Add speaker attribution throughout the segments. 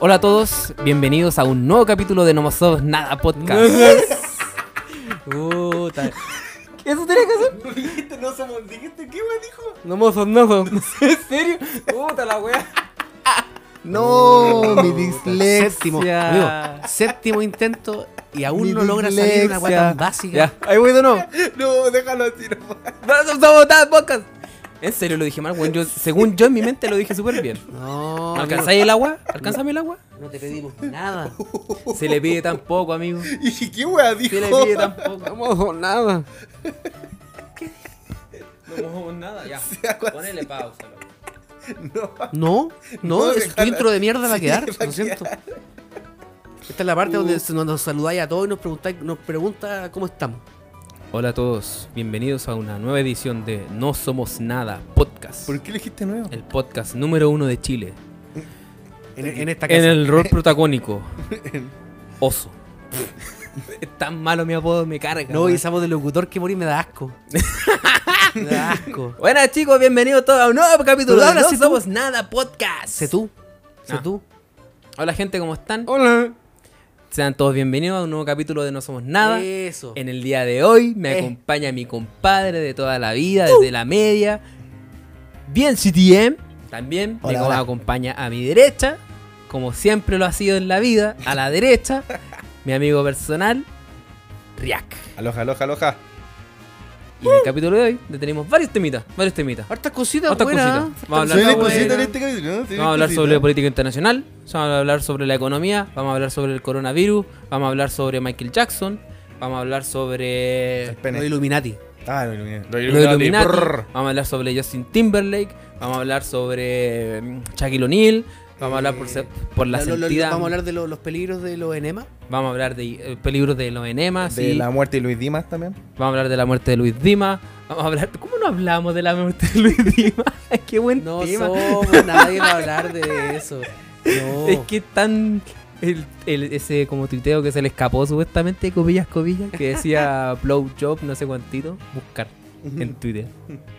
Speaker 1: Hola a todos, bienvenidos a un nuevo capítulo de No Más Somos Nada Podcast.
Speaker 2: Puta.
Speaker 1: ¿Eso tenía que hacer?
Speaker 2: Dijiste, no somos. Dijiste, ¿qué me dijo?
Speaker 1: No mozos, no
Speaker 2: ¿En serio? Puta la wea.
Speaker 3: No, mi
Speaker 4: Séptimo,
Speaker 3: dislexia.
Speaker 4: amigo, séptimo intento y aún
Speaker 3: Mi
Speaker 4: no logra salir una weá
Speaker 3: dislexia.
Speaker 4: tan básica.
Speaker 1: Ya.
Speaker 3: Ahí voy de nuevo.
Speaker 2: No, déjalo así, no.
Speaker 1: No somos nada podcast. En serio lo dije mal, weón. Yo, según yo en mi mente lo dije súper bien.
Speaker 4: No, amigo,
Speaker 1: ¿Alcanzáis el agua? ¿Alcanzame el agua?
Speaker 4: no te pedimos nada.
Speaker 1: Se le pide tan poco, amigo. Se
Speaker 2: ¿Y dije, qué wea dijo?
Speaker 1: le pide tan poco.
Speaker 3: No mojo nada.
Speaker 1: No mojamos nada, ya.
Speaker 2: algo
Speaker 1: Ponele pausa. loco.
Speaker 2: No,
Speaker 4: No, no,
Speaker 2: No,
Speaker 4: es tu
Speaker 2: déjala.
Speaker 4: intro de mierda va a
Speaker 2: Sí,
Speaker 4: quedar,
Speaker 2: va a
Speaker 4: lo siento. Esta es la parte donde se- nos, nos saludáis a todos y nos preguntáis, nos pregunta cómo estamos.
Speaker 1: Hola a todos, bienvenidos a una nueva edición de No Somos Nada Podcast.
Speaker 2: ¿Por qué le dijiste nuevo?
Speaker 1: El podcast número uno de Chile.
Speaker 4: En, en esta
Speaker 1: En
Speaker 4: casa.
Speaker 1: el rol protagónico. Oso. es tan malo mi apodo, me carga.
Speaker 4: No,
Speaker 1: weón.
Speaker 4: y esa voz de locutor que morir me da asco. me da asco.
Speaker 1: Buenas chicos, bienvenidos todos a un nuevo capítulo
Speaker 4: Pero
Speaker 1: de No
Speaker 4: habla así tú.
Speaker 1: Somos Nada Podcast.
Speaker 4: Sé tú, sé
Speaker 1: Ah.
Speaker 4: tú.
Speaker 1: Hola gente, ¿cómo están?
Speaker 4: Oh.
Speaker 3: Hola.
Speaker 1: Sean todos bienvenidos a un nuevo capítulo de No Somos Nada.
Speaker 4: Eso.
Speaker 1: En el día de hoy me
Speaker 4: Eh. Uh.
Speaker 1: acompaña mi compadre de toda la vida, desde la media. Bien CTM. También
Speaker 3: Hola,
Speaker 1: me
Speaker 3: hola.
Speaker 1: acompaña a mi derecha, como siempre lo ha sido en la vida, a la derecha, mi amigo personal, Riak.
Speaker 2: Aloja, aloja, aloja.
Speaker 1: Y en el capítulo de hoy le tenemos varios temitas, varios temitas.
Speaker 4: Hartas cositas,
Speaker 1: Hartas
Speaker 4: buenas, ¿eh?
Speaker 1: cositas.
Speaker 4: hartas
Speaker 1: Vamos a hablar
Speaker 2: Soy
Speaker 1: de
Speaker 2: de
Speaker 1: buena.
Speaker 2: cosita en
Speaker 4: buenas.
Speaker 2: este capítulo, ¿no? Soy de
Speaker 1: Vamos a hablar
Speaker 2: cosita.
Speaker 1: sobre política internacional, vamos a hablar sobre la economía, vamos a hablar sobre el coronavirus, vamos a hablar sobre Michael Jackson, vamos a hablar sobre
Speaker 2: El pene.
Speaker 4: Los Illuminati.
Speaker 2: Ah, lo iluminé. Lo
Speaker 1: los
Speaker 2: iluminé.
Speaker 1: Illuminati,
Speaker 2: Brrr.
Speaker 1: vamos a hablar sobre Justin Timberlake, vamos a hablar sobre mm, Shaquille O'Neal, vamos a hablar por, se- por la
Speaker 4: Eh, Lo- lo- lo-
Speaker 1: sentida,
Speaker 4: Vamos a hablar de lo- los peligros de los enemas.
Speaker 1: vamos a hablar de eh, peligros de los enemas,
Speaker 2: De
Speaker 1: sí,
Speaker 2: la muerte de Luis Dimas también.
Speaker 1: vamos a hablar de la muerte de Luis Dima, vamos a hablar, ¿cómo no hablamos de la muerte de Luis Dima? Qué buen
Speaker 4: No
Speaker 1: tema.
Speaker 4: somos nadie va a hablar de eso. No.
Speaker 1: Es que tan. El, el- ese como tuiteo que se le escapó supuestamente, comillas, comillas, que decía blowjob, no sé cuántito, buscar en Twitter.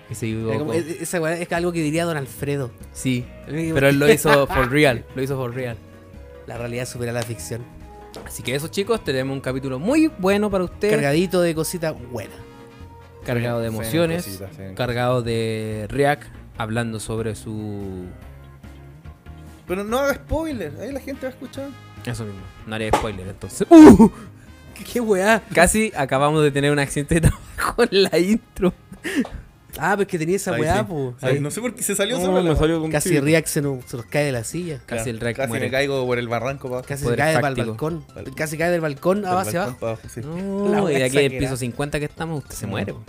Speaker 1: Y se
Speaker 4: Era
Speaker 1: equivocó.
Speaker 4: como- eh, es, esa weá es algo que diría Don Alfredo.
Speaker 1: Sí, pero él lo hizo for real, lo hizo for real.
Speaker 4: La realidad supera la ficción.
Speaker 1: Así que eso chicos, tenemos un capítulo muy bueno para ustedes,
Speaker 4: Cargadito de cositas buenas.
Speaker 1: cargado de
Speaker 2: Sí,
Speaker 1: emociones,
Speaker 2: cositas, sí.
Speaker 1: cargado de React, hablando sobre su...
Speaker 2: Pero no haga spoiler, ahí la gente va a escuchar.
Speaker 1: Eso mismo, no haré spoiler entonces. ¡Uh!
Speaker 4: ¿Qué, weá?
Speaker 1: Casi acabamos de tener un accidente de trabajo en la intro.
Speaker 4: Ah, pues que tenía esa
Speaker 2: Ahí
Speaker 4: weá,
Speaker 2: sí.
Speaker 4: po.
Speaker 2: Ahí, no sé por qué se salió
Speaker 1: No,
Speaker 2: sola.
Speaker 1: me salió con
Speaker 4: Casi Riak se nos, se nos cae de la silla.
Speaker 1: Casi el rec
Speaker 2: Casi
Speaker 1: muere.
Speaker 2: me caigo por el barranco, pa.
Speaker 4: Casi se
Speaker 1: Poder
Speaker 4: cae del
Speaker 1: fáctico.
Speaker 4: balcón. Casi cae del balcón
Speaker 2: Del
Speaker 4: a hacia
Speaker 2: balcón
Speaker 4: abajo.
Speaker 2: pa' abajo, sí.
Speaker 4: La
Speaker 1: No,
Speaker 4: wea
Speaker 1: y aquí el
Speaker 4: exagerada.
Speaker 1: piso 50 que estamos, usted se muere. po.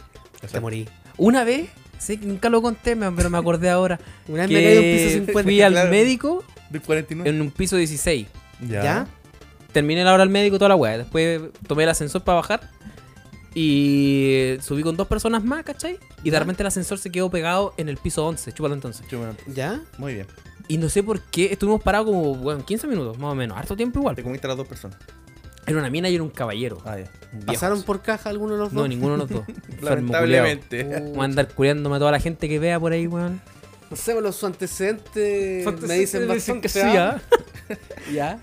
Speaker 4: Te morí.
Speaker 1: Una vez, sí, nunca lo conté, me- pero me acordé ahora.
Speaker 4: Una vez
Speaker 1: que
Speaker 4: me caí de un piso 50.
Speaker 1: Fui al
Speaker 2: claro.
Speaker 1: médico
Speaker 2: Del 49.
Speaker 1: en un piso 16.
Speaker 4: ¿Ya?
Speaker 1: Terminé la hora al médico, toda la weá. Después tomé el ascensor para bajar. Y subí con dos personas más, ¿cachai? Y de repente el ascensor se quedó pegado en el piso 11, chúpalo entonces.
Speaker 2: Chupa,
Speaker 4: ¿Ya?
Speaker 2: Muy bien.
Speaker 1: Y no sé por qué, estuvimos parados como bueno, 15 minutos, más o menos, harto tiempo
Speaker 2: Te
Speaker 1: igual.
Speaker 2: comiste a las dos personas.
Speaker 1: Era una mina y era un caballero.
Speaker 2: Ah, ya.
Speaker 4: ¿Pasaron por caja alguno de los dos?
Speaker 1: No, ninguno de los dos. Enfermo, culiao. Oh.
Speaker 2: Lamentablemente.
Speaker 1: Voy a andar curiándome a toda la gente que vea por ahí, weón.
Speaker 4: No sé, pues, los su antecedente Eh, me
Speaker 1: Me
Speaker 4: dicen bastante ¿ah?
Speaker 2: ¿ah?
Speaker 4: algo. ¿Ya?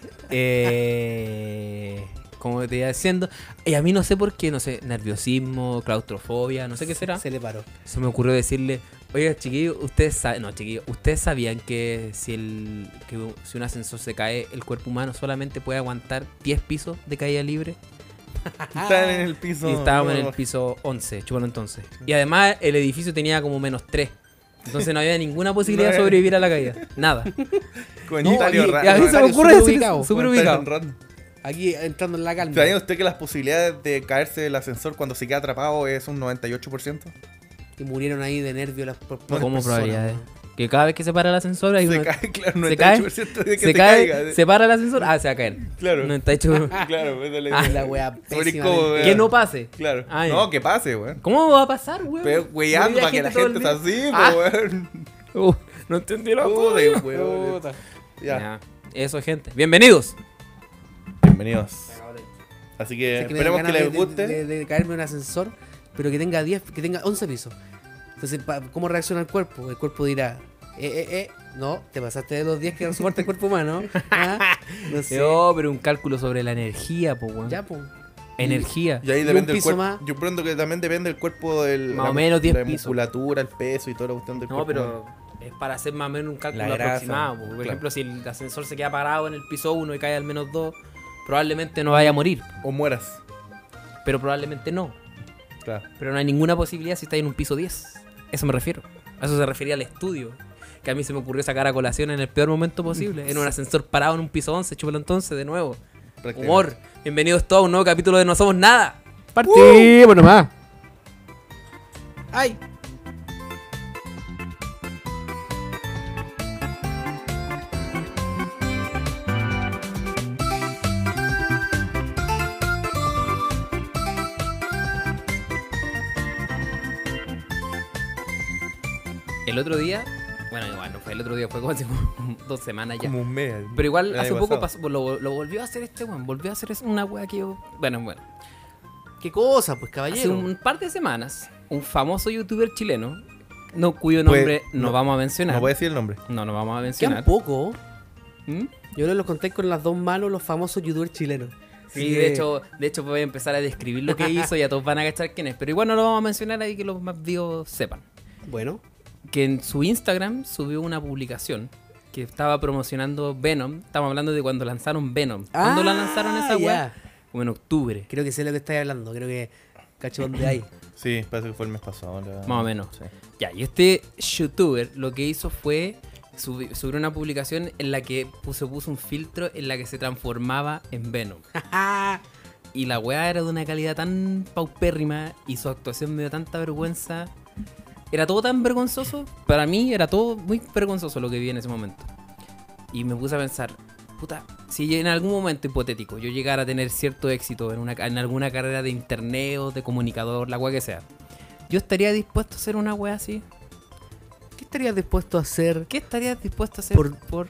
Speaker 1: Eh, como te iba diciendo, y a mí no sé por qué, no sé, nerviosismo, claustrofobia, no sé qué será.
Speaker 4: Se le paró.
Speaker 1: Se me ocurrió decirle, oiga, chiquillo, ustedes saben, no, chiquillo, ustedes sabían que si, el, que u- si un ascensor se cae, el cuerpo humano solamente puede aguantar 10 pisos de caída libre.
Speaker 2: Estaban en el piso.
Speaker 1: Ah, y estábamos en
Speaker 2: no,
Speaker 1: el piso 11, chúpalo entonces. Y además, el edificio tenía como menos 3. Entonces no había ninguna posibilidad de
Speaker 2: No, eh.
Speaker 1: sobrevivir a la caída. Nada.
Speaker 2: Comentario
Speaker 4: No, y- y
Speaker 2: raro.
Speaker 1: Y a mí se me
Speaker 4: Comentario
Speaker 1: ocurre
Speaker 4: súper
Speaker 1: decir
Speaker 4: ubicado,
Speaker 1: súper
Speaker 2: Comentario
Speaker 1: ubicado.
Speaker 2: raro.
Speaker 4: Aquí entrando en la calma.
Speaker 2: ¿Sabía usted que las posibilidades de caerse del ascensor cuando se queda atrapado es un 98%?
Speaker 4: Y murieron ahí de nervio las por, por
Speaker 1: ¿Cómo
Speaker 4: personas,
Speaker 1: probabilidades?
Speaker 4: weón.
Speaker 1: Que cada vez que se para el ascensor hay
Speaker 2: Se
Speaker 1: una-
Speaker 2: cae, claro,
Speaker 1: se cae,
Speaker 2: 98% de que
Speaker 1: se,
Speaker 2: se
Speaker 1: cae,
Speaker 2: caiga.
Speaker 1: se para el ascensor, ah, se va a caer.
Speaker 2: Claro.
Speaker 1: No está hecho
Speaker 2: Claro, esa es la
Speaker 1: Ah,
Speaker 2: idea.
Speaker 4: la wea
Speaker 2: Sobre
Speaker 4: pésima,
Speaker 2: cómo,
Speaker 1: que
Speaker 2: weón.
Speaker 1: no pase.
Speaker 2: Claro.
Speaker 1: Ah, ya.
Speaker 2: no, que pase, weón.
Speaker 1: ¿Cómo va a pasar, weón?
Speaker 2: Pero weyando
Speaker 1: Moría
Speaker 2: para que la
Speaker 1: todo el
Speaker 2: gente
Speaker 1: día.
Speaker 2: está así,
Speaker 1: Ah.
Speaker 2: po, weón.
Speaker 1: Uh, no entendí la
Speaker 2: Puta,
Speaker 1: cosa.
Speaker 2: weón.
Speaker 4: Puta.
Speaker 2: Ya.
Speaker 1: Ya, Eso, gente. Bienvenidos
Speaker 2: bienvenidos. Así que
Speaker 4: Es que me dan
Speaker 2: esperemos que
Speaker 4: ganas
Speaker 2: les
Speaker 4: de-
Speaker 2: guste.
Speaker 4: De, de- de caerme en un ascensor, pero que tenga 10, que tenga 11 pisos. Entonces, pa- ¿cómo reacciona el cuerpo? El cuerpo dirá, eh, eh, eh, no, te pasaste de los 10 que no soporta el cuerpo humano. Ah, No sé.
Speaker 1: Oh, pero un cálculo sobre la energía, po, weón.
Speaker 4: Ya, pues.
Speaker 1: Energía.
Speaker 2: Y ahí
Speaker 4: y un
Speaker 2: depende el
Speaker 4: piso
Speaker 2: cuerpo.
Speaker 4: más.
Speaker 2: Yo prendo que también depende del cuerpo del.
Speaker 1: Más
Speaker 2: la-
Speaker 1: o menos 10
Speaker 2: La
Speaker 1: pisos.
Speaker 2: musculatura, el peso y toda la cuestión del
Speaker 1: No,
Speaker 2: cuerpo.
Speaker 1: pero es para hacer más o menos un cálculo
Speaker 2: La grasa,
Speaker 1: aproximado. po. Por
Speaker 2: claro.
Speaker 1: ejemplo, si el ascensor se queda parado en el piso 1 y cae al menos 2, probablemente no vaya a morir.
Speaker 2: O mueras.
Speaker 1: Pero probablemente no.
Speaker 2: Claro.
Speaker 1: Pero no hay ninguna posibilidad si está en un piso 10. Eso me refiero. A eso se refería el estudio. Que a mí se me ocurrió sacar a colación en el peor momento posible. En un ascensor parado en un piso 11. Chúpalo entonces de nuevo.
Speaker 2: prácticamente.
Speaker 1: Humor. Bienvenidos todos a un nuevo capítulo de No Somos Nada.
Speaker 3: Partimos nomás.
Speaker 4: ¡Ay!
Speaker 1: El otro día... Bueno, igual no fue el otro día. Fue como hace dos semanas ya.
Speaker 2: Como un mes.
Speaker 1: Pero igual
Speaker 2: el
Speaker 1: hace
Speaker 2: año
Speaker 1: poco
Speaker 2: pasado.
Speaker 1: pasó- lo, lo volvió a hacer este weón. Volvió a hacer es- una wea que yo. Bueno, bueno.
Speaker 4: ¿Qué cosa, pues,
Speaker 1: Hace
Speaker 4: caballero?
Speaker 1: un par de semanas, un famoso youtuber chileno, no, cuyo nombre
Speaker 2: Pues,
Speaker 1: no,
Speaker 2: no-
Speaker 1: vamos a mencionar.
Speaker 2: No
Speaker 1: No,
Speaker 2: voy a decir el nombre.
Speaker 1: no, vamos a
Speaker 4: Que
Speaker 1: mencionar.
Speaker 4: tampoco.
Speaker 1: ¿Mm?
Speaker 4: Yo los conté con las dos manos los famosos youtubers chilenos.
Speaker 1: Sí,
Speaker 4: Así
Speaker 1: de
Speaker 4: que-
Speaker 1: hecho, de hecho voy a empezar a describir lo que hizo y a todos van a cachar quién es. Pero igual no lo vamos a mencionar ahí que los más vivos sepan.
Speaker 4: Bueno,
Speaker 1: Que en su Instagram subió una publicación que estaba promocionando Venom. Estamos hablando de cuando lanzaron Venom. ¿Cuándo la
Speaker 4: Ah,
Speaker 1: lanzaron esa
Speaker 4: ya.
Speaker 1: wea? Como en octubre.
Speaker 4: creo que sé lo que estáis hablando. Creo que cacho donde hay.
Speaker 2: Sí, parece que fue el mes pasado. la-
Speaker 1: Más o menos.
Speaker 2: Sí.
Speaker 1: Ya, y este youtuber lo que hizo fue subi- subir una publicación en la que puso, puso un filtro en la que se transformaba en Venom.
Speaker 4: Ah,
Speaker 1: y la weá era de una calidad tan paupérrima y su actuación me dio tanta vergüenza. Era todo tan vergonzoso. Para mí era todo muy vergonzoso lo que vi en ese momento. Y me puse a pensar, puta, si en algún momento hipotético yo llegara a tener cierto éxito en, una, ca- en alguna carrera de internet o de comunicador, la weá que sea. Yo estaría dispuesto a hacer una weá así.
Speaker 4: ¿Qué estarías dispuesto a hacer?
Speaker 1: ¿Qué estarías dispuesto a hacer
Speaker 4: Por-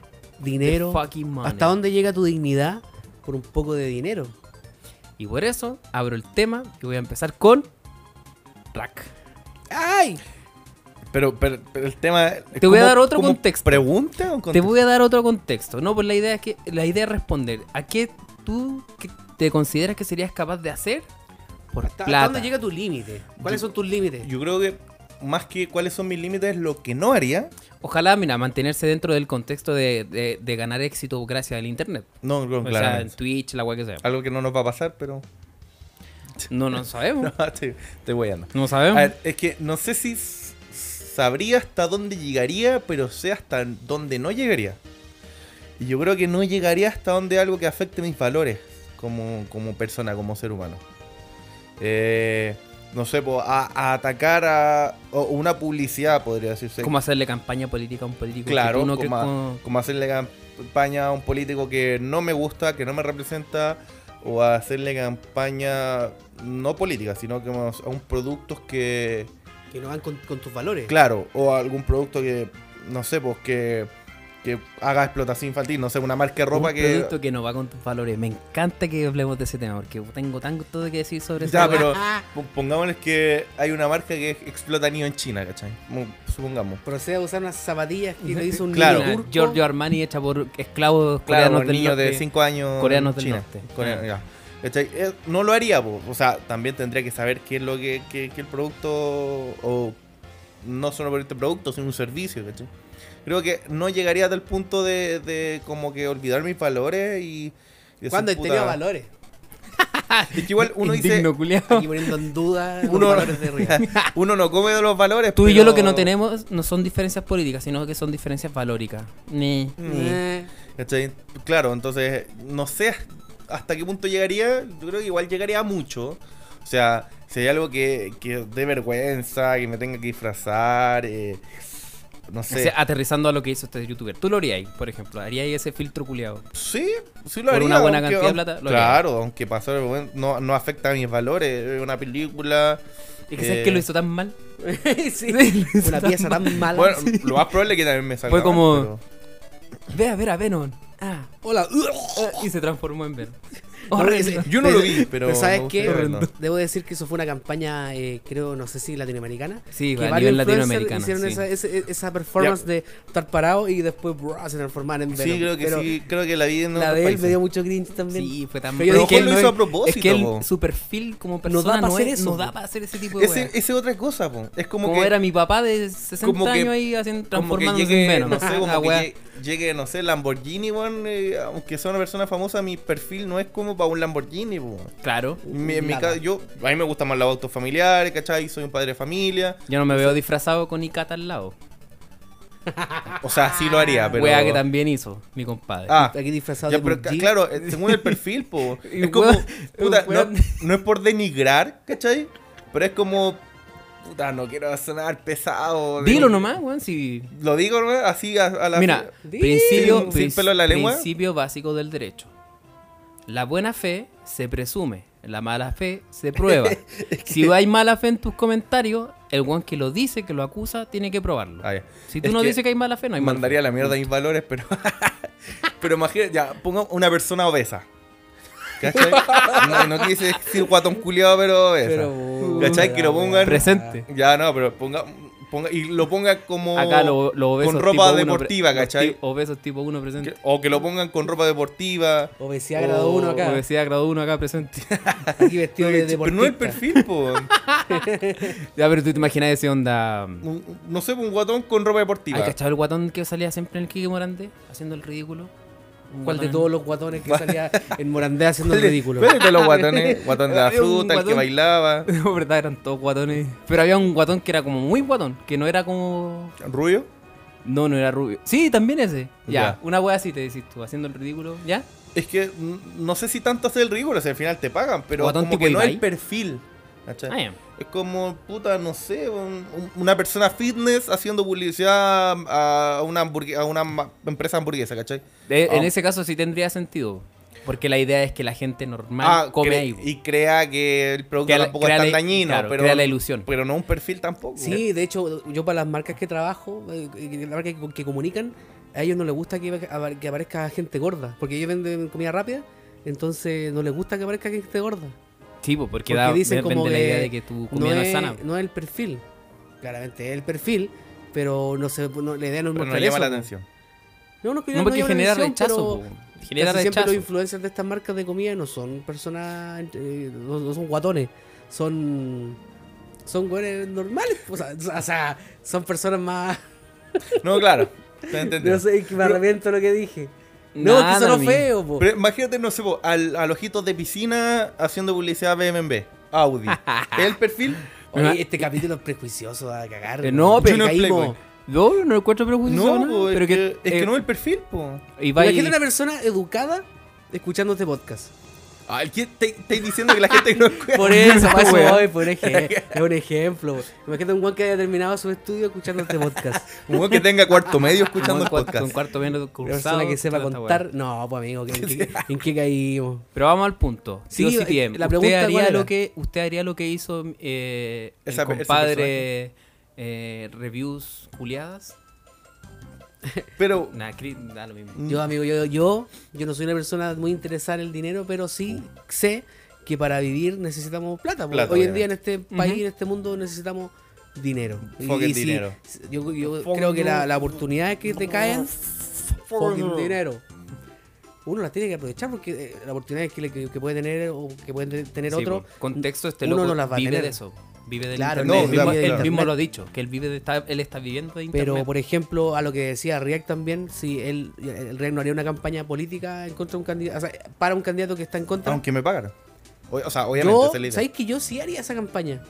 Speaker 1: the
Speaker 4: Dinero.
Speaker 1: fucking money?
Speaker 4: ¿Hasta dónde llega tu dignidad por un poco de dinero?
Speaker 1: Y por eso abro el tema y voy a empezar con Rack.
Speaker 4: ¡Ay!
Speaker 2: Pero, pero- pero el tema. es
Speaker 1: Te voy a
Speaker 2: como-
Speaker 1: dar otro
Speaker 2: como
Speaker 1: contexto.
Speaker 2: ¿Pregunta o contexto?
Speaker 1: Te voy a dar otro contexto, ¿no? Pues la idea es que la idea es responder a qué tú que- te consideras que serías capaz de hacer por
Speaker 4: ¿Hasta, hasta
Speaker 1: plata.
Speaker 4: dónde llega tu límite? ¿Cuáles son tus límites?
Speaker 2: Yo creo que más que cuáles son mis límites, lo que no haría.
Speaker 1: Ojalá, mira, mantenerse dentro del contexto de, de- de ganar éxito gracias al internet.
Speaker 2: No, no,
Speaker 1: o sea, en
Speaker 2: claramente. Ah,
Speaker 1: Twitch, la weá que sea.
Speaker 2: Algo que no nos va a pasar, pero.
Speaker 1: No, no sabemos.
Speaker 2: No, te, te voy a andar.
Speaker 1: No
Speaker 2: A
Speaker 1: sabemos.
Speaker 2: ver, es que no sé si s- sabría hasta dónde llegaría, pero sé hasta dónde no llegaría. Y yo creo que no llegaría hasta donde algo que afecte mis valores como, como persona, como ser humano. Eh, no sé, po, a, a atacar a o una publicidad, podría decirse.
Speaker 1: ¿Cómo hacerle campaña política a un político?
Speaker 2: Claro,
Speaker 1: que tú no que-
Speaker 2: como, a-
Speaker 1: como-
Speaker 2: como hacerle campaña a un político que no me gusta, que no me representa, o a hacerle campaña no política, sino que más a un producto que,
Speaker 4: Que no van con, con tus valores.
Speaker 2: claro, o a algún producto que, no sé, pues que, que haga explotación infantil, no sé, una marca de ropa
Speaker 1: un
Speaker 2: que...
Speaker 1: producto que no va con tus valores. Me encanta que hablemos de ese tema porque tengo tanto de que decir sobre
Speaker 2: Ya,
Speaker 1: esa weá.
Speaker 2: pero
Speaker 4: Ah,
Speaker 2: po- pongámosles que hay una marca que explota niño en China, ¿cachai? Mu- Supongamos.
Speaker 4: Procede a usar unas zapatillas que le hizo un
Speaker 2: Claro.
Speaker 4: niño
Speaker 1: Una
Speaker 4: turco.
Speaker 1: Giorgio Armani hecha por esclavos
Speaker 2: Claro,
Speaker 1: coreanos
Speaker 2: un
Speaker 1: del
Speaker 2: niño de
Speaker 1: norte.
Speaker 2: 5 años.
Speaker 1: Coreanos
Speaker 2: en
Speaker 1: del
Speaker 2: China.
Speaker 1: norte. Ah.
Speaker 2: Coreano, ya. ¿Cachai? Eh, no lo haría, po. o sea, también tendría que saber qué es lo que, qué- qué el producto, o no solo por este producto, sino un servicio, ¿cachai? Creo que no llegaría hasta el punto de, de como que olvidar mis valores y... y decir,
Speaker 4: ¿Cuándo he
Speaker 2: puta,
Speaker 4: tenido valores?
Speaker 2: Es que igual uno dice,
Speaker 1: Indigno, culiao.
Speaker 4: Aquí poniendo en duda los
Speaker 2: Uno-
Speaker 4: valores de Riga.
Speaker 2: uno no come de los valores.
Speaker 1: Tú y yo
Speaker 2: pero-
Speaker 1: lo que no tenemos no son diferencias políticas, sino que son diferencias valóricas. Ni.
Speaker 2: Mm.
Speaker 4: Eh,
Speaker 2: ¿Cachai? Claro, entonces, no sé hasta qué punto llegaría. Yo creo que igual llegaría a mucho. O sea, si hay algo que, que dé vergüenza, que me tenga que disfrazar, eh, no
Speaker 1: O
Speaker 2: sé.
Speaker 1: sea, aterrizando a lo que hizo este youtuber. Tú lo harías, por ejemplo. Harías ese filtro culiado.
Speaker 2: sí, sí lo
Speaker 1: por
Speaker 2: haría.
Speaker 1: una buena
Speaker 2: aunque-
Speaker 1: cantidad de plata, lo haría.
Speaker 2: claro, aunque pasar vergüenza, no, no afecta a mis valores. Es una película.
Speaker 1: Y que sabes
Speaker 2: Eh.
Speaker 1: que lo hizo tan mal.
Speaker 4: sí.
Speaker 1: Lo hizo
Speaker 4: Una
Speaker 1: tan
Speaker 4: pieza
Speaker 1: mal.
Speaker 4: tan mala.
Speaker 2: Bueno, lo más probable es que también me salga.
Speaker 1: Fue
Speaker 2: mal,
Speaker 1: como-
Speaker 2: pero-
Speaker 1: Ve a ver a Venom. Ah.
Speaker 4: Hola.
Speaker 1: Y se transformó en Venom. Horrendo.
Speaker 2: Yo no lo vi, pero
Speaker 4: ¿sabes
Speaker 2: me gustaría
Speaker 4: qué?
Speaker 2: verlo.
Speaker 4: Debo decir que eso fue una campaña, eh, creo, no sé si latinoamericana.
Speaker 1: Sí,
Speaker 4: que
Speaker 1: a
Speaker 4: varios
Speaker 1: nivel
Speaker 4: influencers
Speaker 1: latinoamericano,
Speaker 4: Hicieron
Speaker 1: sí.
Speaker 4: esa, ese- esa performance de estar parado y después brr, se transformar en Venom.
Speaker 2: Sí, creo que
Speaker 4: Pero
Speaker 2: sí, creo que la vi en
Speaker 4: La
Speaker 2: otros
Speaker 4: de él
Speaker 2: países.
Speaker 4: me dio mucho cringe también.
Speaker 1: Sí, fue tan
Speaker 4: Pero
Speaker 1: es
Speaker 4: a lo
Speaker 1: que
Speaker 2: mejor lo
Speaker 1: él no
Speaker 2: hizo
Speaker 1: es-
Speaker 2: a propósito,
Speaker 1: Es que él,
Speaker 2: po.
Speaker 1: su perfil como
Speaker 4: No da
Speaker 1: persona
Speaker 4: pa'
Speaker 1: no,
Speaker 4: hacer
Speaker 1: es-
Speaker 4: eso,
Speaker 1: no
Speaker 4: po.
Speaker 1: da para hacer ese tipo de
Speaker 2: Ese-
Speaker 1: weas.
Speaker 2: Esa es otra cosa, po. Es como,
Speaker 1: Como
Speaker 2: que...
Speaker 1: era mi papá de 60
Speaker 2: como que-
Speaker 1: años ahí haciendo,
Speaker 2: como que
Speaker 1: transformándose
Speaker 2: llegue,
Speaker 1: en Venom.
Speaker 2: No sé, como
Speaker 1: La
Speaker 2: que
Speaker 1: wea-
Speaker 2: llegue, llegue, no sé, Lamborghini, weón. eh, aunque sea una persona famosa, mi perfil no es como para un Lamborghini, po.
Speaker 1: Claro.
Speaker 2: Mi- mi
Speaker 4: Nada.
Speaker 2: ca- yo, a mí me gustan más los autos familiares, ¿cachai? Soy un padre de familia.
Speaker 1: Yo no me veo disfrazado con Icata al lado.
Speaker 2: O sea, sí lo haría, Ah, pero.
Speaker 1: Wea que también hizo mi compadre.
Speaker 2: Ah,
Speaker 4: Aquí disfrazado
Speaker 2: ya,
Speaker 4: de
Speaker 2: pero
Speaker 4: Luke
Speaker 2: ca-
Speaker 4: G.
Speaker 2: claro, eh, según el perfil, po.
Speaker 1: Y
Speaker 2: Es como.
Speaker 1: weón-
Speaker 2: puta, no,
Speaker 1: weón.
Speaker 2: no es por denigrar, ¿cachai? Pero es como. Puta, no quiero sonar pesado. de-
Speaker 1: Dilo nomás, weón, si...
Speaker 2: Lo digo, ¿no? Así a, a la.
Speaker 1: Mira,
Speaker 4: Dilo.
Speaker 1: principio,
Speaker 2: Sin- sin
Speaker 1: prin-
Speaker 2: pelo en la lengua.
Speaker 1: principio básico del derecho. La buena fe se presume, la mala fe se prueba. Si hay mala fe en tus comentarios, el weón que lo dice, que lo acusa, tiene que probarlo.
Speaker 2: Ah, ya.
Speaker 1: Si tú
Speaker 2: Es
Speaker 1: no
Speaker 2: que
Speaker 1: dices que hay mala fe, no hay mala
Speaker 2: mandaría
Speaker 1: fe.
Speaker 2: la mierda mis valores, pero. pero imagínate, ya, ponga una persona obesa. ¿Cachai? no, no quise decir guatón culiado, pero obesa.
Speaker 4: Pero,
Speaker 2: ¿Cachai?
Speaker 4: uh,
Speaker 2: Que lo pongan-
Speaker 1: Presente.
Speaker 2: Ya, no, pero ponga, ponga. Y lo ponga Ah, como.
Speaker 1: Acá lo, lo obesos
Speaker 2: con ropa
Speaker 1: tipo uno pre-
Speaker 2: deportiva,
Speaker 1: los
Speaker 2: ¿cachai?
Speaker 1: ti- Obesos tipo 1 presente.
Speaker 2: que- o que lo pongan con ropa deportiva.
Speaker 4: Obesidad
Speaker 2: Oh,
Speaker 4: grado 1 acá.
Speaker 1: Obesidad grado 1 acá presente.
Speaker 4: Aquí vestido de
Speaker 2: Pero no el
Speaker 4: deportista.
Speaker 2: perfil, po.
Speaker 1: ya, pero tú te imaginas ese onda... ¿Has
Speaker 2: Un- no sé, un guatón con ropa deportiva.
Speaker 1: cachado el guatón que salía siempre en el Kike Morandé? Haciendo el ridículo. Un
Speaker 4: ¿Cuál de
Speaker 1: guatón-
Speaker 4: todos los guatones que salía en Morandé haciendo el ridículo?
Speaker 2: ¿Cuál de los guatones? Guatón de la
Speaker 1: Había un
Speaker 2: fruta, el que
Speaker 1: guatón-
Speaker 2: bailaba.
Speaker 1: No, verdad, eran todos guatones. Pero había un guatón que era como muy guatón, que no era como.
Speaker 2: Rubio.
Speaker 1: No, no era rubio. Sí, también ese. Ya,
Speaker 2: Ya.
Speaker 1: una wea así te decís tú, haciendo el ridículo. ¿Ya?
Speaker 2: Es que mm, no sé si tanto hace el ridículo, si al final te pagan, pero
Speaker 1: Guatón
Speaker 2: como
Speaker 1: tipo
Speaker 2: que no
Speaker 1: Ibai.
Speaker 2: el perfil. ¿cachai?
Speaker 1: Ah, ya.
Speaker 2: Es como, puta, no sé, un- un- una persona fitness haciendo publicidad a una, hamburgue- a una ma- empresa hamburguesa, ¿cachai?
Speaker 1: De-
Speaker 2: Ah.
Speaker 1: Eh, En ese caso sí tendría sentido. Porque la idea es que la gente normal
Speaker 2: Ah,
Speaker 1: come
Speaker 2: cre-
Speaker 1: ahí. po.
Speaker 2: y crea que el producto
Speaker 1: Crea la-
Speaker 2: tampoco
Speaker 1: crea
Speaker 2: es tan
Speaker 1: la-
Speaker 2: dañino,
Speaker 1: claro,
Speaker 2: pero, pues,
Speaker 1: crea la ilusión.
Speaker 2: pero no un perfil tampoco.
Speaker 4: Sí, de hecho, yo para las marcas que trabajo, eh, que- la marca que, que comunican, a ellos no les gusta que, apar- que aparezca gente gorda, porque ellos venden comida rápida, entonces no les gusta que aparezca gente gorda.
Speaker 1: Sí, po, porque,
Speaker 4: Porque
Speaker 1: da,
Speaker 4: dicen
Speaker 1: depende
Speaker 4: como
Speaker 1: de la
Speaker 4: que
Speaker 1: idea de que tu comida no, es sana.
Speaker 4: no es el perfil, claramente es el perfil, pero no se, no, la idea no es
Speaker 2: Pero no
Speaker 4: mostrar
Speaker 2: llama
Speaker 4: eso,
Speaker 2: la
Speaker 4: po.
Speaker 2: atención.
Speaker 4: No, no, que
Speaker 1: No, porque
Speaker 4: llama la
Speaker 1: genera
Speaker 4: atención,
Speaker 1: rechazo.
Speaker 4: pero
Speaker 1: po. Genera
Speaker 4: casi siempre
Speaker 1: rechazo.
Speaker 4: los influencers de estas marcas de comida no son personas, eh, no, no son guatones, son son güeyes normales, o sea, o sea, son personas más
Speaker 2: No, claro. te entendí.
Speaker 4: No sé, que me arrepiento de lo que dije. No,
Speaker 1: Nada,
Speaker 4: que sonó
Speaker 1: amigo.
Speaker 4: feo, po.
Speaker 2: Pero imagínate, no sé, po, al, al ojito de piscina haciendo publicidad BMW, Audi. ¿Es el perfil?
Speaker 4: Oye, este capítulo es prejuicioso a cagar.
Speaker 1: Eh, no,
Speaker 4: po.
Speaker 1: pero
Speaker 2: Yo no es
Speaker 4: Caímos.
Speaker 2: Playboy.
Speaker 1: No, no encuentro prejuicio.
Speaker 2: No, po, es,
Speaker 1: pero
Speaker 2: que,
Speaker 1: que,
Speaker 2: es que
Speaker 1: eh,
Speaker 2: no es el perfil, po.
Speaker 1: Ibai-
Speaker 4: Imagínate una persona educada escuchando este podcast.
Speaker 2: Ay, ¿qué Ah, te- estáis diciendo que la gente no escucha?
Speaker 4: Por eso, por eso
Speaker 1: Weón.
Speaker 4: voy, por ej- es un ejemplo. po. Imagínate un guan que haya terminado su estudio escuchando este podcast.
Speaker 2: Un weón que tenga cuarto medio escuchando
Speaker 1: un
Speaker 2: el
Speaker 1: cuarto- un
Speaker 2: podcast.
Speaker 1: cuarto bien
Speaker 4: Una
Speaker 1: cursado,
Speaker 4: persona que sepa
Speaker 1: toda esta wea.
Speaker 4: contar. No, pues amigo, ¿en qué, en qué caímos?
Speaker 1: Pero vamos al punto.
Speaker 4: Sí,
Speaker 1: Sí,
Speaker 4: eh, la pregunta,
Speaker 1: ¿Usted
Speaker 4: ¿cuál
Speaker 1: haría,
Speaker 4: era?
Speaker 1: lo que, usted haría lo que hizo eh, el
Speaker 2: Esa pe- ese
Speaker 1: compadre eh, Reviews Juliadas?
Speaker 2: Pero
Speaker 1: Nah, cri- da lo mismo.
Speaker 4: Yo, amigo, yo, yo, yo no soy una persona muy interesada en el dinero, pero sí sé que para vivir necesitamos plata. porque
Speaker 2: Plata,
Speaker 4: Hoy en día en
Speaker 2: obviamente.
Speaker 4: este país,
Speaker 1: Ujú.
Speaker 4: en este mundo, necesitamos dinero.
Speaker 2: Fucking dinero.
Speaker 4: Yo, yo
Speaker 2: Fucking
Speaker 4: creo que la, la oportunidad que te caen, fucking dinero. Uno las tiene que aprovechar porque eh, la oportunidad que, le- que, que puede tener o que puede tener
Speaker 1: Sí,
Speaker 4: otro.
Speaker 1: po. contexto este
Speaker 4: uno
Speaker 1: loco
Speaker 4: no las va a
Speaker 1: vive
Speaker 4: tener.
Speaker 1: de eso. Vive del
Speaker 4: Claro,
Speaker 1: internet.
Speaker 2: no,
Speaker 1: él,
Speaker 2: vive
Speaker 1: mismo,
Speaker 2: del
Speaker 1: él
Speaker 2: internet.
Speaker 1: mismo lo ha dicho, que él vive de está, él está viviendo de internet.
Speaker 4: Pero, por ejemplo, a lo que decía React también, si él, el React no haría una campaña política en contra de un candidato, o sea, para un candidato que está en contra.
Speaker 2: Aunque me pagaran. O, o sea, obviamente,
Speaker 4: Yo,
Speaker 2: esa es la idea.
Speaker 4: ¿sabéis que yo sí haría esa campaña?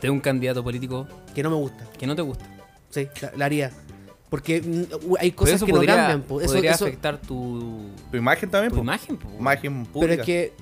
Speaker 1: de un candidato político
Speaker 4: Que no me gusta.
Speaker 1: que no te gusta.
Speaker 4: Sí, la, la haría. Porque mm, u- hay
Speaker 1: Pero
Speaker 4: cosas
Speaker 1: eso
Speaker 4: que
Speaker 1: podría,
Speaker 4: no cambian. po. Eso,
Speaker 1: podría
Speaker 4: eso-
Speaker 1: afectar tu,
Speaker 2: Tu imagen también,
Speaker 1: tu
Speaker 2: po.
Speaker 1: imagen. po.
Speaker 2: Imagen
Speaker 4: pero
Speaker 2: pública.
Speaker 4: es que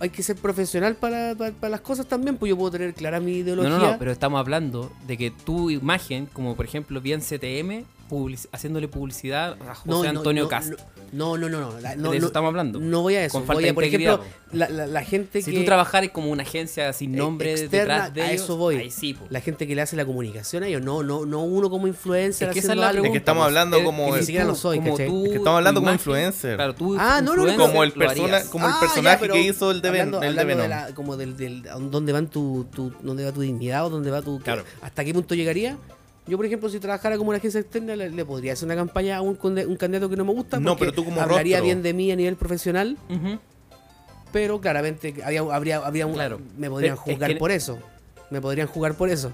Speaker 4: hay que ser profesional para, para- para las cosas también. Pues yo puedo tener clara mi
Speaker 1: No,
Speaker 4: ideología.
Speaker 1: no, no, pero estamos hablando de que tu imagen, como por ejemplo bien CTM, public- haciéndole publicidad a
Speaker 4: No,
Speaker 1: José
Speaker 4: no,
Speaker 1: Antonio
Speaker 4: no,
Speaker 1: Cast.
Speaker 4: no, No, no, no, no. la- no
Speaker 1: de eso
Speaker 4: no-
Speaker 1: estamos hablando.
Speaker 4: No voy a eso.
Speaker 1: Con falta
Speaker 4: voy a,
Speaker 1: de
Speaker 4: por
Speaker 1: integridad,
Speaker 4: ejemplo, la, la- la gente
Speaker 1: Si
Speaker 4: que.
Speaker 1: tú trabajares como una agencia sin
Speaker 4: eh,
Speaker 1: nombre
Speaker 4: externa,
Speaker 1: detrás de
Speaker 4: a
Speaker 1: ellos,
Speaker 4: eso voy.
Speaker 1: ahí sí, po.
Speaker 4: La gente que le hace la comunicación a ellos, no, no, no uno como influencer.
Speaker 1: Es que esa es
Speaker 4: haciendo
Speaker 1: la
Speaker 4: algo.
Speaker 1: pregunta.
Speaker 2: que estamos
Speaker 1: pues.
Speaker 2: hablando
Speaker 1: Es que
Speaker 2: como
Speaker 1: ni
Speaker 2: el-
Speaker 4: siquiera lo soy, ¿cachai?
Speaker 1: tú,
Speaker 2: Es que estamos hablando como
Speaker 1: imagen.
Speaker 2: influencer.
Speaker 1: Claro, tú
Speaker 4: Ah, no, no, no,
Speaker 1: influencer
Speaker 2: como el
Speaker 1: lo harías.
Speaker 2: persona- como el
Speaker 4: Ah, ya,
Speaker 2: personaje
Speaker 4: pero
Speaker 2: que hizo el de Ben-
Speaker 4: hablando-
Speaker 2: el de
Speaker 4: hablando
Speaker 2: Venom.
Speaker 4: la- como del, del dónde van tu, tu dónde va tu dignidad o dónde va tu
Speaker 1: Claro.
Speaker 4: hasta qué punto llegaría. Yo, por ejemplo, si trabajara como una agencia externa, le, le podría hacer una campaña a un, conde- un candidato que no me gusta.
Speaker 2: No,
Speaker 4: porque
Speaker 2: pero tú como
Speaker 4: Hablaría
Speaker 2: rostro.
Speaker 4: bien de mí a nivel profesional,
Speaker 1: Ujú.
Speaker 4: pero claramente había, habría, habría un-
Speaker 1: Claro.
Speaker 4: me podrían
Speaker 1: Pero es
Speaker 4: juzgar
Speaker 1: que-
Speaker 4: por eso. Me podrían juzgar por eso.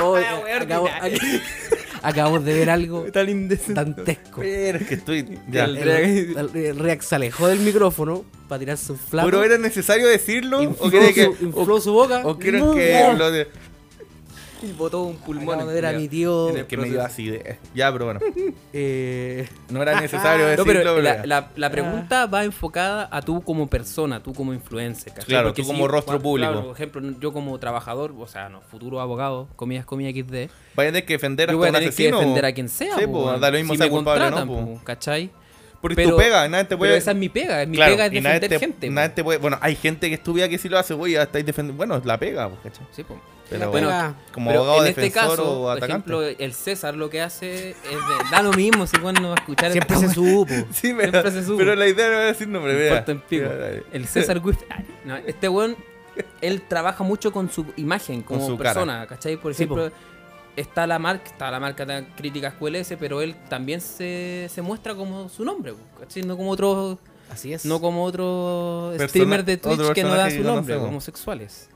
Speaker 4: Oh, acabo- acabamos de ver algo
Speaker 1: Tan indecente.
Speaker 4: dantesco.
Speaker 2: Pero es que estoy. ya.
Speaker 1: El-
Speaker 4: El, el- el React se alejó del micrófono para tirar su flaco.
Speaker 2: ¿Pero era necesario decirlo? ¿O
Speaker 4: infló,
Speaker 2: quieren que.?
Speaker 4: su,
Speaker 2: o-
Speaker 4: infló su boca.
Speaker 2: o quieren
Speaker 4: No,
Speaker 2: que.?
Speaker 4: no.
Speaker 2: lo de-
Speaker 1: Y botó un pulmón.
Speaker 4: Acabo de ver a
Speaker 1: culiao.
Speaker 4: mi tío.
Speaker 1: En el
Speaker 2: que me
Speaker 1: proceso.
Speaker 2: dio así de. Ya, pero bueno.
Speaker 4: eh,
Speaker 2: No era necesario decirlo.
Speaker 1: No, pero
Speaker 2: pero
Speaker 1: la,
Speaker 2: ya.
Speaker 1: la- la pregunta va enfocada a tú como persona, tú como influencer. ¿cachai?
Speaker 2: Claro, tú como rostro
Speaker 1: cua-
Speaker 2: público.
Speaker 1: claro, por ejemplo, yo como trabajador, o sea, no, futuro abogado, comillas, comillas XD.
Speaker 2: Va a tener que defender a
Speaker 1: Yo voy a
Speaker 2: un
Speaker 1: tener que
Speaker 2: asesino.
Speaker 1: defender a quien sea.
Speaker 2: Sí,
Speaker 1: po,
Speaker 2: po,
Speaker 1: weón.
Speaker 2: da lo mismo
Speaker 1: si
Speaker 2: sea
Speaker 1: me
Speaker 2: culpable o no,
Speaker 1: contratan,
Speaker 2: po.
Speaker 1: po, ¿cachai?
Speaker 2: Porque
Speaker 1: Pero-
Speaker 2: tu pega, nadie te puede.
Speaker 1: Pero esa es mi pega, es mi
Speaker 2: Claro,
Speaker 1: pega es
Speaker 2: y nadie
Speaker 1: defender
Speaker 2: te-
Speaker 1: gente.
Speaker 2: nadie
Speaker 1: po.
Speaker 2: te puede- Bueno, hay gente que estudia que si lo hace, voy a estar defendiendo. Bueno, es la pega, pues, ¿cachai?
Speaker 1: Sí, po.
Speaker 2: Pero
Speaker 1: Bueno,
Speaker 2: bueno, como
Speaker 1: Pero
Speaker 2: abogado
Speaker 1: en este
Speaker 2: defensor
Speaker 1: caso,
Speaker 2: o
Speaker 1: por
Speaker 2: atacante.
Speaker 1: ejemplo, el César lo que hace es de- da lo mismo, si bueno, no va a escuchar
Speaker 4: siempre
Speaker 1: esta
Speaker 4: se supo.
Speaker 2: sí,
Speaker 1: siempre se sube.
Speaker 2: pero, pero la idea no era decir nombre,
Speaker 1: Me
Speaker 2: vea.
Speaker 1: importa en pico.
Speaker 2: Mira,
Speaker 1: El César Guif. Ay, no, este weón, él trabaja mucho con su imagen, como
Speaker 2: Con su cara.
Speaker 1: persona, ¿cachai? Por
Speaker 4: Sí,
Speaker 1: ejemplo, está la marca, está la marca de críticas QLS, pero él también se, se muestra como su nombre, ¿cachai? No como otro,
Speaker 4: Así es.
Speaker 1: no como otro
Speaker 2: Persona-
Speaker 1: streamer de Twitch
Speaker 2: otro
Speaker 1: que no da
Speaker 2: personaje
Speaker 1: su
Speaker 2: que
Speaker 1: nombre,
Speaker 2: conocemos.
Speaker 1: homosexuales.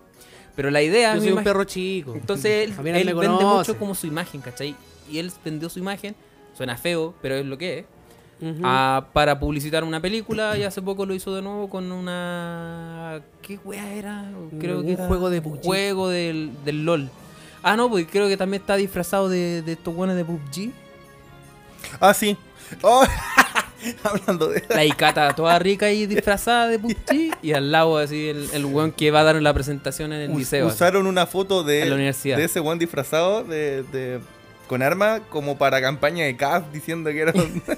Speaker 1: Pero la idea
Speaker 4: Yo
Speaker 1: me
Speaker 4: soy un
Speaker 1: imag-
Speaker 4: perro chico.
Speaker 1: entonces él,
Speaker 4: A mí nadie
Speaker 1: él
Speaker 4: me
Speaker 1: vende
Speaker 4: conoce.
Speaker 1: mucho como su imagen, ¿cachai? Y él vendió su imagen, suena feo, pero es lo que es,
Speaker 4: Ujú.
Speaker 1: a- para publicitar una película y hace poco lo hizo de nuevo con una... ¿Qué wea era? Creo
Speaker 4: Un
Speaker 1: que era
Speaker 4: juego de
Speaker 1: un
Speaker 4: PUBG.
Speaker 1: juego del, del LOL. Ah, no, porque creo que también está disfrazado de, de estos buenos de PUBG.
Speaker 2: Ah, sí. Oh, hablando de.
Speaker 1: La Icata toda rica y disfrazada de PUBG. Y al lado así el, el weón que va a dar la presentación en el
Speaker 2: Us-
Speaker 1: liceo. así.
Speaker 2: usaron una foto de,
Speaker 1: En la universidad.
Speaker 2: de ese buen disfrazado de, de- con arma como para campaña de CAF diciendo que era, un- que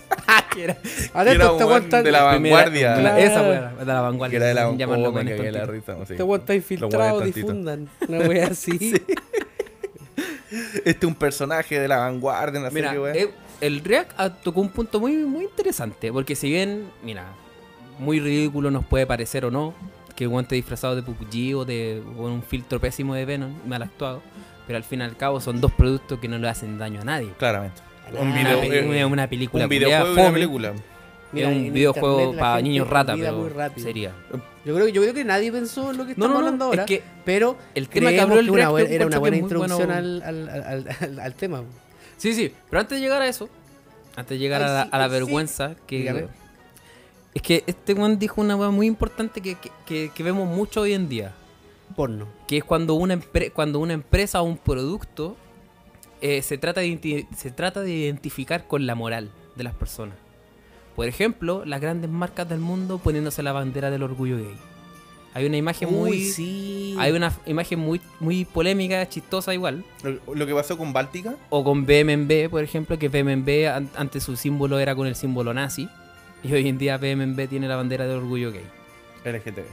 Speaker 1: Que era-
Speaker 2: era
Speaker 4: Atento,
Speaker 2: un
Speaker 4: este
Speaker 2: weón
Speaker 4: aguanta.
Speaker 2: de la vanguardia.
Speaker 1: Primera-
Speaker 4: Claro.
Speaker 1: Esa wea, de la vanguardia.
Speaker 2: que era de la,
Speaker 1: llamarlo
Speaker 2: oh, me
Speaker 1: con
Speaker 2: cagué
Speaker 1: estos
Speaker 2: la
Speaker 1: tipos.
Speaker 2: risa, no sé.
Speaker 4: Este weón está infiltrado,
Speaker 2: Lo guardan tantito.
Speaker 4: difundan. Una wea así.
Speaker 2: Este es un personaje de la vanguardia, no sé
Speaker 1: Mira,
Speaker 2: qué weón.
Speaker 1: eh, el React ah, tocó un punto muy, muy interesante, porque si bien, mira, muy ridículo nos puede parecer o no, que el guante disfrazado de PUBG o de con un filtro pésimo de Venom, mal actuado, pero al fin y al cabo son dos productos que no le hacen daño a nadie.
Speaker 2: Claramente. Un,
Speaker 4: Ah,
Speaker 2: video,
Speaker 1: una,
Speaker 2: eh,
Speaker 1: pe- una- una película
Speaker 2: un
Speaker 1: culiada,
Speaker 2: videojuego y una
Speaker 1: fome,
Speaker 2: película.
Speaker 4: Mira,
Speaker 1: es
Speaker 4: en
Speaker 1: un videojuego
Speaker 4: internet la
Speaker 1: para
Speaker 4: gente
Speaker 1: niños rata,
Speaker 4: olvida muy
Speaker 1: pero
Speaker 4: rápido.
Speaker 1: sería.
Speaker 4: Yo creo, yo creo que nadie pensó en lo que
Speaker 1: No,
Speaker 4: estamos
Speaker 1: no,
Speaker 4: hablando
Speaker 1: no,
Speaker 4: ahora.
Speaker 1: es que
Speaker 4: pero
Speaker 1: el tema que
Speaker 4: creemos
Speaker 1: habló
Speaker 4: que
Speaker 1: el
Speaker 4: una
Speaker 1: React
Speaker 4: buena-
Speaker 1: yo
Speaker 4: era una
Speaker 1: encuentro
Speaker 4: buena
Speaker 1: que es muy bueno.
Speaker 4: introducción al, al, al, al- al tema.
Speaker 1: Sí, sí, pero antes de llegar a eso, antes de llegar
Speaker 4: Ay,
Speaker 1: a la,
Speaker 4: sí,
Speaker 1: a la
Speaker 4: ay, sí.
Speaker 1: vergüenza, que
Speaker 4: Dígame.
Speaker 1: es que este one dijo una cosa muy importante que, que- que- que vemos mucho hoy en día,
Speaker 4: Porno.
Speaker 1: que es cuando una, empre- cuando una empresa o un producto eh, se, trata de identi- se trata de identificar con la moral de las personas. Por ejemplo, las grandes marcas del mundo poniéndose la bandera del orgullo gay. Hay una imagen muy...
Speaker 4: Uy, sí.
Speaker 1: Hay una imagen muy, muy polémica, chistosa igual,
Speaker 2: Lo, lo que pasó con Báltica.
Speaker 1: o con BMB, por ejemplo, que BMB an- antes su símbolo era con el símbolo nazi. Y hoy en día BMB tiene la bandera de orgullo gay.
Speaker 2: LGTB.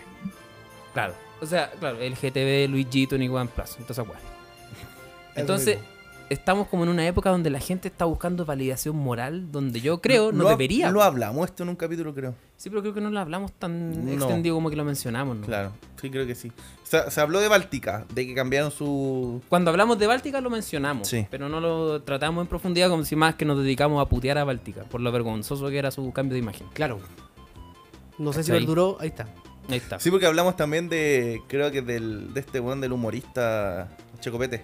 Speaker 1: Claro. O sea, claro, el GTB, Luigito, ni One Plus, entonces bueno. Entonces,
Speaker 4: mismo.
Speaker 1: estamos como en una época donde la gente está buscando validación moral, donde yo creo no
Speaker 2: Lo ha-
Speaker 1: debería.
Speaker 2: Lo hablamos esto en un capítulo, creo.
Speaker 1: Sí, pero creo que no lo hablamos tan
Speaker 2: No.
Speaker 1: extendido como que lo mencionamos, ¿no?
Speaker 2: Claro, sí, creo que sí. Se, se habló de Báltica, de que cambiaron su.
Speaker 1: Cuando hablamos de Báltica lo mencionamos,
Speaker 2: Sí.
Speaker 1: pero no lo tratamos en profundidad como si más que nos dedicamos a putear a Báltica, por lo vergonzoso que era su cambio de imagen.
Speaker 4: Claro. No sé si
Speaker 1: Ahí.
Speaker 4: perduró. Ahí está.
Speaker 1: Ahí está.
Speaker 2: Sí, porque hablamos también de. Creo que del, de este weón del humorista Checopete.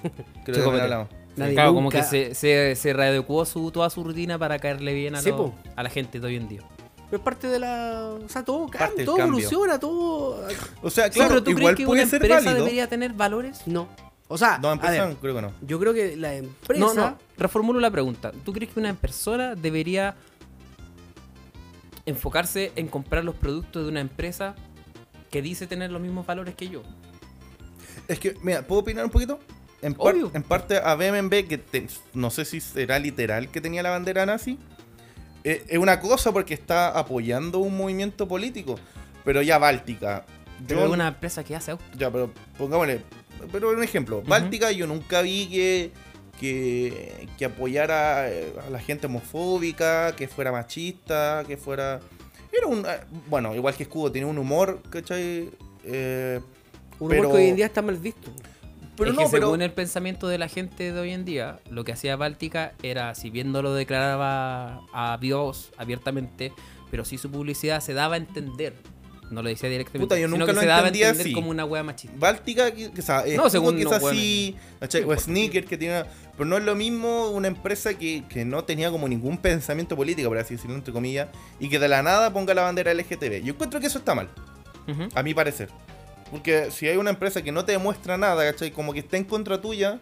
Speaker 2: Creo que
Speaker 1: Checopete.
Speaker 2: también hablamos.
Speaker 4: Nadie
Speaker 1: claro, como
Speaker 4: nunca-
Speaker 1: que se, se, se readecuó su, toda su rutina para caerle bien a,
Speaker 4: Sí,
Speaker 1: lo-
Speaker 4: po.
Speaker 1: a la gente de hoy en día.
Speaker 4: Pero es parte de la. O sea, todo cambia,
Speaker 2: Parte del
Speaker 4: todo
Speaker 2: cambio.
Speaker 4: evoluciona, todo.
Speaker 2: O sea,
Speaker 1: Sí,
Speaker 2: claro,
Speaker 1: pero ¿tú
Speaker 2: igual
Speaker 1: crees que
Speaker 2: puede
Speaker 1: una
Speaker 2: ser
Speaker 1: empresa
Speaker 2: válido.
Speaker 1: debería tener valores?
Speaker 4: No. O sea,
Speaker 2: No,
Speaker 4: a
Speaker 2: empresa,
Speaker 4: ver,
Speaker 2: creo que no.
Speaker 4: yo creo que la empresa.
Speaker 1: No, no. Reformulo la pregunta. ¿Tú crees que una persona debería enfocarse en comprar los productos de una empresa que dice tener los mismos valores que yo?
Speaker 2: Es que, mira, ¿puedo opinar un poquito? En, par-
Speaker 1: Obvio.
Speaker 2: en parte a BMB, que te- no sé si será literal que tenía la bandera nazi, eh, es una cosa porque está apoyando un movimiento político, pero ya Báltica.
Speaker 1: Pero
Speaker 2: Yo-
Speaker 1: es una empresa que hace auto.
Speaker 2: Ya, pero pongámosle. Pero un ejemplo, Báltica yo nunca vi que, que, que apoyara eh, a la gente homofóbica, que fuera machista, que fuera... Era un... eh, Bueno, igual que Escudo, tiene un humor, ¿cachai? Eh,
Speaker 4: Un
Speaker 2: Pero-
Speaker 4: humor que hoy en día está mal visto.
Speaker 2: pero
Speaker 1: es
Speaker 2: no,
Speaker 1: que
Speaker 2: pero...
Speaker 1: según el pensamiento de la gente de hoy en día, lo que hacía Báltica era, si bien no lo declaraba a Dios abiertamente, pero sí su publicidad se daba a entender. No lo decía directamente.
Speaker 2: Puta, yo
Speaker 1: sino
Speaker 2: nunca
Speaker 1: que
Speaker 2: lo
Speaker 1: se daba a
Speaker 2: entendía
Speaker 1: entender
Speaker 2: así.
Speaker 1: como una wea machista.
Speaker 2: Báltica, quizás,
Speaker 1: No, según los
Speaker 2: quizás
Speaker 1: hueones. pues,
Speaker 2: sí, ¿cachai? o Sneaker que tiene una- Pero no es lo mismo una empresa que, que no tenía como ningún pensamiento político, por así decirlo, entre comillas, y que de la nada ponga la bandera LGTB. Yo encuentro que eso está mal.
Speaker 1: Ujú.
Speaker 2: A mi parecer. Porque si hay una empresa que no te demuestra nada, ¿cachai? Como que está en contra tuya,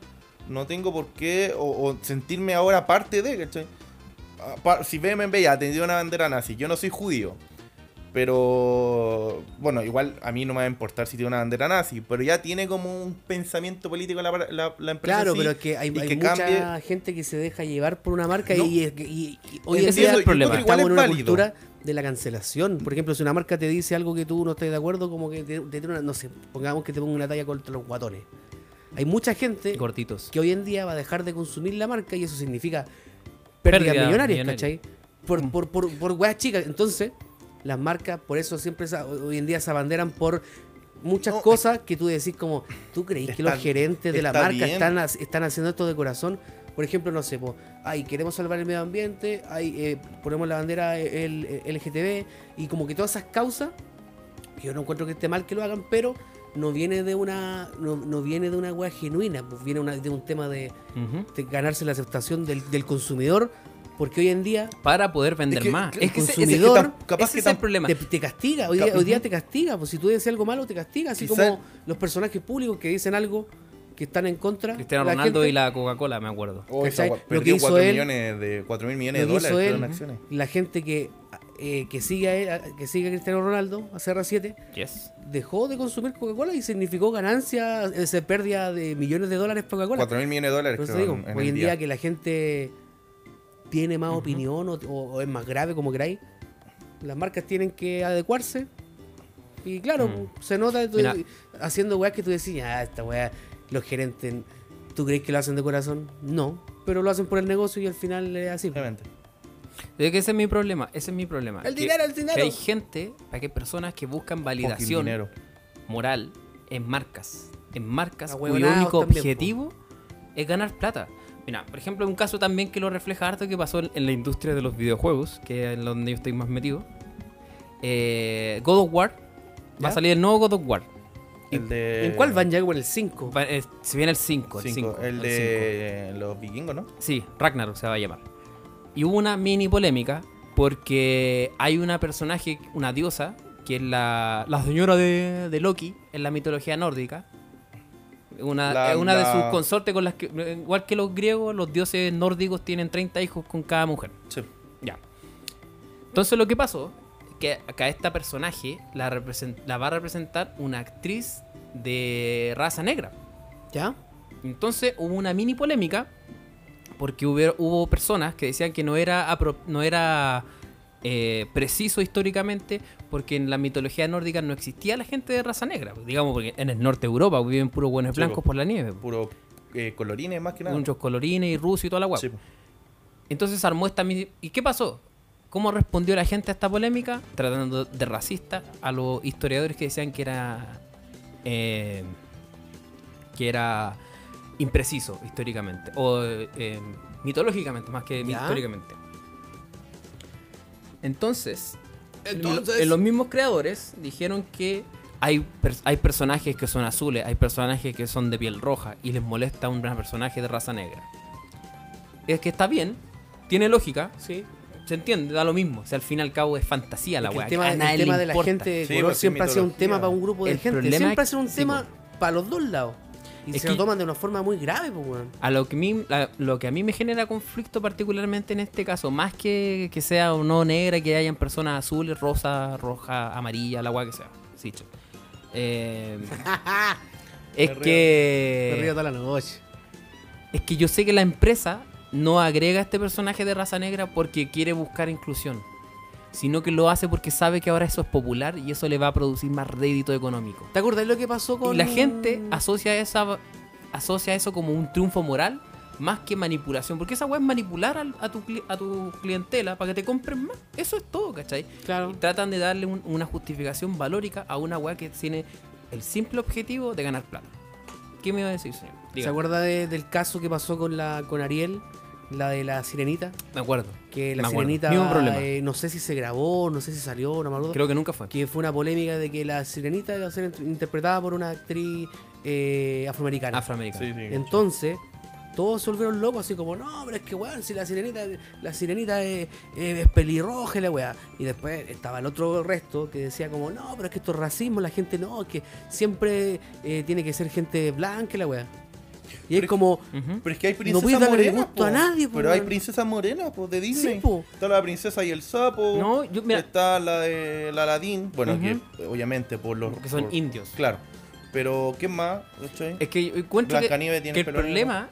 Speaker 2: no tengo por qué o, o sentirme ahora parte de, ¿cachai? Apa- Si BMB ya tenía una bandera nazi, yo no soy judío. Pero bueno, igual a mí no me va a importar si tiene una bandera nazi, pero ya tiene como un pensamiento político la, la- la empresa.
Speaker 4: Claro,
Speaker 2: en sí,
Speaker 4: pero es que hay,
Speaker 2: y
Speaker 4: hay
Speaker 2: que
Speaker 4: mucha
Speaker 2: cambie.
Speaker 4: gente que se deja llevar por una marca
Speaker 2: No.
Speaker 4: y, y- y- y hoy en
Speaker 1: Ese
Speaker 4: día
Speaker 1: es el problema.
Speaker 2: Yo creo que igual
Speaker 4: estamos en una
Speaker 2: es válido.
Speaker 4: cultura de la cancelación. Por ejemplo, si una marca te dice algo que tú no estás de acuerdo, como que te, te tiene una, no sé, pongamos que te ponga una talla contra los guatones. Hay mucha gente
Speaker 1: Cortitos.
Speaker 4: que hoy en día va a dejar de consumir la marca y eso significa pérdidas
Speaker 1: Pérdida
Speaker 4: millonarias,
Speaker 1: millonaria.
Speaker 4: ¿cachai? Por, por, por, por weas chicas. Entonces, las marcas, por eso siempre esa- hoy en día se abanderan por muchas
Speaker 2: No,
Speaker 4: cosas que tú decís como, ¿tú creís que
Speaker 2: Está-
Speaker 4: los gerentes de la
Speaker 2: está
Speaker 4: marca
Speaker 2: bien.
Speaker 4: están, ha- están haciendo esto de corazón? Por ejemplo, no sé, pues, ay, queremos salvar el medio ambiente, ay, eh, ponemos la bandera eh, el, el- LGTB y como que todas esas causas, que yo no encuentro que esté mal que lo hagan, pero no viene de una no, no viene de una wea genuina, pues viene una- de un tema de,
Speaker 1: Ujú.
Speaker 4: de ganarse la aceptación del, del consumidor, porque hoy en día
Speaker 1: Para poder vender
Speaker 2: Es que-
Speaker 1: más.
Speaker 2: el
Speaker 1: Es que ese- ese-
Speaker 4: consumidor,
Speaker 1: ese,
Speaker 2: capaz que
Speaker 1: es el
Speaker 2: tam-
Speaker 1: problema.
Speaker 4: te, te castiga, hoy día,
Speaker 2: Cap-
Speaker 4: hoy día te castiga, pues si tú dices algo malo te castiga, así
Speaker 2: Quizá-
Speaker 4: como los personajes públicos que dicen algo que están en contra.
Speaker 1: Cristiano
Speaker 4: la
Speaker 1: Ronaldo
Speaker 4: gente-
Speaker 1: y la Coca-Cola, me acuerdo.
Speaker 2: Oh, esa
Speaker 4: ¿cachai?
Speaker 2: gua-
Speaker 4: Lo que
Speaker 2: perdió
Speaker 4: hizo
Speaker 2: 4
Speaker 4: él-
Speaker 2: millones de, 4 mil millones
Speaker 4: lo
Speaker 2: de
Speaker 4: que hizo
Speaker 2: dólares
Speaker 4: él,
Speaker 2: en acciones.
Speaker 4: la gente que, eh, que sigue a él- que sigue a Cristiano Ronaldo, a CR7,
Speaker 1: Yes.
Speaker 4: dejó de consumir Coca-Cola y significó ganancia, eh, se pérdida de millones de dólares por Coca-Cola.
Speaker 2: 4 mil millones de dólares.
Speaker 4: Por eso
Speaker 2: creo,
Speaker 4: Pues digo,
Speaker 2: en
Speaker 4: hoy
Speaker 2: el
Speaker 4: en día. que la gente tiene más opinión o, o- o es más grave, como queráis, las marcas tienen que adecuarse. Y claro,
Speaker 1: Mm.
Speaker 4: se nota tú-
Speaker 1: Mira.
Speaker 4: haciendo weas que tú decís, ah, esta wea, los gerentes, ¿tú crees que lo hacen de corazón? No, pero lo hacen por el negocio y al final es así.
Speaker 2: Obviamente.
Speaker 1: Es que ese es mi problema, ese es mi problema.
Speaker 4: El
Speaker 1: que-
Speaker 4: dinero, el dinero.
Speaker 1: Que hay gente, hay que personas que buscan
Speaker 2: Fucking
Speaker 1: validación
Speaker 2: dinero.
Speaker 1: moral en marcas. En marcas cuyo
Speaker 4: Ahueonados
Speaker 1: único
Speaker 4: también, po.
Speaker 1: objetivo es ganar plata. Mira, por ejemplo, un caso también que lo refleja harto que pasó en, en la industria de los videojuegos, que es en donde yo estoy más metido. Eh, God of War. Va
Speaker 4: ¿Ya?
Speaker 1: a salir el nuevo God of War.
Speaker 2: El de-
Speaker 4: ¿En cuál van ya con el 5?
Speaker 1: Va- eh, se viene el 5.
Speaker 2: Cinco, el de los vikingos, ¿no?
Speaker 1: Sí, Ragnarok se va a llamar. Y hubo una mini polémica porque hay una personaje, una diosa, que es la, la señora de, de Loki en la mitología nórdica. Una,
Speaker 2: La-
Speaker 1: es una
Speaker 2: la-
Speaker 1: de sus consortes con las que, igual que los griegos, los dioses nórdicos tienen 30 hijos con cada mujer.
Speaker 2: Sí.
Speaker 1: Ya. Entonces lo que pasó es que acá a esta personaje la, represen- la va a representar una actriz de raza negra.
Speaker 4: ¿Ya?
Speaker 1: Entonces hubo una mini polémica porque hubo, hubo personas que decían que no era, apro- no era eh, preciso históricamente porque en la mitología nórdica no existía la gente de raza negra. Digamos, porque en el norte de Europa viven puros buenos
Speaker 2: Sí,
Speaker 1: blancos
Speaker 2: po.
Speaker 1: por la nieve. po.
Speaker 2: Puro eh, colorines más que nada.
Speaker 1: Muchos colorines y rusos y toda la guapa.
Speaker 2: Sí, po.
Speaker 1: Entonces armó esta mini- ¿Y qué pasó? ¿Cómo respondió la gente a esta polémica? Tratando de racista a los historiadores que decían que era. eh, que era impreciso históricamente. O eh, mitológicamente, más que
Speaker 4: Ya.
Speaker 1: históricamente. Entonces, lo- eh, los mismos creadores dijeron que hay, per- hay personajes que son azules, hay personajes que son de piel roja y les molesta un personaje de raza negra. Es que está bien, tiene lógica,
Speaker 4: Sí.
Speaker 1: se entiende, da lo mismo. O sea, al fin y al cabo es fantasía la
Speaker 4: Porque
Speaker 1: weá.
Speaker 4: El tema,
Speaker 1: a
Speaker 4: el
Speaker 1: nadie le
Speaker 4: tema de la
Speaker 1: importa.
Speaker 4: gente de
Speaker 2: Sí,
Speaker 4: color
Speaker 2: porque
Speaker 4: siempre ha sido un
Speaker 2: mitología.
Speaker 4: tema para un grupo de
Speaker 1: El
Speaker 4: gente.
Speaker 1: problema
Speaker 4: Siempre
Speaker 1: es-
Speaker 4: ha sido un
Speaker 1: sí,
Speaker 4: tema para los dos lados. Y
Speaker 1: Es
Speaker 4: se
Speaker 1: que-
Speaker 4: lo toman de una forma muy grave, pues, weón.
Speaker 1: A lo, que mí- la- lo que a mí me genera conflicto particularmente en este caso, más que que sea o no negra, que hayan personas azules, rosa, roja, amarilla, la weá que sea. Sí, cho. Eh, es
Speaker 2: Me río.
Speaker 1: que... Eh,
Speaker 4: Me río toda la noche.
Speaker 1: Es que yo sé que la empresa no agrega a este personaje de raza negra porque quiere buscar inclusión, sino que lo hace porque sabe que ahora eso es popular y eso le va a producir más rédito económico.
Speaker 4: ¿Te acordás lo que pasó con
Speaker 1: Y la gente asocia, esa, asocia eso como un triunfo moral más que manipulación. Porque esa weá es manipular al- a, tu, cli- a tu clientela para que te compren más. Eso es todo, ¿cachai?
Speaker 4: Claro.
Speaker 1: Y tratan de darle un- una justificación valórica a una weá que tiene el simple objetivo de ganar plata. ¿Qué me iba a decir, señor?
Speaker 4: ¿Se
Speaker 1: Diga.
Speaker 4: acuerda de- del caso que pasó con la con Ariel? La de la sirenita.
Speaker 1: me acuerdo.
Speaker 4: Que la
Speaker 1: Me acuerdo.
Speaker 4: sirenita.
Speaker 1: Ni un problema.
Speaker 4: eh, no sé si se grabó, no sé si salió, no me acuerdo.
Speaker 1: Creo que nunca fue.
Speaker 4: Que fue una polémica de que la sirenita iba a ser int- interpretada por una actriz eh, afroamericana.
Speaker 1: Afroamericano.
Speaker 2: Sí, sí.
Speaker 4: Entonces, todos se volvieron locos, así como, no, pero es que weón, si la sirenita, la sirenita es, es pelirroja y la weá. Y después estaba el otro resto que decía como, no, pero es que esto es racismo, la gente no, es que siempre eh, tiene que ser gente blanca y la weá. Y es
Speaker 2: Pero-
Speaker 4: como,
Speaker 1: Ujú.
Speaker 2: Pero es que hay
Speaker 4: puedes
Speaker 2: princesas
Speaker 4: darle
Speaker 2: morenas.
Speaker 4: gusto a
Speaker 2: po.
Speaker 4: nadie, po,
Speaker 2: Pero hay
Speaker 4: weón.
Speaker 2: princesas morenas, pues, de Disney.
Speaker 4: Sí, po.
Speaker 2: Está la princesa y el sapo.
Speaker 1: No, yo, mira,
Speaker 2: Está la de la Aladdin. Bueno,
Speaker 1: Ujú.
Speaker 2: que obviamente por los.
Speaker 1: Porque son
Speaker 2: por-
Speaker 1: indios.
Speaker 2: Claro. Pero, ¿qué más? ¿Cachai?
Speaker 1: Es que yo encuentro que,
Speaker 2: Blancanieves tiene
Speaker 1: que el
Speaker 2: pelo negro.
Speaker 1: problema,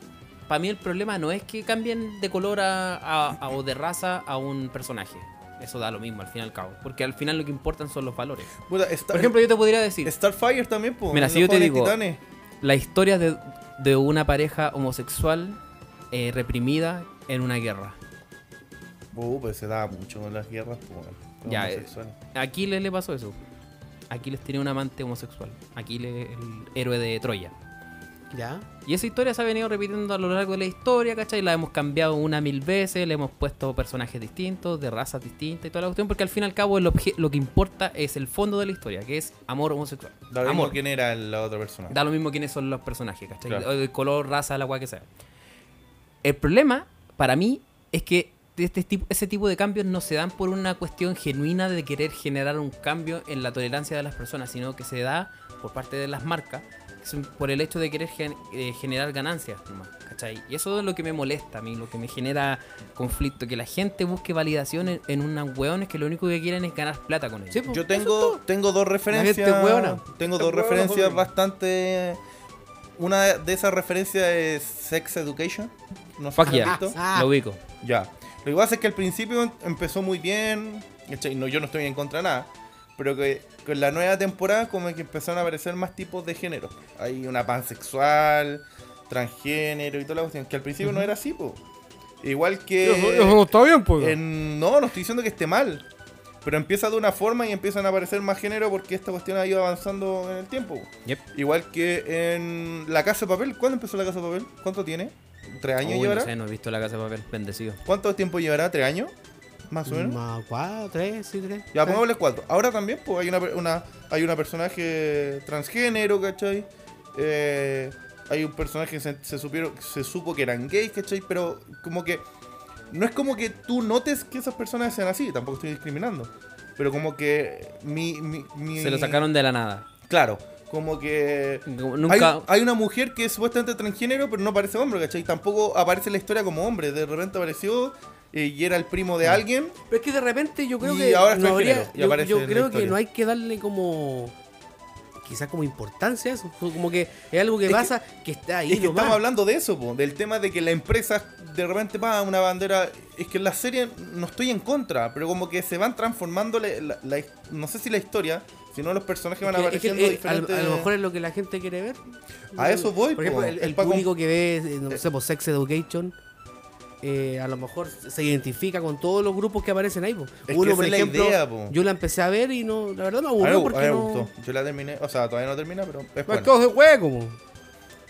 Speaker 1: para mí el problema no es que cambien de color a, a- a- o de raza a un personaje. Eso da lo mismo al fin y al cabo. Porque al final lo que importan son los valores.
Speaker 2: Puta, Star-
Speaker 1: Por ejemplo, yo te podría decir,
Speaker 2: Starfire también, pues.
Speaker 1: Mira, si yo te digo-
Speaker 2: Titanes.
Speaker 1: la historia de, de una pareja homosexual eh, reprimida en una guerra.
Speaker 2: Oh, pues se da mucho en las guerras, pues.
Speaker 1: Ya,
Speaker 2: homosexuales.
Speaker 1: A Aquiles le pasó eso. Aquiles tenía un amante homosexual. Aquiles, el héroe de Troya.
Speaker 4: ya,
Speaker 1: Y esa historia se ha venido repitiendo a lo largo de la historia, ¿cachai? La hemos cambiado una mil veces, le hemos puesto personajes distintos, de razas distintas y toda la cuestión, porque al fin y al cabo el obje- lo que importa es el fondo de la historia, que es amor homosexual.
Speaker 2: Da lo mismo
Speaker 1: eh, amor.
Speaker 2: quién era la otra persona.
Speaker 1: Da lo mismo quiénes son los personajes, ¿cachai?
Speaker 2: Claro.
Speaker 1: O El color, raza, la agua que sea. El problema, para mí, es que este tipo, ese tipo de cambios no se dan por una cuestión genuina de querer generar un cambio en la tolerancia de las personas, sino que se da por parte de las marcas, que son por el hecho de querer gen- eh, generar ganancias, nomás, ¿cachai? Y eso es lo que me molesta a mí, lo que me genera conflicto, que la gente busque validación en, en unas hueones que lo único que quieren es ganar plata con ellos.
Speaker 4: Sí, pues, po.
Speaker 2: Yo tengo, tengo dos referencias.
Speaker 4: gente hueona.
Speaker 2: Tengo dos
Speaker 4: Hueona,
Speaker 2: referencias
Speaker 4: joven.
Speaker 2: bastante. Una de esas referencias es Sex Education. No sé
Speaker 1: Fuck
Speaker 2: si lo
Speaker 1: yeah.
Speaker 2: han visto.
Speaker 4: Ah.
Speaker 1: Lo ubico.
Speaker 2: Ya. Lo que pasa es que al principio em- empezó muy bien. ¿cachai? No, yo no estoy en contra de nada. Pero que con la nueva temporada como que empezaron a aparecer más tipos de género. Hay una pansexual, transgénero y toda la cuestión. Que al principio no era así, po. Igual que...
Speaker 3: Eso, eso no está bien, pues.
Speaker 2: En- no, no estoy diciendo que esté mal. Pero empieza de una forma y empiezan a aparecer más género porque esta cuestión ha ido avanzando en el tiempo.
Speaker 1: Yep.
Speaker 2: Igual que en La Casa de Papel. ¿Cuándo empezó La Casa de Papel? ¿Cuánto tiene? ¿Tres años
Speaker 1: Uy,
Speaker 2: llevará?
Speaker 1: no sé, no he visto la casa de papel, bendecido.
Speaker 2: ¿Cuánto tiempo llevará? ¿Tres años? Más o menos.
Speaker 4: más cuatro, tres, sí, tres.
Speaker 2: Ya,
Speaker 4: tres.
Speaker 2: pongámosle cuatro. Ahora también, pues, hay una, per- una- hay una personaje transgénero, ¿cachai? Eh, hay un personaje que se, se supieron, se supo que eran gays, ¿cachai? Pero como que... No es como que tú notes que esas personas sean así, tampoco estoy discriminando. Pero como que mi... mi- mi-
Speaker 1: Se lo sacaron de la nada.
Speaker 2: Claro, como que...
Speaker 1: Como Nunca.
Speaker 2: Hay, hay una mujer que es supuestamente transgénero, pero no parece hombre, ¿cachai? Tampoco aparece en la historia como hombre. De repente apareció eh, y era el primo de alguien.
Speaker 4: Pero es que de repente yo creo
Speaker 2: Y
Speaker 4: que
Speaker 2: ahora es
Speaker 4: no habría-
Speaker 2: transgénero, y
Speaker 4: yo,
Speaker 2: aparece
Speaker 4: yo
Speaker 2: en la
Speaker 4: creo que
Speaker 2: historia.
Speaker 4: no hay que darle como quizás como importancia a eso, como que es algo que
Speaker 2: Es que-
Speaker 4: pasa que, está ahí
Speaker 2: es que
Speaker 4: nomás.
Speaker 2: estamos hablando de eso, po, del tema de que la empresa de repente va a una bandera. Es que en la serie no estoy en contra, pero como que se van transformando, la, la- la his- no sé si la historia, sino los personajes
Speaker 4: Es
Speaker 2: van
Speaker 4: que- es
Speaker 2: apareciendo
Speaker 4: que, eh, a, lo-
Speaker 2: diferentes.
Speaker 4: a lo mejor es lo que la gente quiere ver.
Speaker 2: A eso voy,
Speaker 4: Por ejemplo,
Speaker 2: po.
Speaker 4: el,
Speaker 2: Es
Speaker 4: el
Speaker 2: pa' com-
Speaker 4: público que ve, eh, no sé, por Sex Education, eh, a lo mejor se identifica con todos los grupos que aparecen ahí. po.
Speaker 2: que esa es la idea, po.
Speaker 4: yo la empecé a ver y no, la verdad me
Speaker 2: A mí me
Speaker 4: aburrió
Speaker 2: gu- a
Speaker 4: porque
Speaker 2: mí me
Speaker 4: no. Pues
Speaker 2: gustó. Yo la terminé, o sea, todavía no termina, pero es
Speaker 4: Me
Speaker 2: buena.
Speaker 4: acabo de hueco. po.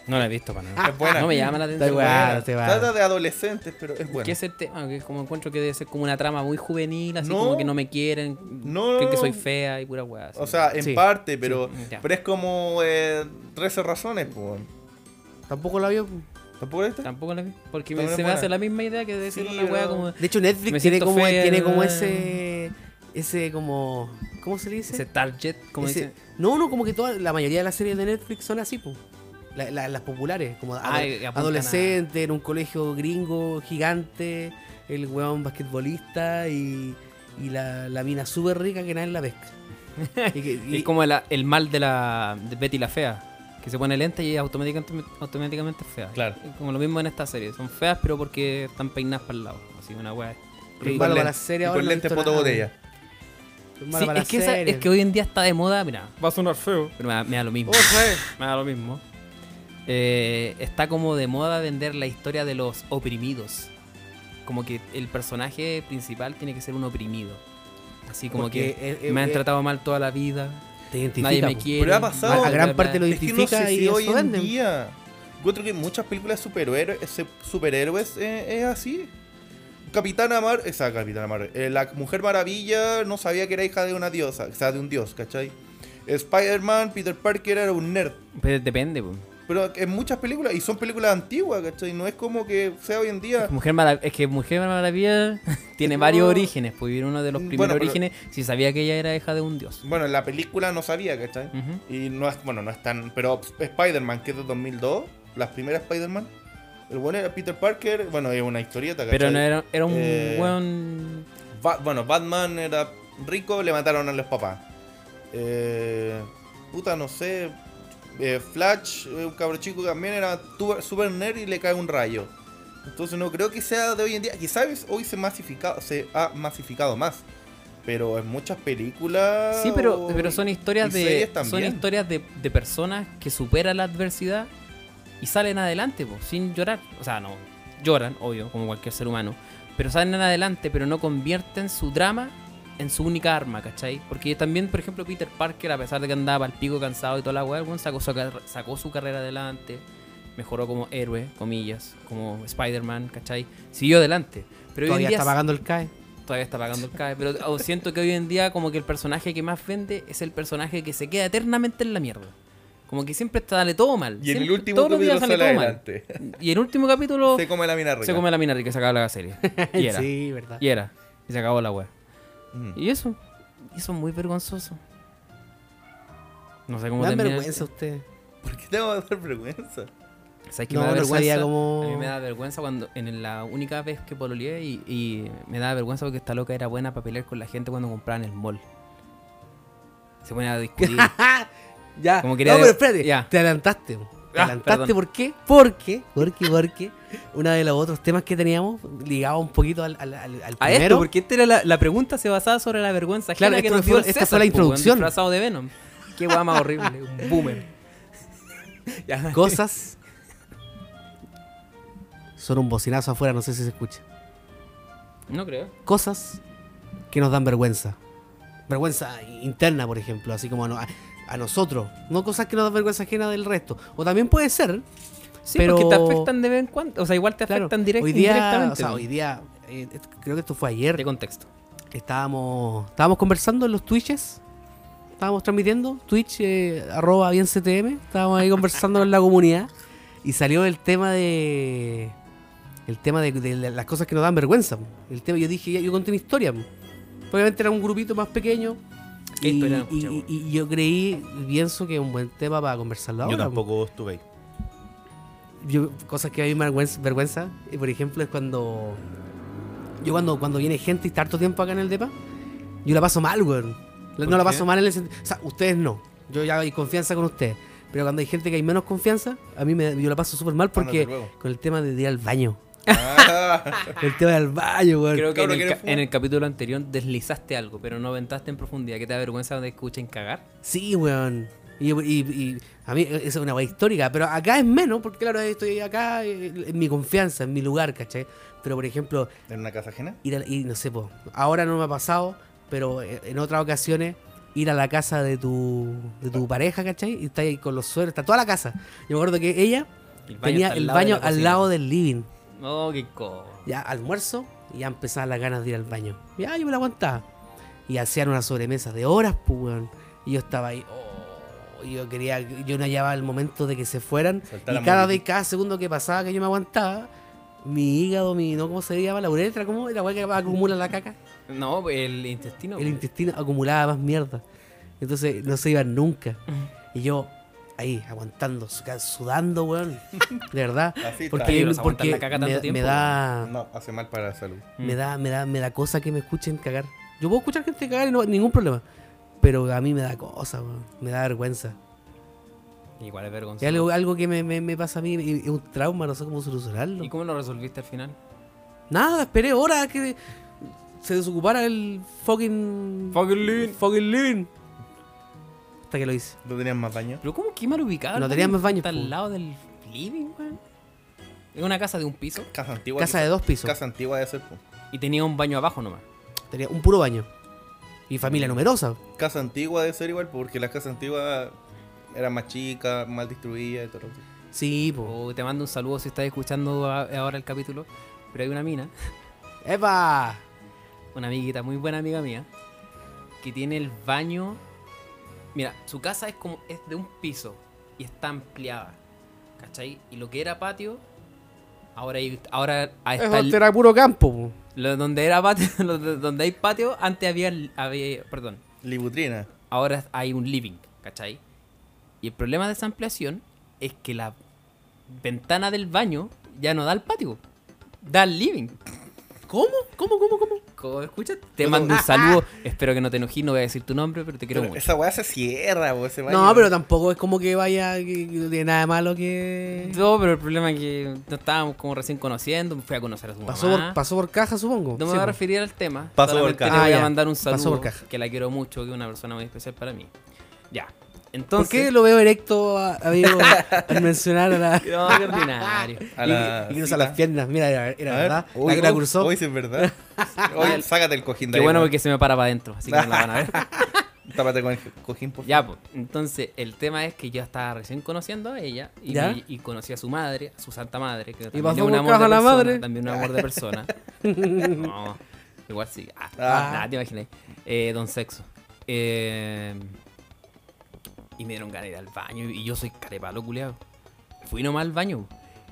Speaker 1: No la he visto para nada.
Speaker 2: Es buena.
Speaker 1: No me llama la atención.
Speaker 4: Da igual. Ah,
Speaker 2: Buena.
Speaker 4: te va.
Speaker 2: Trata de adolescentes, pero es
Speaker 1: Que
Speaker 2: buena.
Speaker 1: ese tema, que como encuentro que debe ser como una trama muy juvenil, así
Speaker 2: No.
Speaker 1: como que no me quieren,
Speaker 2: No.
Speaker 1: creen que soy fea y pura weá. así.
Speaker 2: O sea, en
Speaker 4: Sí.
Speaker 2: parte, pero,
Speaker 1: Sí, ya.
Speaker 2: pero es como eh, 13 razones, po.
Speaker 4: Tampoco la vio. po.
Speaker 2: ¿Tampoco esta?
Speaker 1: tampoco la vi, porque me- se
Speaker 2: También
Speaker 1: me
Speaker 2: buena.
Speaker 1: hace la misma idea que de decir
Speaker 2: Sí,
Speaker 1: una weá
Speaker 2: pero-
Speaker 1: como
Speaker 4: De hecho, Netflix
Speaker 1: Me
Speaker 4: tiene
Speaker 1: siento
Speaker 4: como,
Speaker 1: fea,
Speaker 4: tiene como
Speaker 1: ¿verdad?
Speaker 4: ese. Ese como. ¿Cómo se le dice?
Speaker 1: ese target, como
Speaker 4: Ese-
Speaker 1: dicen.
Speaker 4: No, no, como que toda, la mayoría de las series de Netflix son así, pues. las populares, como ado-
Speaker 1: Ah, y apuntan
Speaker 4: adolescente, en un colegio gringo gigante, el weón basquetbolista y, y la, la mina súper rica que nadie la pesca. Y que- y-
Speaker 1: Es como la- el mal de la de Betty la fea, Que se pone lenta y ella automáticamente, automáticamente es fea.
Speaker 2: Claro.
Speaker 1: Y Como lo mismo en esta serie. Son feas, pero porque están peinadas para el lado. Así una weá.
Speaker 2: Y
Speaker 4: Malo
Speaker 2: con
Speaker 4: para
Speaker 2: lente-
Speaker 4: las series
Speaker 2: y
Speaker 4: ahora
Speaker 2: con
Speaker 4: no he
Speaker 2: lente
Speaker 4: visto
Speaker 2: foto
Speaker 4: nada.
Speaker 2: botella.
Speaker 1: Sí, es, que esa- es que hoy en día está de moda, mira,
Speaker 5: Va a sonar feo.
Speaker 1: pero me da, me da lo mismo. Me da lo mismo. Eh, está como de moda vender la historia de los oprimidos. Como que el personaje principal tiene que ser un oprimido. Así como
Speaker 4: Porque,
Speaker 1: que
Speaker 4: eh, eh,
Speaker 1: me han
Speaker 4: eh,
Speaker 1: tratado mal toda la vida.
Speaker 4: te identifica.
Speaker 1: Nadie me
Speaker 4: po.
Speaker 1: quiere.
Speaker 2: Pero ha pasado-
Speaker 1: bla,
Speaker 2: A
Speaker 4: gran
Speaker 1: bla,
Speaker 4: parte
Speaker 1: bla.
Speaker 4: lo
Speaker 2: Es que no
Speaker 4: identifica
Speaker 2: sé
Speaker 4: y
Speaker 2: si
Speaker 4: eso
Speaker 2: hoy en
Speaker 4: venden.
Speaker 2: día. Encuentro que en muchas películas de superhéroes, ese- superhéroes eh, es así. Capitana Mar, esa Capitana Mar, eh, la Mujer Maravilla no sabía que era hija de una diosa, o sea, de un dios, ¿cachai? Spider-Man, Peter Parker era un nerd.
Speaker 1: Pero depende, po.
Speaker 2: Pero en muchas películas, y son películas antiguas, ¿cachai? No es como que sea hoy en día.
Speaker 1: Mujer Marav- es que Mujer Maravilla tiene varios orígenes. Pues vivir uno de los
Speaker 2: Bueno,
Speaker 1: primeros
Speaker 2: pero-
Speaker 1: orígenes si sabía que ella era hija de un dios.
Speaker 2: Bueno, en la película no sabía, ¿cachai?
Speaker 1: Ujú.
Speaker 2: Y no es, bueno, no es tan. Pero Spider-Man, que es de 2002, las primeras Spider-Man. El bueno era Peter Parker, bueno, es una historieta, ¿cachai?
Speaker 1: Pero no era, era un
Speaker 2: Eh,
Speaker 1: buen.
Speaker 2: Ba- bueno, Batman era rico, le mataron a los papás. Eh, puta, no sé. eh, Flash, eh, un cabro chico que también era tu- super nerd y le cae un rayo. Entonces no creo que sea de hoy en día. Quizás hoy se, masificado, se ha masificado más. Pero en muchas películas.
Speaker 1: Sí, pero,
Speaker 2: o-
Speaker 1: pero son historias
Speaker 2: y series
Speaker 1: de son
Speaker 2: también.
Speaker 1: historias de, de personas que superan la adversidad y salen adelante, po, sin llorar. O sea, no, lloran, obvio, como cualquier ser humano, pero salen adelante, pero no convierten su drama en su única arma, ¿cachai? Porque también, por ejemplo, Peter Parker, a pesar de que andaba al pico cansado y toda la weá, el weón sacó, su car- sacó su carrera adelante, mejoró como héroe, comillas, como Spider-Man, ¿cachai? Siguió adelante. Pero hoy en
Speaker 4: Todavía
Speaker 1: día
Speaker 4: está pagando el CAE.
Speaker 1: Todavía está pagando el CAE, pero oh, siento que hoy en día como que el personaje que más vende es el personaje que se queda eternamente en la mierda. Como que siempre está, sale todo mal.
Speaker 2: Y en el
Speaker 1: Siempre-
Speaker 2: último
Speaker 1: todos los días
Speaker 2: capítulo
Speaker 1: sale
Speaker 2: sale
Speaker 1: todo mal.
Speaker 2: adelante.
Speaker 1: Y en el último capítulo
Speaker 2: Se
Speaker 1: se,
Speaker 2: come la mina rica.
Speaker 1: come la mina rica y se acaba la serie. Y era.
Speaker 4: Sí, verdad.
Speaker 1: Y era. Y se acabó la wea.
Speaker 2: Mm.
Speaker 1: Y eso. Y eso es muy vergonzoso. No sé cómo
Speaker 4: Me dan
Speaker 1: terminar-
Speaker 4: vergüenza ustedes.
Speaker 2: ¿Por qué te va a dar vergüenza?
Speaker 1: ¿Sabes qué
Speaker 4: No,
Speaker 1: me da
Speaker 4: no
Speaker 1: vergüenza?
Speaker 4: sabía cómo-
Speaker 1: A mí me da vergüenza cuando en la única vez que pololeé y, y me da vergüenza porque esta loca era buena para pelear con la gente cuando compraban el mall. Se ponían a discutir.
Speaker 4: Ah, Ya.
Speaker 1: Como quería
Speaker 4: no, pero
Speaker 1: de-
Speaker 4: espérate.
Speaker 1: ya.
Speaker 4: Te adelantaste. po. Te
Speaker 1: Ah,
Speaker 4: adelantaste.
Speaker 1: perdón.
Speaker 4: ¿Por qué? Porque, porque, porque uno de los otros temas que teníamos ligaba un poquito al, al, al, al
Speaker 1: a
Speaker 4: primero.
Speaker 1: esto, porque esta era la, la pregunta se basaba sobre la vergüenza ajena
Speaker 4: Claro,
Speaker 1: que
Speaker 4: esto
Speaker 1: nos
Speaker 4: fue-
Speaker 1: dio el
Speaker 4: esta
Speaker 1: César,
Speaker 4: fue
Speaker 1: po,
Speaker 4: la
Speaker 1: weón,
Speaker 4: introducción.
Speaker 1: disfrazado de Venom. Qué guay más horrible, un boomer. Ya.
Speaker 4: Cosas. Son un bocinazo afuera, no sé si se escucha.
Speaker 1: No creo.
Speaker 4: Cosas que nos dan vergüenza. Vergüenza interna, por ejemplo, así como a, no- a- a nosotros. No cosas que nos dan vergüenza ajena del resto. O también puede ser,
Speaker 1: Sí,
Speaker 4: Pero-
Speaker 1: porque te afectan de vez en cuando. O sea, igual te
Speaker 4: claro,
Speaker 1: afectan direct-
Speaker 4: hoy día,
Speaker 1: indirectamente.
Speaker 4: o sea,
Speaker 1: po.
Speaker 4: hoy día, eh, esto- creo que esto fue
Speaker 1: De
Speaker 4: ayer,
Speaker 1: contexto.
Speaker 4: estábamos, estábamos conversando en los Twitches, estábamos transmitiendo, Twitch, eh, arroba bien CTM, estábamos ahí conversando con la comunidad y salió el tema de... El tema de, de la- las cosas que nos dan vergüenza. po. El tema, yo dije, ya, yo conté una historia. po. Obviamente era un grupito más pequeño.
Speaker 1: ¿Qué
Speaker 4: Y,
Speaker 1: historia?
Speaker 4: y- y- y yo creí, pienso que es un buen tema para conversarlo ahora.
Speaker 2: Yo
Speaker 4: po
Speaker 2: tampoco estuve ahí.
Speaker 4: yo, cosas que a mí me vergüenza, vergüenza eh, por ejemplo, es cuando. Yo cuando, cuando viene gente y está harto tiempo acá en el DEPA, yo la paso mal, weón. La-
Speaker 1: ¿Por
Speaker 4: No la
Speaker 1: qué?
Speaker 4: paso mal en el sentido. O sea, ustedes no. Yo ya hay confianza con ustedes. Pero cuando hay gente que hay menos confianza, a mí me, yo la paso súper mal
Speaker 2: Ándate
Speaker 4: porque.
Speaker 2: luego.
Speaker 4: Con el tema de ir al baño.
Speaker 2: Ah,
Speaker 4: El tema del baño, weón.
Speaker 1: Creo que en
Speaker 2: Cabro,
Speaker 1: el,
Speaker 2: ¿quieres
Speaker 1: ca-
Speaker 2: fumar?
Speaker 1: en el capítulo anterior deslizaste algo, pero no aventaste en profundidad. ¿Qué te da vergüenza de escuchen cagar?
Speaker 4: Sí, weón. Y, y- y a mí esa es una weá histórica, pero acá es menos, porque claro, estoy acá eh, en mi confianza, en mi lugar, ¿cachai? Pero por ejemplo,
Speaker 2: ¿En una casa ajena?
Speaker 4: ir a- y no sé, po, ahora no me ha pasado, pero eh, en otras ocasiones ir a la casa de tu, de tu pareja, ¿cachai? Y está ahí con los suelos, está toda la casa. Yo me acuerdo que ella
Speaker 1: El baño
Speaker 4: tenía
Speaker 1: está
Speaker 4: el
Speaker 1: de
Speaker 4: baño
Speaker 1: la
Speaker 4: al
Speaker 1: cocina.
Speaker 4: lado del living.
Speaker 1: No, qué co.
Speaker 4: Ya almuerzo y ya empezaban las ganas de ir al baño. Ya yo me la aguantaba. Y hacían una sobremesa de horas, pues, weón. Y yo estaba ahí, oh, y yo quería, yo no hallaba el momento de que se fueran.
Speaker 2: Soltar la
Speaker 4: y cada
Speaker 2: movilidad.
Speaker 4: vez, cada segundo que pasaba que yo me aguantaba, mi hígado, mi, no, ¿cómo se llama? La uretra, ¿cómo? La weá que acumula la caca.
Speaker 1: No, pues, el intestino.
Speaker 4: El intestino acumulaba más mierda. Entonces no se iban nunca. Y yo ahí, aguantando, su- sudando, weón. De verdad.
Speaker 2: Así está.
Speaker 4: Porque,
Speaker 1: Peligroso aguantar
Speaker 4: porque
Speaker 1: la caca tanto
Speaker 4: me,
Speaker 1: tiempo,
Speaker 4: me da,
Speaker 2: No, hace mal para la salud.
Speaker 1: Mm.
Speaker 4: me da, me da, me da cosa que me escuchen cagar. Yo puedo escuchar gente cagar y no ningún problema. Pero a mí me da cosa, weón. Me da vergüenza.
Speaker 1: Igual es
Speaker 4: Es
Speaker 1: vergonzoso.
Speaker 4: algo, algo que me, me- me pasa a mí, y- es un trauma, no sé cómo solucionarlo.
Speaker 1: ¿Y cómo lo resolviste al final?
Speaker 4: Nada, esperé horas que se desocupara el fucking.
Speaker 1: Fucking living.
Speaker 4: Fucking living. Hasta que lo hice.
Speaker 2: ¿No tenían más baño?
Speaker 1: Pero ¿cómo que mal ubicado?
Speaker 4: No
Speaker 1: el
Speaker 4: tenían
Speaker 1: baño?
Speaker 4: más baños,
Speaker 1: Está
Speaker 4: po.
Speaker 1: al lado del living, weón. Es una casa de un piso
Speaker 2: Casa antigua.
Speaker 4: Casa de
Speaker 2: quizás.
Speaker 4: dos pisos.
Speaker 2: Casa antigua de pues. hacer. po.
Speaker 1: y tenía un baño abajo nomás.
Speaker 4: Tenía un puro baño. Y
Speaker 2: Mm.
Speaker 4: familia numerosa.
Speaker 2: Casa antigua de ser igual, pues, porque las casas antiguas eran más chicas, mal distribuidas y todo. lo que-
Speaker 4: Sí, po.
Speaker 1: O Oh, te mando un saludo si estás escuchando a- ahora el capítulo. Pero hay una mina,
Speaker 4: ¡Epa!
Speaker 1: una amiguita, muy buena amiga mía, que tiene el baño. Mira, su casa es como es de un piso y está ampliada. ¿Cachai? Y lo que era patio, ahora, hay- ahora ahí
Speaker 3: Eso
Speaker 1: está el-
Speaker 3: antes era puro campo. po.
Speaker 1: lo- donde era patio, lo- donde hay patio, antes había, el- había perdón,
Speaker 2: Libutrina.
Speaker 1: ahora hay un living, ¿cachai? Y el problema de esa ampliación es que la ventana del baño ya no da al patio, da al living.
Speaker 4: ¿Cómo? ¿Cómo, cómo, cómo?
Speaker 1: ¿Cómo escuchas? Te
Speaker 4: ah,
Speaker 1: mando un saludo, espero que no te enojí, no voy a decir tu nombre, pero te quiero
Speaker 2: Pero
Speaker 1: mucho.
Speaker 2: esa weá se cierra, po, ese baño.
Speaker 4: No, pero tampoco es como que vaya. que- que no tiene nada de malo que.
Speaker 1: No, pero el problema es que no estábamos como recién conociendo, me fui a conocer a su
Speaker 4: Pasó
Speaker 1: mamá.
Speaker 4: por, pasó por caja, supongo.
Speaker 1: No me
Speaker 4: Sí,
Speaker 1: voy a
Speaker 4: po.
Speaker 1: referir al tema.
Speaker 2: Pasó por
Speaker 1: solamente
Speaker 2: caja.
Speaker 1: le voy
Speaker 4: Ah,
Speaker 1: a
Speaker 4: ya.
Speaker 1: mandar un
Speaker 4: Pasó
Speaker 1: saludo
Speaker 4: por caja.
Speaker 1: que la quiero mucho, que es una persona muy especial para mí. Ya.
Speaker 4: ¿Por
Speaker 1: Entonces,
Speaker 4: qué lo veo erecto, a- amigo, al mencionar a la.
Speaker 1: No, qué ordinario.
Speaker 2: A la
Speaker 4: y y cruza
Speaker 2: cita.
Speaker 4: las piernas, mira, era, era
Speaker 2: A ver,
Speaker 4: verdad. La-
Speaker 2: uy,
Speaker 4: la,
Speaker 2: uy,
Speaker 4: cruzó.
Speaker 2: uy, sí, es verdad. Oye, sácate el cojín de
Speaker 1: Qué
Speaker 2: ahí,
Speaker 1: bueno
Speaker 2: weón.
Speaker 1: porque se me para para adentro, así que no la van a ver.
Speaker 2: Tápate con el cojín, por
Speaker 1: Ya, pues. Entonces, el tema es que yo estaba recién conociendo a ella y,
Speaker 4: ¿Ya?
Speaker 1: me- y conocí a su madre, a su santa madre, que también
Speaker 4: pasó
Speaker 1: es un
Speaker 4: por
Speaker 1: amor
Speaker 4: caja
Speaker 1: de
Speaker 4: la
Speaker 1: persona,
Speaker 4: madre?
Speaker 1: también un amor de persona. no, igual sí. Ah,
Speaker 2: Ah.
Speaker 1: nada, te imaginé. Eh, don Sexo. Eh, y me dieron ganas de ir al baño y yo soy carepalo, culiado. Fui nomás al baño,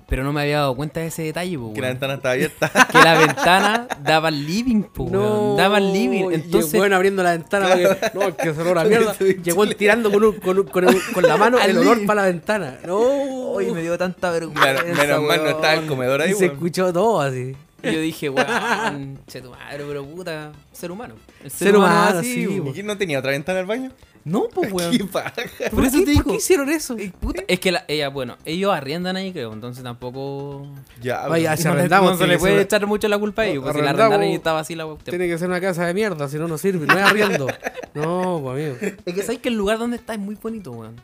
Speaker 1: pero no me había dado cuenta de ese detalle, po,
Speaker 2: Que la
Speaker 1: weón.
Speaker 2: ventana está abierta.
Speaker 1: que la ventana daba al living, po, weón. Daba al living.
Speaker 4: y el
Speaker 1: Entonces,
Speaker 4: weón abriendo la ventana. porque- no, es que se olor a mierda.
Speaker 2: Estoy
Speaker 4: Llegó el tirando con, un- con, un- con el- con la mano el olor para la ventana. No.
Speaker 1: Uy, me dio tanta vergüenza.
Speaker 2: Menos, menos mal no estaba el
Speaker 1: weón.
Speaker 2: comedor ahí,
Speaker 4: y se
Speaker 2: weón.
Speaker 4: escuchó todo así.
Speaker 1: Y yo dije, weón, che tu madre, pero puta, ser humano. El ser,
Speaker 4: Ser
Speaker 1: humano,
Speaker 4: humano,
Speaker 1: así,
Speaker 4: sí,
Speaker 1: weón.
Speaker 2: ¿Y quién no tenía otra ventana al baño?
Speaker 1: No, pues weón.
Speaker 2: Qué paja.
Speaker 1: Por eso
Speaker 4: qué,
Speaker 1: te digo.
Speaker 4: qué hicieron eso?
Speaker 1: puta, es que la- ella, bueno, ellos arriendan ahí, creo, entonces tampoco.
Speaker 2: Ya,
Speaker 4: Vaya,
Speaker 2: weón.
Speaker 4: Se
Speaker 1: no le-
Speaker 4: arrendamos,
Speaker 1: no se le
Speaker 4: tiene que
Speaker 1: puede
Speaker 4: ser-
Speaker 1: echar mucho la culpa a ellos, porque si la
Speaker 4: Arrendamos.
Speaker 1: arrendaron y estaba así la cuestión.
Speaker 4: Tiene que ser una casa de mierda, si no, no sirve. No es arriendo. No, pues amigo.
Speaker 1: Es que sabes que el lugar donde está es muy bonito, weón.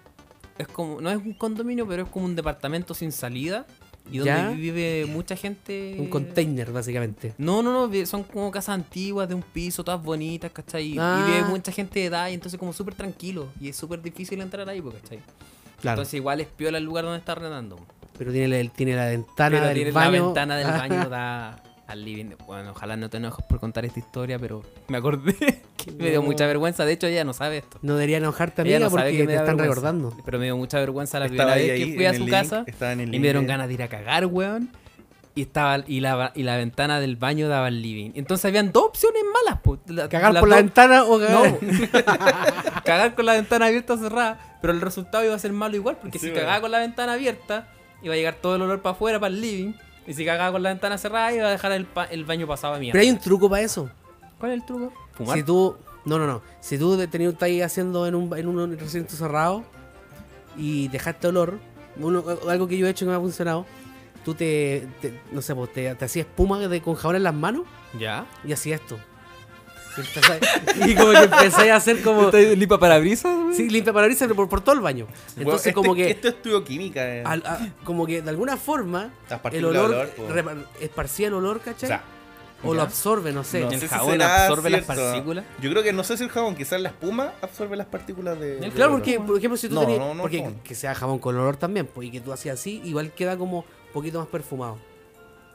Speaker 1: Es como, no es un condominio, pero es como un departamento sin salida y donde
Speaker 4: ¿Ya?
Speaker 1: vive mucha gente.
Speaker 4: Un container, básicamente.
Speaker 1: No, no, no, vi- son como casas antiguas de un piso, todas bonitas, ¿cachai?
Speaker 4: Ah.
Speaker 1: Y vive mucha gente de edad y entonces como súper tranquilo y es súper difícil entrar ahí, pues, ¿cachai?
Speaker 4: Claro.
Speaker 1: Entonces igual es piola el lugar donde está arrendando.
Speaker 4: pero tiene la, tiene la ventana
Speaker 1: Pero
Speaker 4: del
Speaker 1: tiene
Speaker 4: baño. Ah,
Speaker 1: la ventana del baño da al living. Bueno, ojalá no te enojes por contar esta historia, pero me acordé que me dio
Speaker 4: No.
Speaker 1: mucha vergüenza. De hecho, ella no sabe esto.
Speaker 4: No debería enojarte,
Speaker 1: Ella no
Speaker 4: amiga,
Speaker 1: sabe
Speaker 4: porque
Speaker 1: que
Speaker 4: te
Speaker 1: me da
Speaker 4: están
Speaker 1: vergüenza.
Speaker 4: recordando.
Speaker 1: Pero me dio mucha vergüenza la primera
Speaker 2: Estaba ahí,
Speaker 1: vez
Speaker 2: ahí
Speaker 1: que fui a
Speaker 2: en
Speaker 1: su
Speaker 2: el
Speaker 1: casa.
Speaker 2: link, estaba en el
Speaker 1: Y me dieron
Speaker 2: link.
Speaker 1: ganas de ir a cagar, weón. Y estaba y la, y la ventana del baño daba al living. Entonces habían dos opciones malas. po. La-
Speaker 4: ¿Cagar
Speaker 1: las
Speaker 4: por la
Speaker 1: dos-
Speaker 4: ventana o cagar?
Speaker 1: No. cagar con la ventana abierta o cerrada. Pero el resultado iba a ser malo igual, porque
Speaker 2: Sí,
Speaker 1: si
Speaker 2: bueno.
Speaker 1: cagaba con la ventana abierta, iba a llegar todo el olor para afuera, para el living. Y si cagaba con la ventana cerrada, iba a dejar el, pa- el baño pasado a mierda.
Speaker 4: Pero hay un truco para eso.
Speaker 1: ¿Cuál es el truco? Fumar.
Speaker 4: Si tú. No, no, no. Si tú de- tenías, estás ahí haciendo en un, en un recinto cerrado y dejaste olor, uno- algo que yo he hecho que me ha funcionado, tú te. te- no sé, pues, te, te hacías espuma de, con jabón en las manos
Speaker 1: Ya.
Speaker 4: y hacías esto. Y, empezás- y como que empezáis a hacer como.
Speaker 1: lipa parabrisas?
Speaker 4: Sí, limpia parabrisas pero por, por todo el baño.
Speaker 2: Weón,
Speaker 4: Entonces,
Speaker 2: este-
Speaker 4: como que.
Speaker 2: Esto estudio química. eh.
Speaker 4: al- a- como que de alguna forma.
Speaker 2: Las
Speaker 4: El
Speaker 2: partículas de
Speaker 4: olor.
Speaker 2: olor, po.
Speaker 4: repar- esparcía el olor,
Speaker 2: O
Speaker 4: ¿cachai?
Speaker 2: sea,
Speaker 4: O lo
Speaker 1: Ya.
Speaker 4: absorbe, no sé.
Speaker 1: No
Speaker 2: no
Speaker 1: El
Speaker 2: sé si
Speaker 1: jabón
Speaker 2: será
Speaker 1: absorbe las
Speaker 2: cierto.
Speaker 1: partículas.
Speaker 2: Yo creo que no sé si el jabón, quizás la espuma absorbe las partículas de. del
Speaker 4: Claro,
Speaker 2: olor.
Speaker 4: porque, por ejemplo, si tú
Speaker 2: No,
Speaker 4: tenías.
Speaker 2: no, no,
Speaker 4: porque
Speaker 2: no.
Speaker 4: que sea jabón con olor también, pues, y que tú hacías así, igual queda como un poquito más perfumado.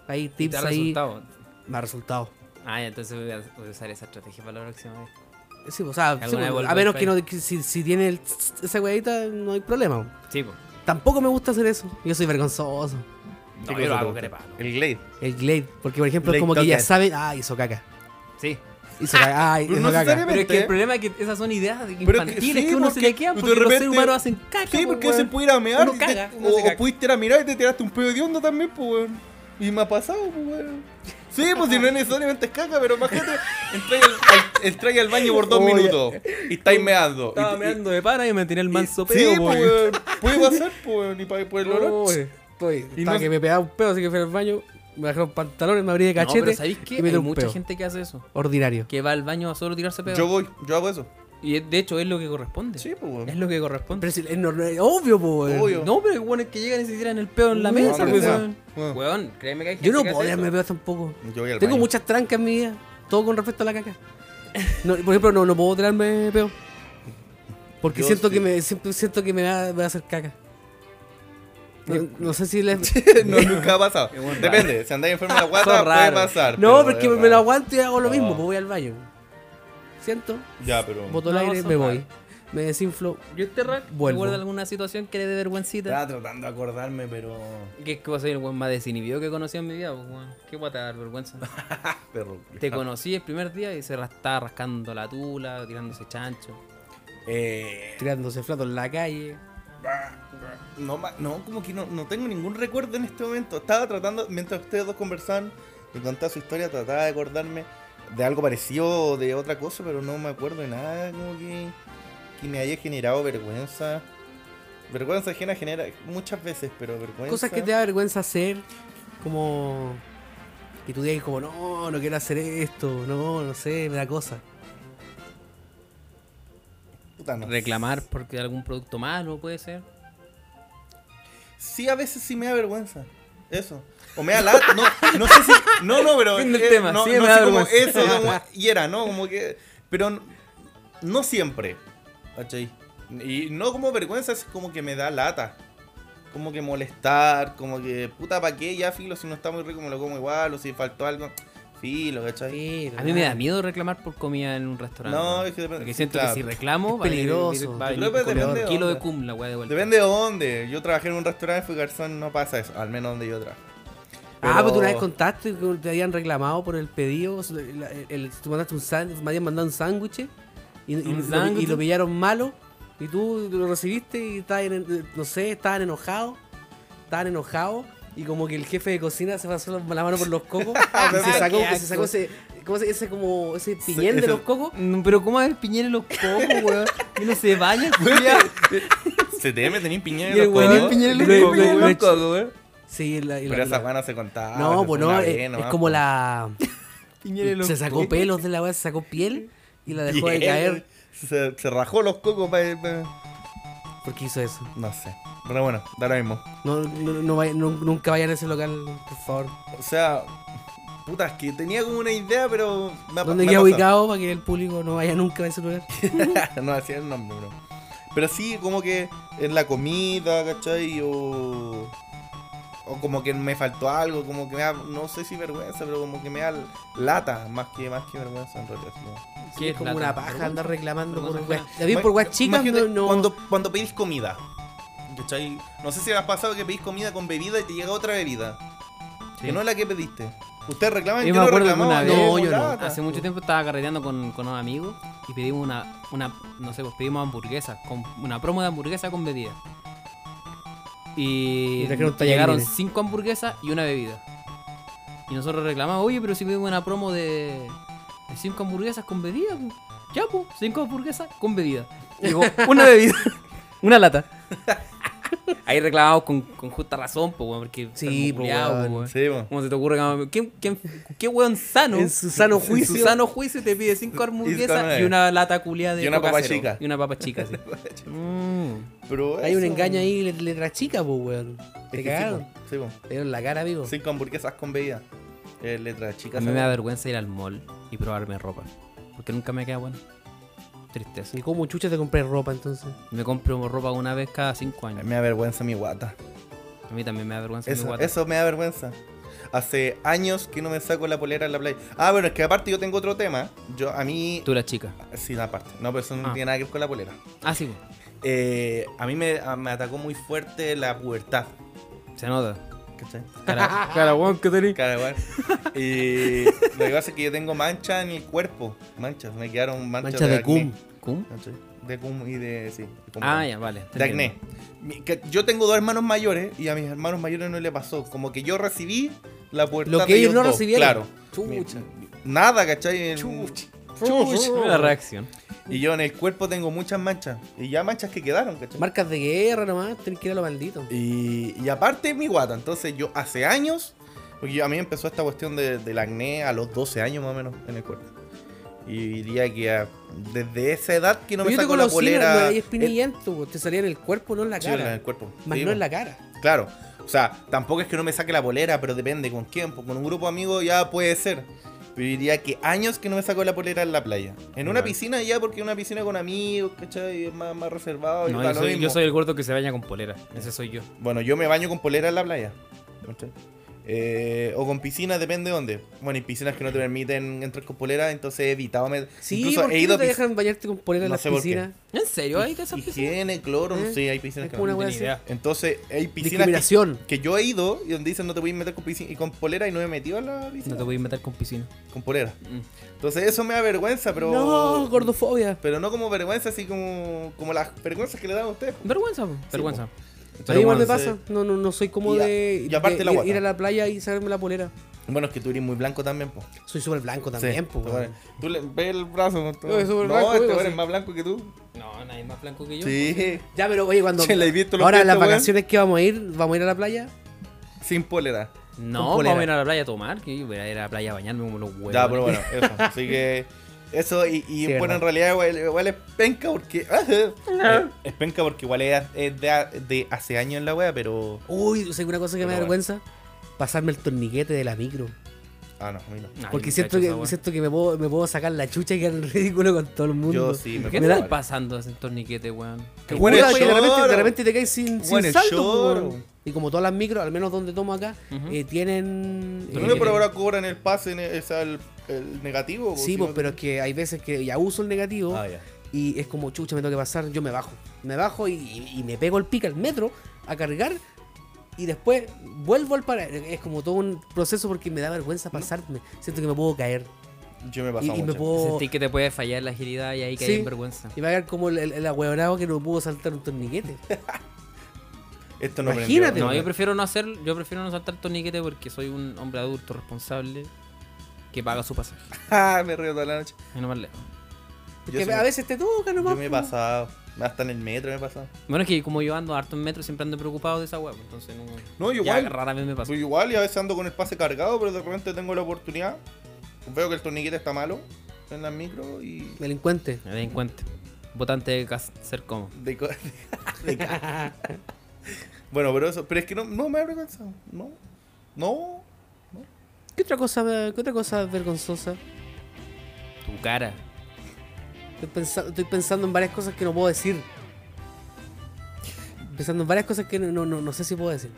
Speaker 4: Ahí tips ahí.
Speaker 1: resultado?
Speaker 4: Me ha resultado.
Speaker 1: Ah, ya, entonces voy a voy a usar esa estrategia para la próxima vez.
Speaker 4: Sí, o sea,
Speaker 1: Alguna
Speaker 4: sí,
Speaker 1: vez
Speaker 4: pues,
Speaker 1: volver
Speaker 4: a menos
Speaker 1: pa'
Speaker 4: que no, que si, si tiene el tss, esa huevita, no hay problema.
Speaker 1: Sí, pues.
Speaker 4: Tampoco me gusta hacer eso. Yo soy vergonzoso.
Speaker 1: No,
Speaker 2: ¿Qué
Speaker 1: yo lo
Speaker 2: cosa te
Speaker 1: hago
Speaker 2: gusta?
Speaker 1: crepalo.
Speaker 2: El Glade.
Speaker 4: El Glade. Porque, por ejemplo,
Speaker 2: Glade
Speaker 4: es como que ya
Speaker 2: Token.
Speaker 4: saben. Ah, hizo caca.
Speaker 1: Sí.
Speaker 4: Hizo caca. Ah, hizo
Speaker 2: Pero no
Speaker 4: caca.
Speaker 2: necesariamente.
Speaker 1: Pero es que el problema es que esas son ideas
Speaker 2: que-
Speaker 1: infantiles que,
Speaker 2: sí,
Speaker 1: uno se le
Speaker 2: porque
Speaker 1: queda
Speaker 2: de
Speaker 1: porque los seres
Speaker 2: repente-
Speaker 1: humanos hacen caca.
Speaker 2: Sí,
Speaker 1: pues,
Speaker 2: porque
Speaker 1: weón.
Speaker 2: se puede ir a mear.
Speaker 1: Uno
Speaker 2: y te-
Speaker 1: caga, uno
Speaker 2: o,
Speaker 1: se caga.
Speaker 2: o pudiste ir a mirar y te tiraste un pedo de hondo también, pues, weón. Y me ha pasado, pues, weón. Sí, pues si no necesariamente es caca, pero imagínate, entráis al, al- entráis al baño por dos
Speaker 1: Oye.
Speaker 2: minutos y estáis meando.
Speaker 1: Estaba
Speaker 2: Y-
Speaker 1: meando de pana y me tiré el
Speaker 2: y-
Speaker 1: manso
Speaker 2: Sí,
Speaker 1: peo, po,
Speaker 2: pues,
Speaker 1: weón.
Speaker 2: weón. puede pasar, pues, ni para por el olor.
Speaker 4: Uy, estoy,
Speaker 2: Y
Speaker 4: estaba
Speaker 2: no-
Speaker 4: que me pegaba un pedo, así que fui al baño, me dejaron pantalones, me abrí de cachete.
Speaker 1: No, pero ¿sabéis qué?
Speaker 4: y me
Speaker 1: Hay
Speaker 4: dio un
Speaker 1: mucha
Speaker 4: peo.
Speaker 1: gente que hace eso.
Speaker 4: Ordinario.
Speaker 1: Que va al baño a solo tirarse peo.
Speaker 2: Yo voy, yo hago eso.
Speaker 1: Y es- de hecho es lo que corresponde.
Speaker 2: Sí, pues,
Speaker 1: Es
Speaker 2: weón.
Speaker 1: lo que corresponde.
Speaker 4: Pero si- es, normal, es obvio, po. weón.
Speaker 2: Obvio.
Speaker 1: No, pero bueno, es que llegan y se tiran el pedo en la
Speaker 4: No,
Speaker 1: mesa,
Speaker 4: no,
Speaker 1: pues,
Speaker 4: no.
Speaker 1: weón.
Speaker 2: Weón.
Speaker 1: Weón, créeme que hay gente
Speaker 4: Yo no
Speaker 1: que hace
Speaker 4: puedo darme
Speaker 1: eso.
Speaker 4: pedos tampoco.
Speaker 2: Yo voy al
Speaker 4: Tengo
Speaker 2: baño.
Speaker 4: muchas trancas en mi vida, todo con respecto a la caca. No, por ejemplo, no, no puedo tirarme peo. Porque
Speaker 2: Yo
Speaker 4: siento
Speaker 2: sí.
Speaker 4: que me siempre siento que me va, me va a hacer caca. No, no sé si les...
Speaker 2: no, nunca ha pasado.
Speaker 1: Es bueno,
Speaker 2: Depende, si andáis enfermo de la
Speaker 1: Son
Speaker 2: guata, puede
Speaker 1: raros.
Speaker 2: pasar.
Speaker 4: No,
Speaker 2: pero
Speaker 4: porque
Speaker 2: es
Speaker 4: me lo
Speaker 2: raro.
Speaker 4: aguanto y hago lo mismo,
Speaker 2: eh, No.
Speaker 4: pues voy al baño. Siento,
Speaker 2: Ya, pero.
Speaker 4: boto el
Speaker 1: No,
Speaker 4: aire,
Speaker 1: son
Speaker 4: me voy.
Speaker 1: raros.
Speaker 4: Me desinflo.
Speaker 1: ¿Y usted, Rack,
Speaker 4: Vuelvo.
Speaker 1: recuerda alguna situación que le dé vergüencita?
Speaker 2: Estaba tratando de acordarme, pero.
Speaker 1: Que es que va a ser el weón más desinhibido que conocí en mi vida, pues, weón. Qué guata dar vergüenza.
Speaker 2: Perro.
Speaker 1: Te conocí el primer día y se ra- estaba rascando la tula, tirándose chancho.
Speaker 2: Eh,
Speaker 4: Tirándose flato en la calle.
Speaker 2: no, ma- no, como que no, no tengo ningún recuerdo en este momento. Estaba tratando, mientras ustedes dos conversaban y contaban su historia, trataba de acordarme de algo parecido o de otra cosa, pero no me acuerdo de nada como que, que me haya generado vergüenza. Vergüenza ajena genera muchas veces, pero vergüenza.
Speaker 4: Cosas que te da vergüenza hacer, como... Y tú digas como, no, no quiero hacer esto, no, no sé, me da cosa.
Speaker 2: Puta, no
Speaker 1: Reclamar porque algún producto malo puede ser.
Speaker 2: Sí, a veces sí me da vergüenza. Eso. O me da lata. No, no sé si. No, no, pero.
Speaker 1: Fin del
Speaker 2: eh,
Speaker 1: tema.
Speaker 2: No,
Speaker 1: Sí,
Speaker 2: no
Speaker 1: me da
Speaker 2: sé cómo
Speaker 1: vergüenza.
Speaker 2: eso. como- y era, ¿no? Como que. Pero n- no siempre. ¿Cachai? Y no como vergüenza, es como que me da lata. Como que molestar, como que. Puta, ¿pa' qué? Ya, filo, si no está muy rico me lo como igual, o si faltó algo. Filo, ¿cachai?
Speaker 1: A mí me da miedo reclamar por comida en un restaurante.
Speaker 2: No,
Speaker 1: weón.
Speaker 2: es que depende.
Speaker 1: Porque siento
Speaker 2: claro.
Speaker 1: que si reclamo,
Speaker 4: Es
Speaker 1: va a venir-
Speaker 4: peligroso.
Speaker 1: va a venir
Speaker 2: Yo creo que
Speaker 1: con
Speaker 2: depende
Speaker 1: un
Speaker 2: de
Speaker 1: kilo de
Speaker 2: dónde.
Speaker 1: cum la weá de vuelta.
Speaker 2: Depende de dónde. Yo trabajé en un restaurante, fui garzón, no pasa eso. Al menos donde yo trabajo.
Speaker 4: Ah, pero tú una vez contaste que te habían reclamado por el pedido, el, el- tú mandaste un sándwich, me habían mandado un sándwich y, y
Speaker 1: ¿Un
Speaker 4: lo-
Speaker 1: sándwich?
Speaker 4: y lo pillaron malo y tú lo recibiste y estaban, en- eh, no sé, estaban enojados, estaban enojados y como que el jefe de cocina se pasó la la mano por los cocos y
Speaker 2: Ah,
Speaker 4: se sacó,
Speaker 1: qué
Speaker 4: se sacó ese, ¿cómo se- ese como ese
Speaker 2: Sí,
Speaker 4: piñén de
Speaker 2: ese-
Speaker 4: los cocos.
Speaker 1: No, pero ¿cómo va a haber piñera en los cocos, weón? Y no se baña, weón.
Speaker 2: Se te meten piñera en
Speaker 1: Y el
Speaker 2: los
Speaker 1: weón
Speaker 2: codos.
Speaker 1: piñera en los
Speaker 4: Lo-
Speaker 1: cocos,
Speaker 4: lo- lo-
Speaker 1: weón. Coco, weón.
Speaker 4: Sí, la, y la-
Speaker 2: Pero esa
Speaker 4: la-
Speaker 2: weá no se contaba.
Speaker 4: no,
Speaker 2: se
Speaker 4: pues
Speaker 2: fue una
Speaker 4: no,
Speaker 2: vez
Speaker 4: es, es
Speaker 2: nomás,
Speaker 4: como
Speaker 2: po.
Speaker 4: la
Speaker 1: Piñera en los
Speaker 4: se sacó
Speaker 1: cocos.
Speaker 4: pelos de la weá, se sacó piel y la dejó de
Speaker 2: Bien.
Speaker 4: caer
Speaker 2: Se, se rajó los cocos para.
Speaker 4: porque hizo eso.
Speaker 2: No sé. Pero bueno, da lo mismo.
Speaker 4: No, no, no vaya- nu- nunca vayan a ese local, por favor.
Speaker 2: O sea. Puta, es que tenía como una idea, pero. Me ha-
Speaker 4: ¿Dónde
Speaker 2: me ha
Speaker 4: queda
Speaker 2: pasado.
Speaker 4: ubicado para que el público no vaya nunca a ese lugar?
Speaker 2: no hacía el nombre, bro. Pero sí, como que en la comida, ¿cachai? O. O como que me faltó algo, como que me da. No sé si vergüenza, pero como que me da lata, más que, más que vergüenza en realidad. no.
Speaker 1: ¿Qué
Speaker 4: es como
Speaker 1: plata?
Speaker 4: una paja andar reclamando
Speaker 1: Pero
Speaker 4: por
Speaker 1: bueno,
Speaker 4: weas.
Speaker 1: ajá.
Speaker 4: También por weas chicas no,
Speaker 2: Imagínate
Speaker 4: no-
Speaker 2: Cuando, cuando pedís comida. ¿cachai? No sé si has pasado que pedís comida con bebida y te llega otra bebida.
Speaker 1: Sí.
Speaker 2: Que no es la que pediste. Ustedes
Speaker 4: Ah,
Speaker 2: reclaman,
Speaker 1: Yo
Speaker 2: yo
Speaker 1: me
Speaker 2: no
Speaker 1: acuerdo que
Speaker 2: reclamaba,
Speaker 1: una
Speaker 2: no,
Speaker 1: vez-
Speaker 4: No, yo no.
Speaker 2: lata.
Speaker 1: Hace mucho tiempo estaba carreteando con, con unos amigos y pedimos una, una, no sé, pues pedimos hamburguesas, con una promo de hamburguesa con bebida. Y
Speaker 4: Y
Speaker 1: llegaron
Speaker 4: trajeron tallarines.
Speaker 1: cinco hamburguesas y una bebida. Y nosotros reclamamos, oye, pero si pedimos una promo de, de cinco hamburguesas con bebida, pues. ya, pues, cinco hamburguesas con bebida. Llegó una bebida, una lata. Ahí reclamamos con, con justa razón, pues, weón, porque
Speaker 4: Sí,
Speaker 1: enfermo
Speaker 4: po,
Speaker 1: culiao,
Speaker 4: weón.
Speaker 1: po, weón.
Speaker 2: Sí, po.
Speaker 1: ¿Cómo se te ocurre? que- ¿Quién, quién, ¿Qué hueón sano?
Speaker 4: En su sano
Speaker 1: En
Speaker 4: juicio.
Speaker 1: su sano juicio te pide cinco hamburguesas
Speaker 2: nueve.
Speaker 1: y una lata culia de
Speaker 2: Y una
Speaker 1: Coca
Speaker 2: papa
Speaker 1: Cero.
Speaker 2: chica.
Speaker 1: Y una papa chica, sí. Mm.
Speaker 2: Pero
Speaker 4: Hay un
Speaker 2: eso-
Speaker 4: engaño ahí, le- letra chica, pues, weón.
Speaker 2: Es
Speaker 4: Te
Speaker 2: que sí,
Speaker 4: cagaron.
Speaker 2: po. Sí, po.
Speaker 4: Te dieron la cara, amigo.
Speaker 2: Cinco hamburguesas con bebida. Eh, letra chica.
Speaker 1: A mí me
Speaker 2: ¿sabes?
Speaker 1: da vergüenza ir al mall y probarme ropa. Porque nunca me queda buena. Tristeza.
Speaker 4: Y como chucha te compré ropa, entonces.
Speaker 1: Me compro ropa una vez cada cinco
Speaker 2: A mí
Speaker 1: años.
Speaker 2: me da vergüenza mi guata.
Speaker 1: A mí también me da vergüenza mi
Speaker 2: Eso,
Speaker 1: guata.
Speaker 2: eso me da vergüenza. Hace años que no me saco la polera en la playa. Ah, bueno, es que aparte yo tengo otro tema. Yo, a mí.
Speaker 1: Tú la chica.
Speaker 2: Sí, aparte. No, pero eso no
Speaker 1: Ah.
Speaker 2: tiene nada que ver con la polera.
Speaker 1: Ah, sí.
Speaker 2: Eh, a mí me, a- me atacó muy fuerte la pubertad.
Speaker 1: Se nota.
Speaker 2: ¿Cachai?
Speaker 1: Cara,
Speaker 3: que tenés.
Speaker 2: Cara, igual. Y lo que pasa es que yo tengo manchas en el cuerpo. Manchas, me quedaron manchas
Speaker 4: Manchas de
Speaker 2: acné,
Speaker 4: cum.
Speaker 1: ¿cum?
Speaker 2: ¿cachai? De cum y de. Sí. de cum.
Speaker 1: Ah, ya, vale. te
Speaker 2: De acné.
Speaker 1: entiendo.
Speaker 2: Mi- que- Yo tengo dos hermanos mayores y a mis hermanos mayores no le pasó. Como que yo recibí la puerta.
Speaker 1: Lo que
Speaker 2: de
Speaker 1: ellos no
Speaker 2: dos,
Speaker 1: recibieron.
Speaker 2: Claro.
Speaker 4: Chucha.
Speaker 2: Nada, ¿cachai? En-
Speaker 4: Chucha.
Speaker 2: Chucha.
Speaker 1: La reacción.
Speaker 2: Y yo en el cuerpo tengo muchas manchas. Y ya manchas que quedaron, ¿cachai?
Speaker 4: Marcas de guerra nomás, tenés que ir a lo maldito.
Speaker 2: Y, y aparte mi guata, entonces yo hace años, porque yo- a mí empezó esta cuestión de- del acné a los 12 años más o menos en el cuerpo. Y diría que a- desde esa edad que
Speaker 4: Pero
Speaker 2: no me
Speaker 4: yo te
Speaker 2: saco la
Speaker 4: conocí,
Speaker 2: polera
Speaker 4: no, ahí es
Speaker 2: el-
Speaker 4: pinillento, po, te salía en el cuerpo, no en la
Speaker 2: sí, en
Speaker 4: cara.
Speaker 2: el cuerpo.
Speaker 4: Más
Speaker 2: Sí,
Speaker 4: no en la cara.
Speaker 2: Claro. O sea, tampoco es que no me saque la polera, pero depende con quién. pues, Con un grupo de amigos ya puede ser. Pero diría que años que no me saco la polera en la playa. En una
Speaker 1: Igual.
Speaker 2: piscina ya, porque una piscina con amigos, ¿cachai? Es más, más reservado. y
Speaker 1: No,
Speaker 2: da
Speaker 1: yo
Speaker 2: lo
Speaker 1: soy, yo
Speaker 2: mismo.
Speaker 1: soy el gordo que se baña con polera. Ese soy yo.
Speaker 2: Bueno, yo me baño con polera en la playa. ¿cachai? Eh, o con piscina, depende de dónde. Bueno, hay piscinas que no te permiten entrar con polera, entonces he evitado. me-
Speaker 4: Sí,
Speaker 2: incluso
Speaker 4: ¿por
Speaker 2: he
Speaker 4: qué
Speaker 2: ido
Speaker 4: no
Speaker 2: a
Speaker 4: te
Speaker 2: pis-
Speaker 4: dejan bañarte con polera en
Speaker 2: No
Speaker 4: las
Speaker 2: sé por qué.
Speaker 4: piscinas?
Speaker 1: ¿En serio hay de esas piscinas?
Speaker 2: Higiene, cloro, no
Speaker 4: ¿Eh?
Speaker 2: sé, hay piscinas
Speaker 4: Es
Speaker 2: que
Speaker 4: como una
Speaker 2: no.
Speaker 1: No
Speaker 4: wea
Speaker 1: tenía
Speaker 4: así.
Speaker 1: idea.
Speaker 2: Entonces, hay piscinas que-
Speaker 4: Discriminación.
Speaker 2: que yo he ido y donde dicen no te voy a meter con, piscina- y con polera y no me he metido a la piscina.
Speaker 1: No te voy a meter con piscina.
Speaker 2: Con polera.
Speaker 1: Mm.
Speaker 2: Entonces eso me da vergüenza, pero...
Speaker 4: No, gordofobia.
Speaker 2: Pero no como vergüenza, así como, como las vergüenzas que le dan a ustedes.
Speaker 1: Vergüenza, po, vergüenza.
Speaker 4: A mí igual me
Speaker 1: bueno,
Speaker 4: pasa. No, no, no soy como
Speaker 2: Y a-
Speaker 4: de,
Speaker 2: y aparte
Speaker 4: de
Speaker 2: la
Speaker 4: ir,
Speaker 2: guata.
Speaker 4: ir a la playa y sacarme la polera.
Speaker 2: Bueno, es que tú eres muy blanco también, po.
Speaker 4: Soy súper blanco también,
Speaker 2: Sí,
Speaker 4: po,
Speaker 2: tú
Speaker 4: weón.
Speaker 2: eres- Tú le ves el brazo. tú-
Speaker 4: Yo soy súper
Speaker 2: no,
Speaker 4: blanco,
Speaker 2: este
Speaker 4: digo,
Speaker 2: weón es
Speaker 4: sí.
Speaker 2: más blanco que tú.
Speaker 1: No, nadie más blanco que yo.
Speaker 2: Sí.
Speaker 4: Ya, pero oye, cuando.
Speaker 2: Che, ¿le has visto los
Speaker 4: ahora, en las
Speaker 2: pies, weón?
Speaker 4: vacaciones que vamos a ir, vamos a ir a la playa.
Speaker 2: Sin polera.
Speaker 1: No,
Speaker 4: Con polera.
Speaker 1: vamos a ir a la playa a tomar, que yo voy a ir a la playa a bañarme como los huevos.
Speaker 2: ya, pero bueno, eso. Así que. Eso, y, y
Speaker 4: Sí,
Speaker 2: bueno,
Speaker 4: verdad.
Speaker 2: en realidad igual, igual es penca porque. Eh, es penca porque igual es, es de, de hace años en la wea, pero.
Speaker 4: Uy, sé que una cosa que
Speaker 2: Pero
Speaker 4: me da
Speaker 2: bueno.
Speaker 4: vergüenza. Pasarme el torniquete de la micro.
Speaker 2: Ah, no, a mí no.
Speaker 1: Ay,
Speaker 4: Porque
Speaker 1: muchacho,
Speaker 4: siento
Speaker 1: esa
Speaker 4: que,
Speaker 1: wea.
Speaker 4: siento que me puedo, me puedo sacar la chucha y quedar en ridículo con todo el mundo.
Speaker 2: Yo sí, me
Speaker 1: ¿Qué
Speaker 2: pongo
Speaker 1: estás
Speaker 2: mal.
Speaker 1: pasando ese torniquete, weón?
Speaker 2: Qué
Speaker 1: Ay,
Speaker 2: bueno
Speaker 4: Puta,
Speaker 2: el
Speaker 4: que de, repente,
Speaker 2: choro.
Speaker 4: de repente te caes sin, sin
Speaker 2: Bueno, el
Speaker 4: saldo, po,
Speaker 2: choro.
Speaker 4: weón. Y como todas las micros, al menos donde tomo acá,
Speaker 1: Ujú.
Speaker 4: eh, tienen.
Speaker 1: Pero
Speaker 2: Pero
Speaker 4: eh,
Speaker 2: no, pero ahora cobran el pase, en el, o sea, el, el negativo. po,
Speaker 4: Sí,
Speaker 2: si
Speaker 4: pues,
Speaker 2: no- Ah,
Speaker 4: pero es que hay veces que ya uso el negativo y es como chucha, me tengo que pasar, yo me bajo. Me bajo y, y- y me pego el pica al metro a cargar y después vuelvo al parar. Es como todo un proceso porque me da vergüenza pasarme. Siento que me puedo caer
Speaker 2: Yo me he
Speaker 4: y,
Speaker 2: pasado
Speaker 4: y me
Speaker 2: mucho.
Speaker 4: puedo.
Speaker 1: Sentí que te puede fallar la agilidad y ahí caí
Speaker 4: Sí.
Speaker 1: en vergüenza.
Speaker 4: Y va a quedar como el, el, el ahueonado que no pudo saltar un torniquete.
Speaker 2: Esto no
Speaker 4: Imagínate,
Speaker 2: prendió.
Speaker 1: No,
Speaker 4: weón.
Speaker 1: yo prefiero no hacer, yo prefiero no saltar torniquete porque soy un hombre adulto responsable que paga su pasaje.
Speaker 2: Ah, me río toda la noche.
Speaker 1: Y no más lejos.
Speaker 2: Yo,
Speaker 4: que
Speaker 2: sí
Speaker 4: a
Speaker 2: me-
Speaker 4: veces te toca nomás. pues.
Speaker 2: yo me he
Speaker 4: po.
Speaker 2: pasado. Hasta en el metro me he pasado.
Speaker 1: Bueno, es que como yo ando harto en metro, siempre ando preocupado de esa hueá, pues, entonces no...
Speaker 2: No, yo
Speaker 1: ya
Speaker 2: igual.
Speaker 1: rara vez me pasa.
Speaker 2: Pues igual y a veces ando con el pase cargado, pero de repente tengo la oportunidad. Veo que el torniquete está malo en la micro y.
Speaker 4: Delincuente.
Speaker 1: Delincuente. Votante de cas- ser como.
Speaker 2: De co- de ca- bueno, pero eso. Pero es que no, no me da vergüenza. No. No.
Speaker 4: ¿Qué otra cosa, qué otra cosa vergonzosa?
Speaker 1: Tu cara.
Speaker 4: Estoy, pensa- estoy pensando en varias cosas que no puedo decir. Pensando en varias cosas que no, no, no, no sé si puedo decir.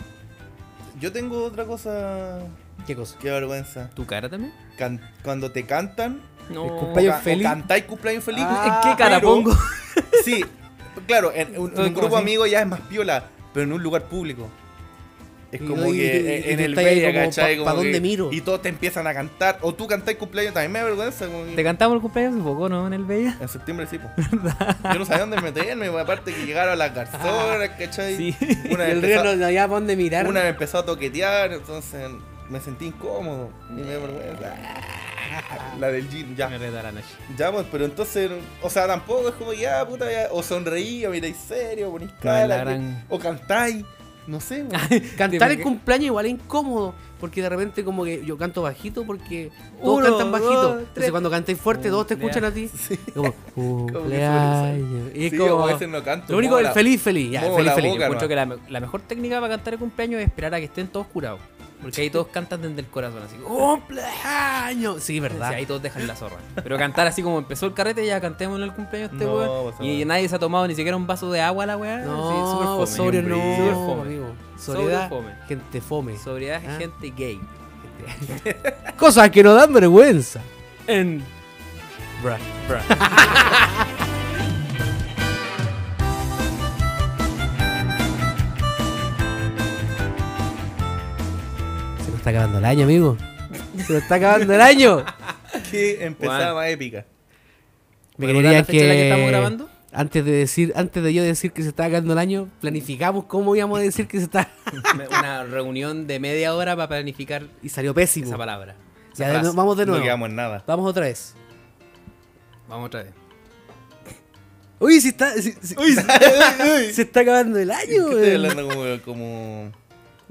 Speaker 2: Yo tengo otra cosa.
Speaker 4: ¿Qué cosa?
Speaker 2: Qué vergüenza.
Speaker 1: ¿Tu cara también?
Speaker 2: Can- cuando te cantan.
Speaker 1: No.
Speaker 4: cumpleaños-
Speaker 2: ca- o
Speaker 4: feliz. Ah,
Speaker 2: Cantáis cumpleaños feliz.
Speaker 1: ¿En qué cara
Speaker 2: pero-
Speaker 1: pongo?
Speaker 2: Sí, claro, en un, en
Speaker 1: Estoy
Speaker 2: un
Speaker 1: como
Speaker 2: grupo
Speaker 1: así.
Speaker 2: amigo ya es más piola, pero en un lugar público. Es
Speaker 4: Y-
Speaker 2: como
Speaker 4: y-
Speaker 2: que
Speaker 4: y-
Speaker 2: en-
Speaker 4: y
Speaker 2: en
Speaker 4: tú
Speaker 2: el
Speaker 4: estás ahí
Speaker 2: Bella,
Speaker 4: como,
Speaker 2: ¿cachai?
Speaker 4: ¿pa-
Speaker 2: Como
Speaker 4: pa' dónde
Speaker 2: que-
Speaker 4: miro?
Speaker 2: Y todos te empiezan a cantar. O tú cantáis cumpleaños, también me da vergüenza. como que-
Speaker 1: ¿Te cantamos el cumpleaños hace poco, no? En el Bella.
Speaker 2: En septiembre sí, po. Yo no sabía dónde meterme, po, aparte que llegaron las garzonas, ¿cachai?
Speaker 1: Sí.
Speaker 2: Una,
Speaker 4: Ah, Y
Speaker 2: vez
Speaker 4: el río no,
Speaker 2: empezó,
Speaker 4: no había pa' dónde mirar.
Speaker 2: una me empezó a toquetear, entonces me sentí incómodo. Y me da vergüenza.
Speaker 4: Ah.
Speaker 2: La del jean, ya.
Speaker 1: Me reta la noche.
Speaker 2: Ya, pues, pero entonces, o sea, tampoco es como ya, puta, ya, o sonreí, o miráis serio, ponéis
Speaker 1: la
Speaker 2: cara,
Speaker 1: gran-
Speaker 2: o cantáis, no sé, pues.
Speaker 4: Cantar el
Speaker 1: Porque-
Speaker 4: cumpleaños igual es incómodo. Porque de repente como que yo canto bajito porque todos
Speaker 1: Uno,
Speaker 4: cantan bajito.
Speaker 1: dos,
Speaker 4: Entonces
Speaker 1: tres.
Speaker 4: cuando cantáis fuerte todos te escuchan a ti. Y Como, cumpleaños. Y es
Speaker 2: Sí,
Speaker 4: como-
Speaker 2: o a veces no canto.
Speaker 4: lo único
Speaker 2: como
Speaker 4: es
Speaker 2: la-
Speaker 4: feliz, feliz. Ya,
Speaker 2: como
Speaker 4: feliz,
Speaker 2: la
Speaker 4: feliz.
Speaker 1: Yo
Speaker 2: boca,
Speaker 1: encuentro
Speaker 2: ¿no?
Speaker 1: que la, me- la mejor técnica para cantar el cumpleaños es esperar a que estén todos curados. Porque ahí todos cantan desde el corazón, así.
Speaker 4: ¡Cumpleaños! Sí,
Speaker 1: ¿verdad?
Speaker 4: verdad.
Speaker 1: ahí todos dejan la zorra. Pero cantar así como empezó el carrete, ya cantemos en el cumpleaños este
Speaker 2: No,
Speaker 1: weón.
Speaker 2: pues,
Speaker 1: Y
Speaker 2: no.
Speaker 1: nadie se ha tomado ni siquiera un vaso de agua la weá. así, súper
Speaker 4: No,
Speaker 1: fome.
Speaker 4: sobrio no,
Speaker 1: Súper fome.
Speaker 4: amigo.
Speaker 1: Sobrio
Speaker 4: Soledad,
Speaker 1: fome.
Speaker 4: gente fome.
Speaker 1: Sobriedad
Speaker 4: Ah.
Speaker 1: es gente gay.
Speaker 4: Cosas que nos dan vergüenza.
Speaker 1: En. Bruh, bruh.
Speaker 4: Se nos está acabando el año, amigo. Se nos está acabando el año.
Speaker 2: Que empezaba
Speaker 1: Juan.
Speaker 2: épica.
Speaker 4: Me
Speaker 1: ¿Puedo dar la
Speaker 4: querían
Speaker 1: fecha en la que
Speaker 4: que...
Speaker 1: estamos grabando?
Speaker 4: Antes de decir, antes de yo decir que se estaba acabando el año, planificamos cómo íbamos a decir que se está
Speaker 1: Una reunión de media hora para planificar
Speaker 4: y salió pésimo.
Speaker 1: esa palabra. Esa
Speaker 4: Ya, de
Speaker 1: frase.
Speaker 4: nuevo- vamos de
Speaker 2: No
Speaker 4: nuevo.
Speaker 2: quedamos en nada.
Speaker 4: Vamos otra vez.
Speaker 1: Vamos otra vez.
Speaker 4: Uy, si está, si- si- se está acabando el
Speaker 2: ¿Qué
Speaker 4: año.
Speaker 2: estoy
Speaker 4: weón.
Speaker 2: hablando como... como...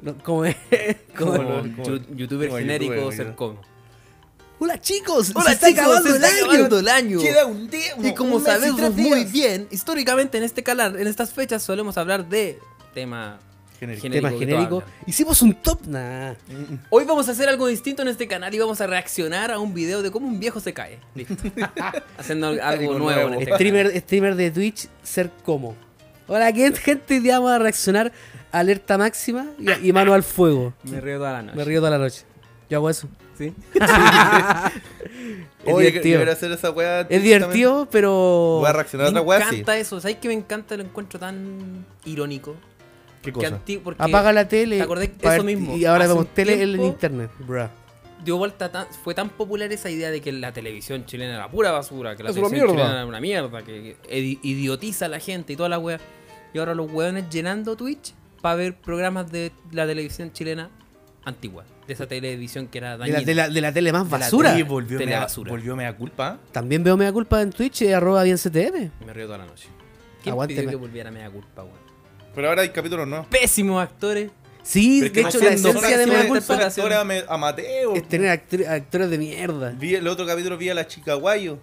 Speaker 4: No, ¿Cómo es? ¿Cómo
Speaker 1: Como
Speaker 4: es?
Speaker 2: Como-
Speaker 1: yu-
Speaker 2: como-
Speaker 1: youtuber
Speaker 2: como
Speaker 1: genérico
Speaker 2: youtuber,
Speaker 1: ser
Speaker 2: ya.
Speaker 1: como.
Speaker 4: Hola chicos,
Speaker 1: Hola,
Speaker 4: se está
Speaker 1: chicos,
Speaker 4: acabando
Speaker 1: se
Speaker 4: el
Speaker 1: está
Speaker 4: año.
Speaker 1: acabando el año.
Speaker 2: Queda un día.
Speaker 1: Y como
Speaker 2: un mes
Speaker 1: sabemos
Speaker 2: tres
Speaker 1: muy
Speaker 2: días.
Speaker 1: bien, históricamente en este canal, en estas fechas solemos hablar de tema.
Speaker 2: Genérico.
Speaker 1: Gen-
Speaker 4: Tema
Speaker 1: genérico que
Speaker 4: genérico.
Speaker 1: tú hablas.
Speaker 4: Hicimos un top, nah.
Speaker 1: Hoy vamos a hacer algo distinto en este canal y vamos a reaccionar a un video de cómo un viejo se cae. Listo. Haciendo algo nuevo.
Speaker 2: Algo
Speaker 1: en
Speaker 2: nuevo.
Speaker 1: este canal.
Speaker 4: Streamer, streamer de Twitch, ser como. Hola, ¿qué gente? Hoy día vamos a reaccionar a alerta máxima y, y mano al fuego.
Speaker 1: Me río toda la noche.
Speaker 4: Me río toda la noche. Yo hago eso.
Speaker 1: ¿Sí?
Speaker 4: Oh, Es
Speaker 2: Oye,
Speaker 4: divertido.
Speaker 2: debería hacer esa weá.
Speaker 4: Es divertido, pero.
Speaker 2: Voy a reaccionar
Speaker 1: Me
Speaker 2: a otra weá, sí.
Speaker 1: encanta eso. ¿Sabes que me encanta? Lo encuentro tan irónico.
Speaker 2: ¿Qué
Speaker 1: Que
Speaker 2: cosa?
Speaker 1: anti- porque
Speaker 4: Apaga la tele.
Speaker 1: ¿Te acordás?
Speaker 4: pa'
Speaker 1: Eso
Speaker 4: ver-
Speaker 1: mismo.
Speaker 4: Y ahora
Speaker 1: Hace un
Speaker 4: vemos tele en
Speaker 1: tiempo-
Speaker 4: internet. Bruh.
Speaker 1: dio vuelta tan- fue tan popular esa idea de que la televisión chilena era pura basura, que la
Speaker 3: Es una
Speaker 1: televisión
Speaker 3: mierda.
Speaker 1: chilena era una mierda, que edi- idiotiza a la gente y toda la wea. Y ahora los weones llenando Twitch para ver programas de la televisión chilena antigua, de esa televisión que era
Speaker 4: De la,
Speaker 1: dañina.
Speaker 4: de la- de la tele más
Speaker 1: la
Speaker 4: basura.
Speaker 1: tele.
Speaker 2: Oye, volvió
Speaker 1: Tele
Speaker 2: mea-
Speaker 1: basura.
Speaker 2: Volvió mea culpa.
Speaker 4: También veo media culpa en Twitch, eh, arroba bien CTM.
Speaker 1: Me río toda la noche. ¿Quién
Speaker 4: Aguánteme.
Speaker 1: pidió que volviera media culpa, weón?
Speaker 2: Pero ahora hay capítulos nuevos.
Speaker 1: Pésimos actores.
Speaker 4: Sí,
Speaker 2: Pero es que
Speaker 4: de
Speaker 2: no
Speaker 4: hecho,
Speaker 2: son-
Speaker 4: la
Speaker 2: son
Speaker 4: esencia de
Speaker 2: actores-
Speaker 4: media
Speaker 1: actores-
Speaker 4: culpa
Speaker 2: Son actores ama- amateurs.
Speaker 4: es tener actri- actores de mierda.
Speaker 2: Vi el otro capítulo, vi a la chica guayo.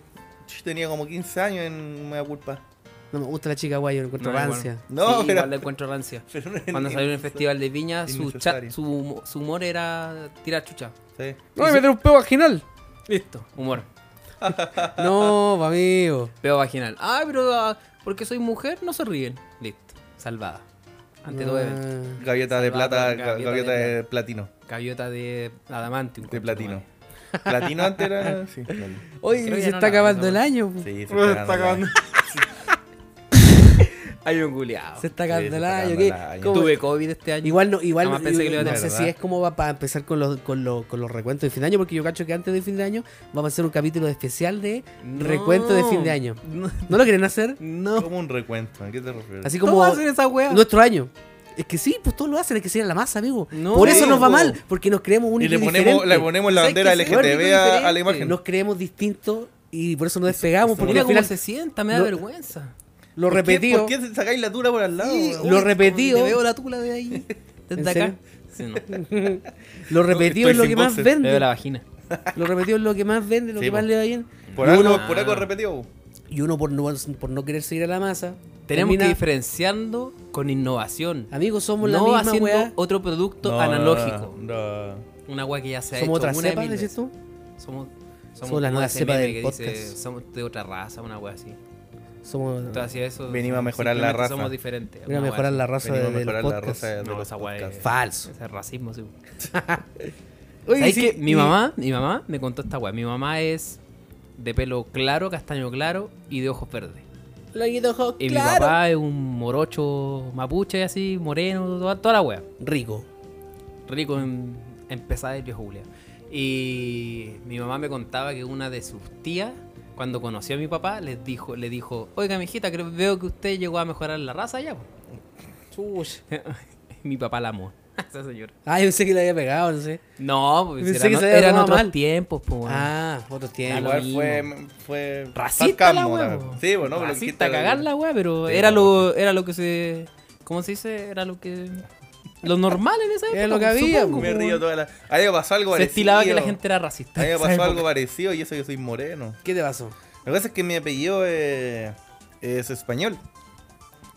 Speaker 2: Yo tenía como 15 años en mea culpa.
Speaker 4: No me gusta la chica guay, yo la encuentro
Speaker 1: No, igual.
Speaker 4: rancia.
Speaker 2: No,
Speaker 1: Sí,
Speaker 2: pero-
Speaker 1: igual la encuentro rancia.
Speaker 2: Pero no
Speaker 1: Cuando
Speaker 2: en-
Speaker 1: salió en el festival de Viña, su, cha-
Speaker 2: Innecesario.
Speaker 1: su, humo- su humor era tirar chucha.
Speaker 2: Sí.
Speaker 3: No, me meter un peo vaginal.
Speaker 1: Listo, humor.
Speaker 4: No, pa' amigo.
Speaker 1: Peo vaginal. Ah, pero ah, porque soy mujer no se ríen. Listo. Salvada. Ante todo evento.
Speaker 4: Ah,
Speaker 2: Gaviota de
Speaker 1: Salvador,
Speaker 2: plata,
Speaker 1: gaviota
Speaker 2: ga-
Speaker 1: de
Speaker 2: gaviota de platino.
Speaker 1: Gaviota de adamantium.
Speaker 2: De platino. Platino antes era. Sí, platino.
Speaker 4: Oye,
Speaker 1: Creo que
Speaker 4: se
Speaker 1: no la-
Speaker 4: está acabando
Speaker 1: no
Speaker 4: el
Speaker 1: la-
Speaker 4: año.
Speaker 2: Sí,
Speaker 4: po.
Speaker 2: se
Speaker 3: Está
Speaker 2: está acabando.
Speaker 1: Hay un culiado.
Speaker 4: Se está
Speaker 2: Sí,
Speaker 4: acabando
Speaker 2: se
Speaker 4: el
Speaker 2: está
Speaker 4: año.
Speaker 2: acabando el
Speaker 4: ¿qué?
Speaker 2: año.
Speaker 4: ¿Cómo-
Speaker 1: Tuve COVID este año.
Speaker 4: Igual no, igual
Speaker 1: Jamás
Speaker 4: no,
Speaker 1: pensé que lo iba a
Speaker 4: no
Speaker 2: tener,
Speaker 4: sé si
Speaker 2: ¿verdad?
Speaker 4: es como va para empezar con los, con, los, con los recuentos de fin de año, porque yo cacho que antes de fin de año vamos a hacer un capítulo especial de
Speaker 1: No.
Speaker 4: recuento de fin de año.
Speaker 1: No.
Speaker 4: ¿No lo quieren hacer?
Speaker 1: no.
Speaker 2: Como un recuento, ¿a qué te refieres?
Speaker 4: Así
Speaker 1: ¿Cómo
Speaker 4: como
Speaker 1: hacen esa wea?
Speaker 4: nuestro año. Es que sí, pues todos lo hacen, es que se la masa, amigo.
Speaker 1: No,
Speaker 4: Por eso nos va
Speaker 1: po.
Speaker 4: mal, porque nos creemos
Speaker 2: y
Speaker 4: únicos
Speaker 2: le
Speaker 4: y
Speaker 2: ponemos, le
Speaker 4: diferentes.
Speaker 2: ponemos la
Speaker 1: ¿Sabes
Speaker 2: bandera
Speaker 1: qué? Sí, bueno,
Speaker 2: LGTB
Speaker 1: es
Speaker 2: a, a la
Speaker 1: diferente.
Speaker 2: imagen.
Speaker 4: Nos creemos distintos y por eso nos despegamos, porque
Speaker 1: Mira
Speaker 4: al
Speaker 1: cómo
Speaker 4: final
Speaker 1: se sienta, me da
Speaker 4: lo-
Speaker 1: vergüenza.
Speaker 4: lo
Speaker 2: ¿Por qué-
Speaker 4: repetido.
Speaker 2: ¿Por qué sacáis la dura por al lado?
Speaker 1: Sí,
Speaker 2: weón?
Speaker 4: lo
Speaker 1: uy,
Speaker 4: repetido.
Speaker 1: te veo la tula de ahí. Desde
Speaker 4: ¿En
Speaker 1: acá.
Speaker 4: serio?
Speaker 1: Sí, no.
Speaker 4: Lo repetido
Speaker 2: Estoy
Speaker 4: es lo
Speaker 2: sin
Speaker 4: que más
Speaker 1: Me
Speaker 2: boxer.
Speaker 1: veo
Speaker 4: vende.
Speaker 1: la vagina.
Speaker 4: Lo repetido es lo que más vende, lo
Speaker 2: Sí,
Speaker 4: que más
Speaker 2: po.
Speaker 4: le va bien.
Speaker 2: Por,
Speaker 4: Y
Speaker 2: algo,
Speaker 4: uno-
Speaker 2: por algo repetido.
Speaker 4: Y uno por no, por no querer seguir a la masa.
Speaker 1: Tenemos que
Speaker 4: termina,
Speaker 1: diferenciando con innovación.
Speaker 4: Amigos, somos la
Speaker 1: No
Speaker 4: misma
Speaker 1: haciendo
Speaker 4: weá.
Speaker 1: otro producto
Speaker 2: No,
Speaker 1: analógico.
Speaker 2: no, no.
Speaker 1: Una weá que ya se ha
Speaker 4: Somos
Speaker 1: hecho
Speaker 4: otra
Speaker 1: una
Speaker 4: cepa,
Speaker 1: mil
Speaker 4: decís
Speaker 1: veces.
Speaker 4: tú.
Speaker 1: Somos, somos,
Speaker 4: Somos la
Speaker 1: como
Speaker 4: nueva
Speaker 1: ese
Speaker 4: cepa
Speaker 1: meme
Speaker 4: del
Speaker 1: que dice,
Speaker 4: podcast.
Speaker 1: somos de otra raza, una wea así.
Speaker 4: Somos.
Speaker 1: Entonces, hacia eso.
Speaker 2: Venimos a
Speaker 1: somos-
Speaker 2: mejorar la
Speaker 1: simplemente
Speaker 2: raza.
Speaker 1: Somos diferentes.
Speaker 4: Voy a
Speaker 1: una wea
Speaker 4: mejorar
Speaker 1: así.
Speaker 4: la raza de,
Speaker 2: Venimos a
Speaker 4: del
Speaker 2: mejorar la
Speaker 4: podcast.
Speaker 2: raza de, de
Speaker 1: No,
Speaker 2: los
Speaker 1: esa weá
Speaker 2: podcasts.
Speaker 1: es-
Speaker 4: Falso.
Speaker 1: Ese racismo, sí.
Speaker 4: Oye,
Speaker 1: ¿Sabes
Speaker 4: sí,
Speaker 1: qué? Mi
Speaker 4: y-
Speaker 1: mamá, mi mamá me contó esta wea. Mi mamá es de pelo claro, castaño claro y de ojos verdes.
Speaker 4: Lo que dejó
Speaker 1: Y mi
Speaker 4: claro.
Speaker 1: papá es un morocho mapuche así, moreno, toda, toda la wea.
Speaker 4: Rico.
Speaker 1: rico en, en pesadillas, yo Julia. Y mi mamá me contaba que una de sus tías, cuando conoció a mi papá, les dijo, le dijo, oiga, mijita, creo, veo que usted llegó a mejorar la raza ya. po". mi papá la amó. Esa señora.
Speaker 4: Ah, yo pensé que le había pegado, no sé.
Speaker 1: No, pues
Speaker 4: Pensé
Speaker 1: eran,
Speaker 4: que se había
Speaker 1: eran
Speaker 4: tomado
Speaker 1: otros
Speaker 4: mal.
Speaker 1: tiempos, po, weón.
Speaker 4: Ah, otros tiempos.
Speaker 1: Claro.
Speaker 2: Igual
Speaker 1: lo
Speaker 2: fue, fue.
Speaker 1: Racista la
Speaker 2: sarcasmo
Speaker 1: wea,
Speaker 2: también.
Speaker 1: po.
Speaker 2: Sí, bueno, pero
Speaker 1: Racista
Speaker 2: quita-
Speaker 1: cagar la wea, pero
Speaker 2: Sí,
Speaker 1: era
Speaker 2: po.
Speaker 1: lo, era lo que se. ¿Cómo se dice? Era lo que. Lo normal en esa época.
Speaker 4: Era lo que había,
Speaker 1: supongo,
Speaker 2: Me
Speaker 1: po,
Speaker 2: río
Speaker 1: weón.
Speaker 2: toda la. A mí me pasó algo
Speaker 1: Se
Speaker 2: parecido.
Speaker 1: estilaba que la gente era
Speaker 2: A
Speaker 1: racista.
Speaker 2: mí me
Speaker 1: en esa
Speaker 2: pasó
Speaker 1: época.
Speaker 2: algo parecido y eso que soy moreno.
Speaker 4: ¿Qué te pasó?
Speaker 2: Lo que pasa es que mi apellido eh, es español,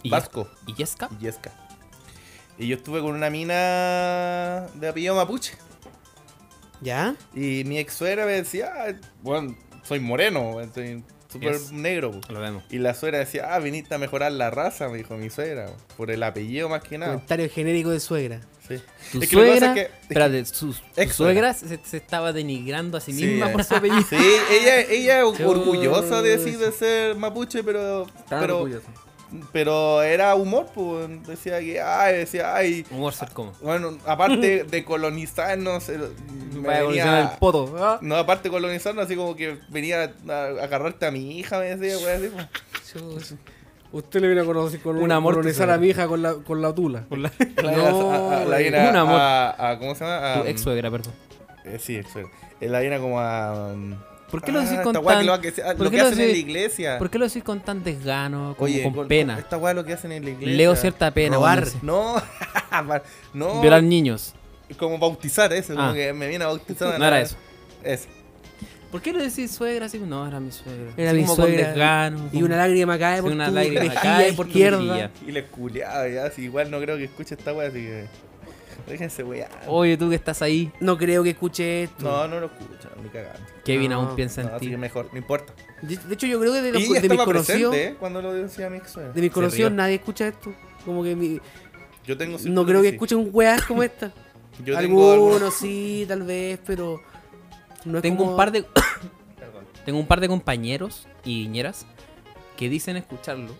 Speaker 1: Y-
Speaker 2: vasco,
Speaker 1: ¿Y Yesca?
Speaker 2: Yesca. Y yo estuve con una mina de apellido mapuche.
Speaker 4: ¿Ya?
Speaker 2: Y mi ex suegra me decía, ah, bueno, soy moreno, weón, soy súper
Speaker 1: Yes.
Speaker 2: negro. po".
Speaker 1: Lo vemos.
Speaker 2: Y la suegra decía, ah, viniste a mejorar la raza, me dijo mi suegra, po, por el apellido más que nada.
Speaker 4: Comentario genérico de suegra.
Speaker 2: Sí.
Speaker 1: Tu
Speaker 2: Es que lo que
Speaker 1: suegra,
Speaker 2: pasa es que-
Speaker 1: espérate, su, su
Speaker 2: Ex
Speaker 1: suegra se, se estaba denigrando a sí
Speaker 2: Sí,
Speaker 1: misma
Speaker 2: eh.
Speaker 1: por su apellido.
Speaker 2: Sí, ella, ella
Speaker 1: Chuch.
Speaker 2: orgullosa de decir de ser mapuche, pero
Speaker 1: Estaba
Speaker 2: pero,
Speaker 1: orgulloso.
Speaker 2: pero era humor, pues decía que ay, decía ay,
Speaker 1: Un Warsaw como.
Speaker 2: bueno, aparte de colonizarnos eh, me
Speaker 1: Para evolucionar
Speaker 2: venía,
Speaker 1: el poto. ¿ah?
Speaker 2: no, aparte de colonizarnos así como que venía a, a agarrarte a mi hija, me decía, güey, así. pues.
Speaker 4: Usted le viene a conocer con
Speaker 1: Un amor,
Speaker 4: colonizar
Speaker 1: tú
Speaker 4: a
Speaker 1: sabes.
Speaker 4: mi hija con la, con la tula.
Speaker 1: Por la-
Speaker 2: No, a, a- la
Speaker 1: güey.
Speaker 2: viene
Speaker 1: Un
Speaker 2: a-
Speaker 1: amor.
Speaker 2: a- a- ¿Cómo se llama? A, mm,
Speaker 1: Tu ex suegra, perdón.
Speaker 2: eh, sí, ex suegra. Eh, La viene como a. um,
Speaker 1: ¿Por qué lo
Speaker 2: ah,
Speaker 1: decís con
Speaker 2: esta weá que
Speaker 1: tan-
Speaker 2: lo, que, se- ah,
Speaker 1: por
Speaker 2: lo
Speaker 1: qué
Speaker 2: que
Speaker 1: lo
Speaker 2: hacen en la
Speaker 1: decís-
Speaker 2: iglesia.
Speaker 1: ¿Por qué lo decís con tan desgano, como con
Speaker 2: gol-
Speaker 1: pena?
Speaker 2: Esta weá lo que hacen en la iglesia.
Speaker 1: Leo cierta pena.
Speaker 4: Robar.
Speaker 1: cuando dice,
Speaker 2: No, no.
Speaker 1: Violar niños.
Speaker 2: Como bautizar, eso.
Speaker 1: Ah.
Speaker 2: Como que me viene a bautizar. a
Speaker 1: No
Speaker 2: la-
Speaker 1: era eso.
Speaker 2: Eso.
Speaker 1: ¿Por qué lo decís suegra así? No, era mi suegra.
Speaker 4: Era
Speaker 1: Así
Speaker 4: mi
Speaker 1: como
Speaker 4: suegra.
Speaker 1: Con desgano.
Speaker 4: Y una lágrima cae por
Speaker 1: una
Speaker 4: tu
Speaker 1: lágrima
Speaker 4: mejilla
Speaker 1: cae por tu
Speaker 4: izquierda.
Speaker 1: mejilla.
Speaker 2: Y les culeaba, ya. Si igual no creo que escuche esta weá, así que. Déjense weá.
Speaker 1: Oye, tú que estás ahí,
Speaker 4: No creo que escuche esto.
Speaker 2: No, no lo escuchan, ni cagando.
Speaker 1: Kevin
Speaker 4: No,
Speaker 1: aún piensa en
Speaker 2: No, así que
Speaker 1: ti.
Speaker 2: mejor, no importa.
Speaker 4: De, de hecho, yo creo que de, los-
Speaker 2: Y ella
Speaker 4: de mis
Speaker 2: estaba
Speaker 4: conocidos,
Speaker 2: presente, ¿eh? Cuando lo decía mi ex suegra.
Speaker 4: de mis
Speaker 1: Se
Speaker 4: conocidos
Speaker 1: rió.
Speaker 4: nadie escucha esto. Como que mi-
Speaker 2: Yo tengo
Speaker 4: no creo que
Speaker 2: sí.
Speaker 4: escuchen weas como esta.
Speaker 2: Yo tengo algo-
Speaker 4: Algunos sí, tal vez, pero no es
Speaker 1: Tengo
Speaker 4: como-
Speaker 1: un par de
Speaker 2: Perdón.
Speaker 1: tengo un par de compañeros y niñeras que dicen escucharlo,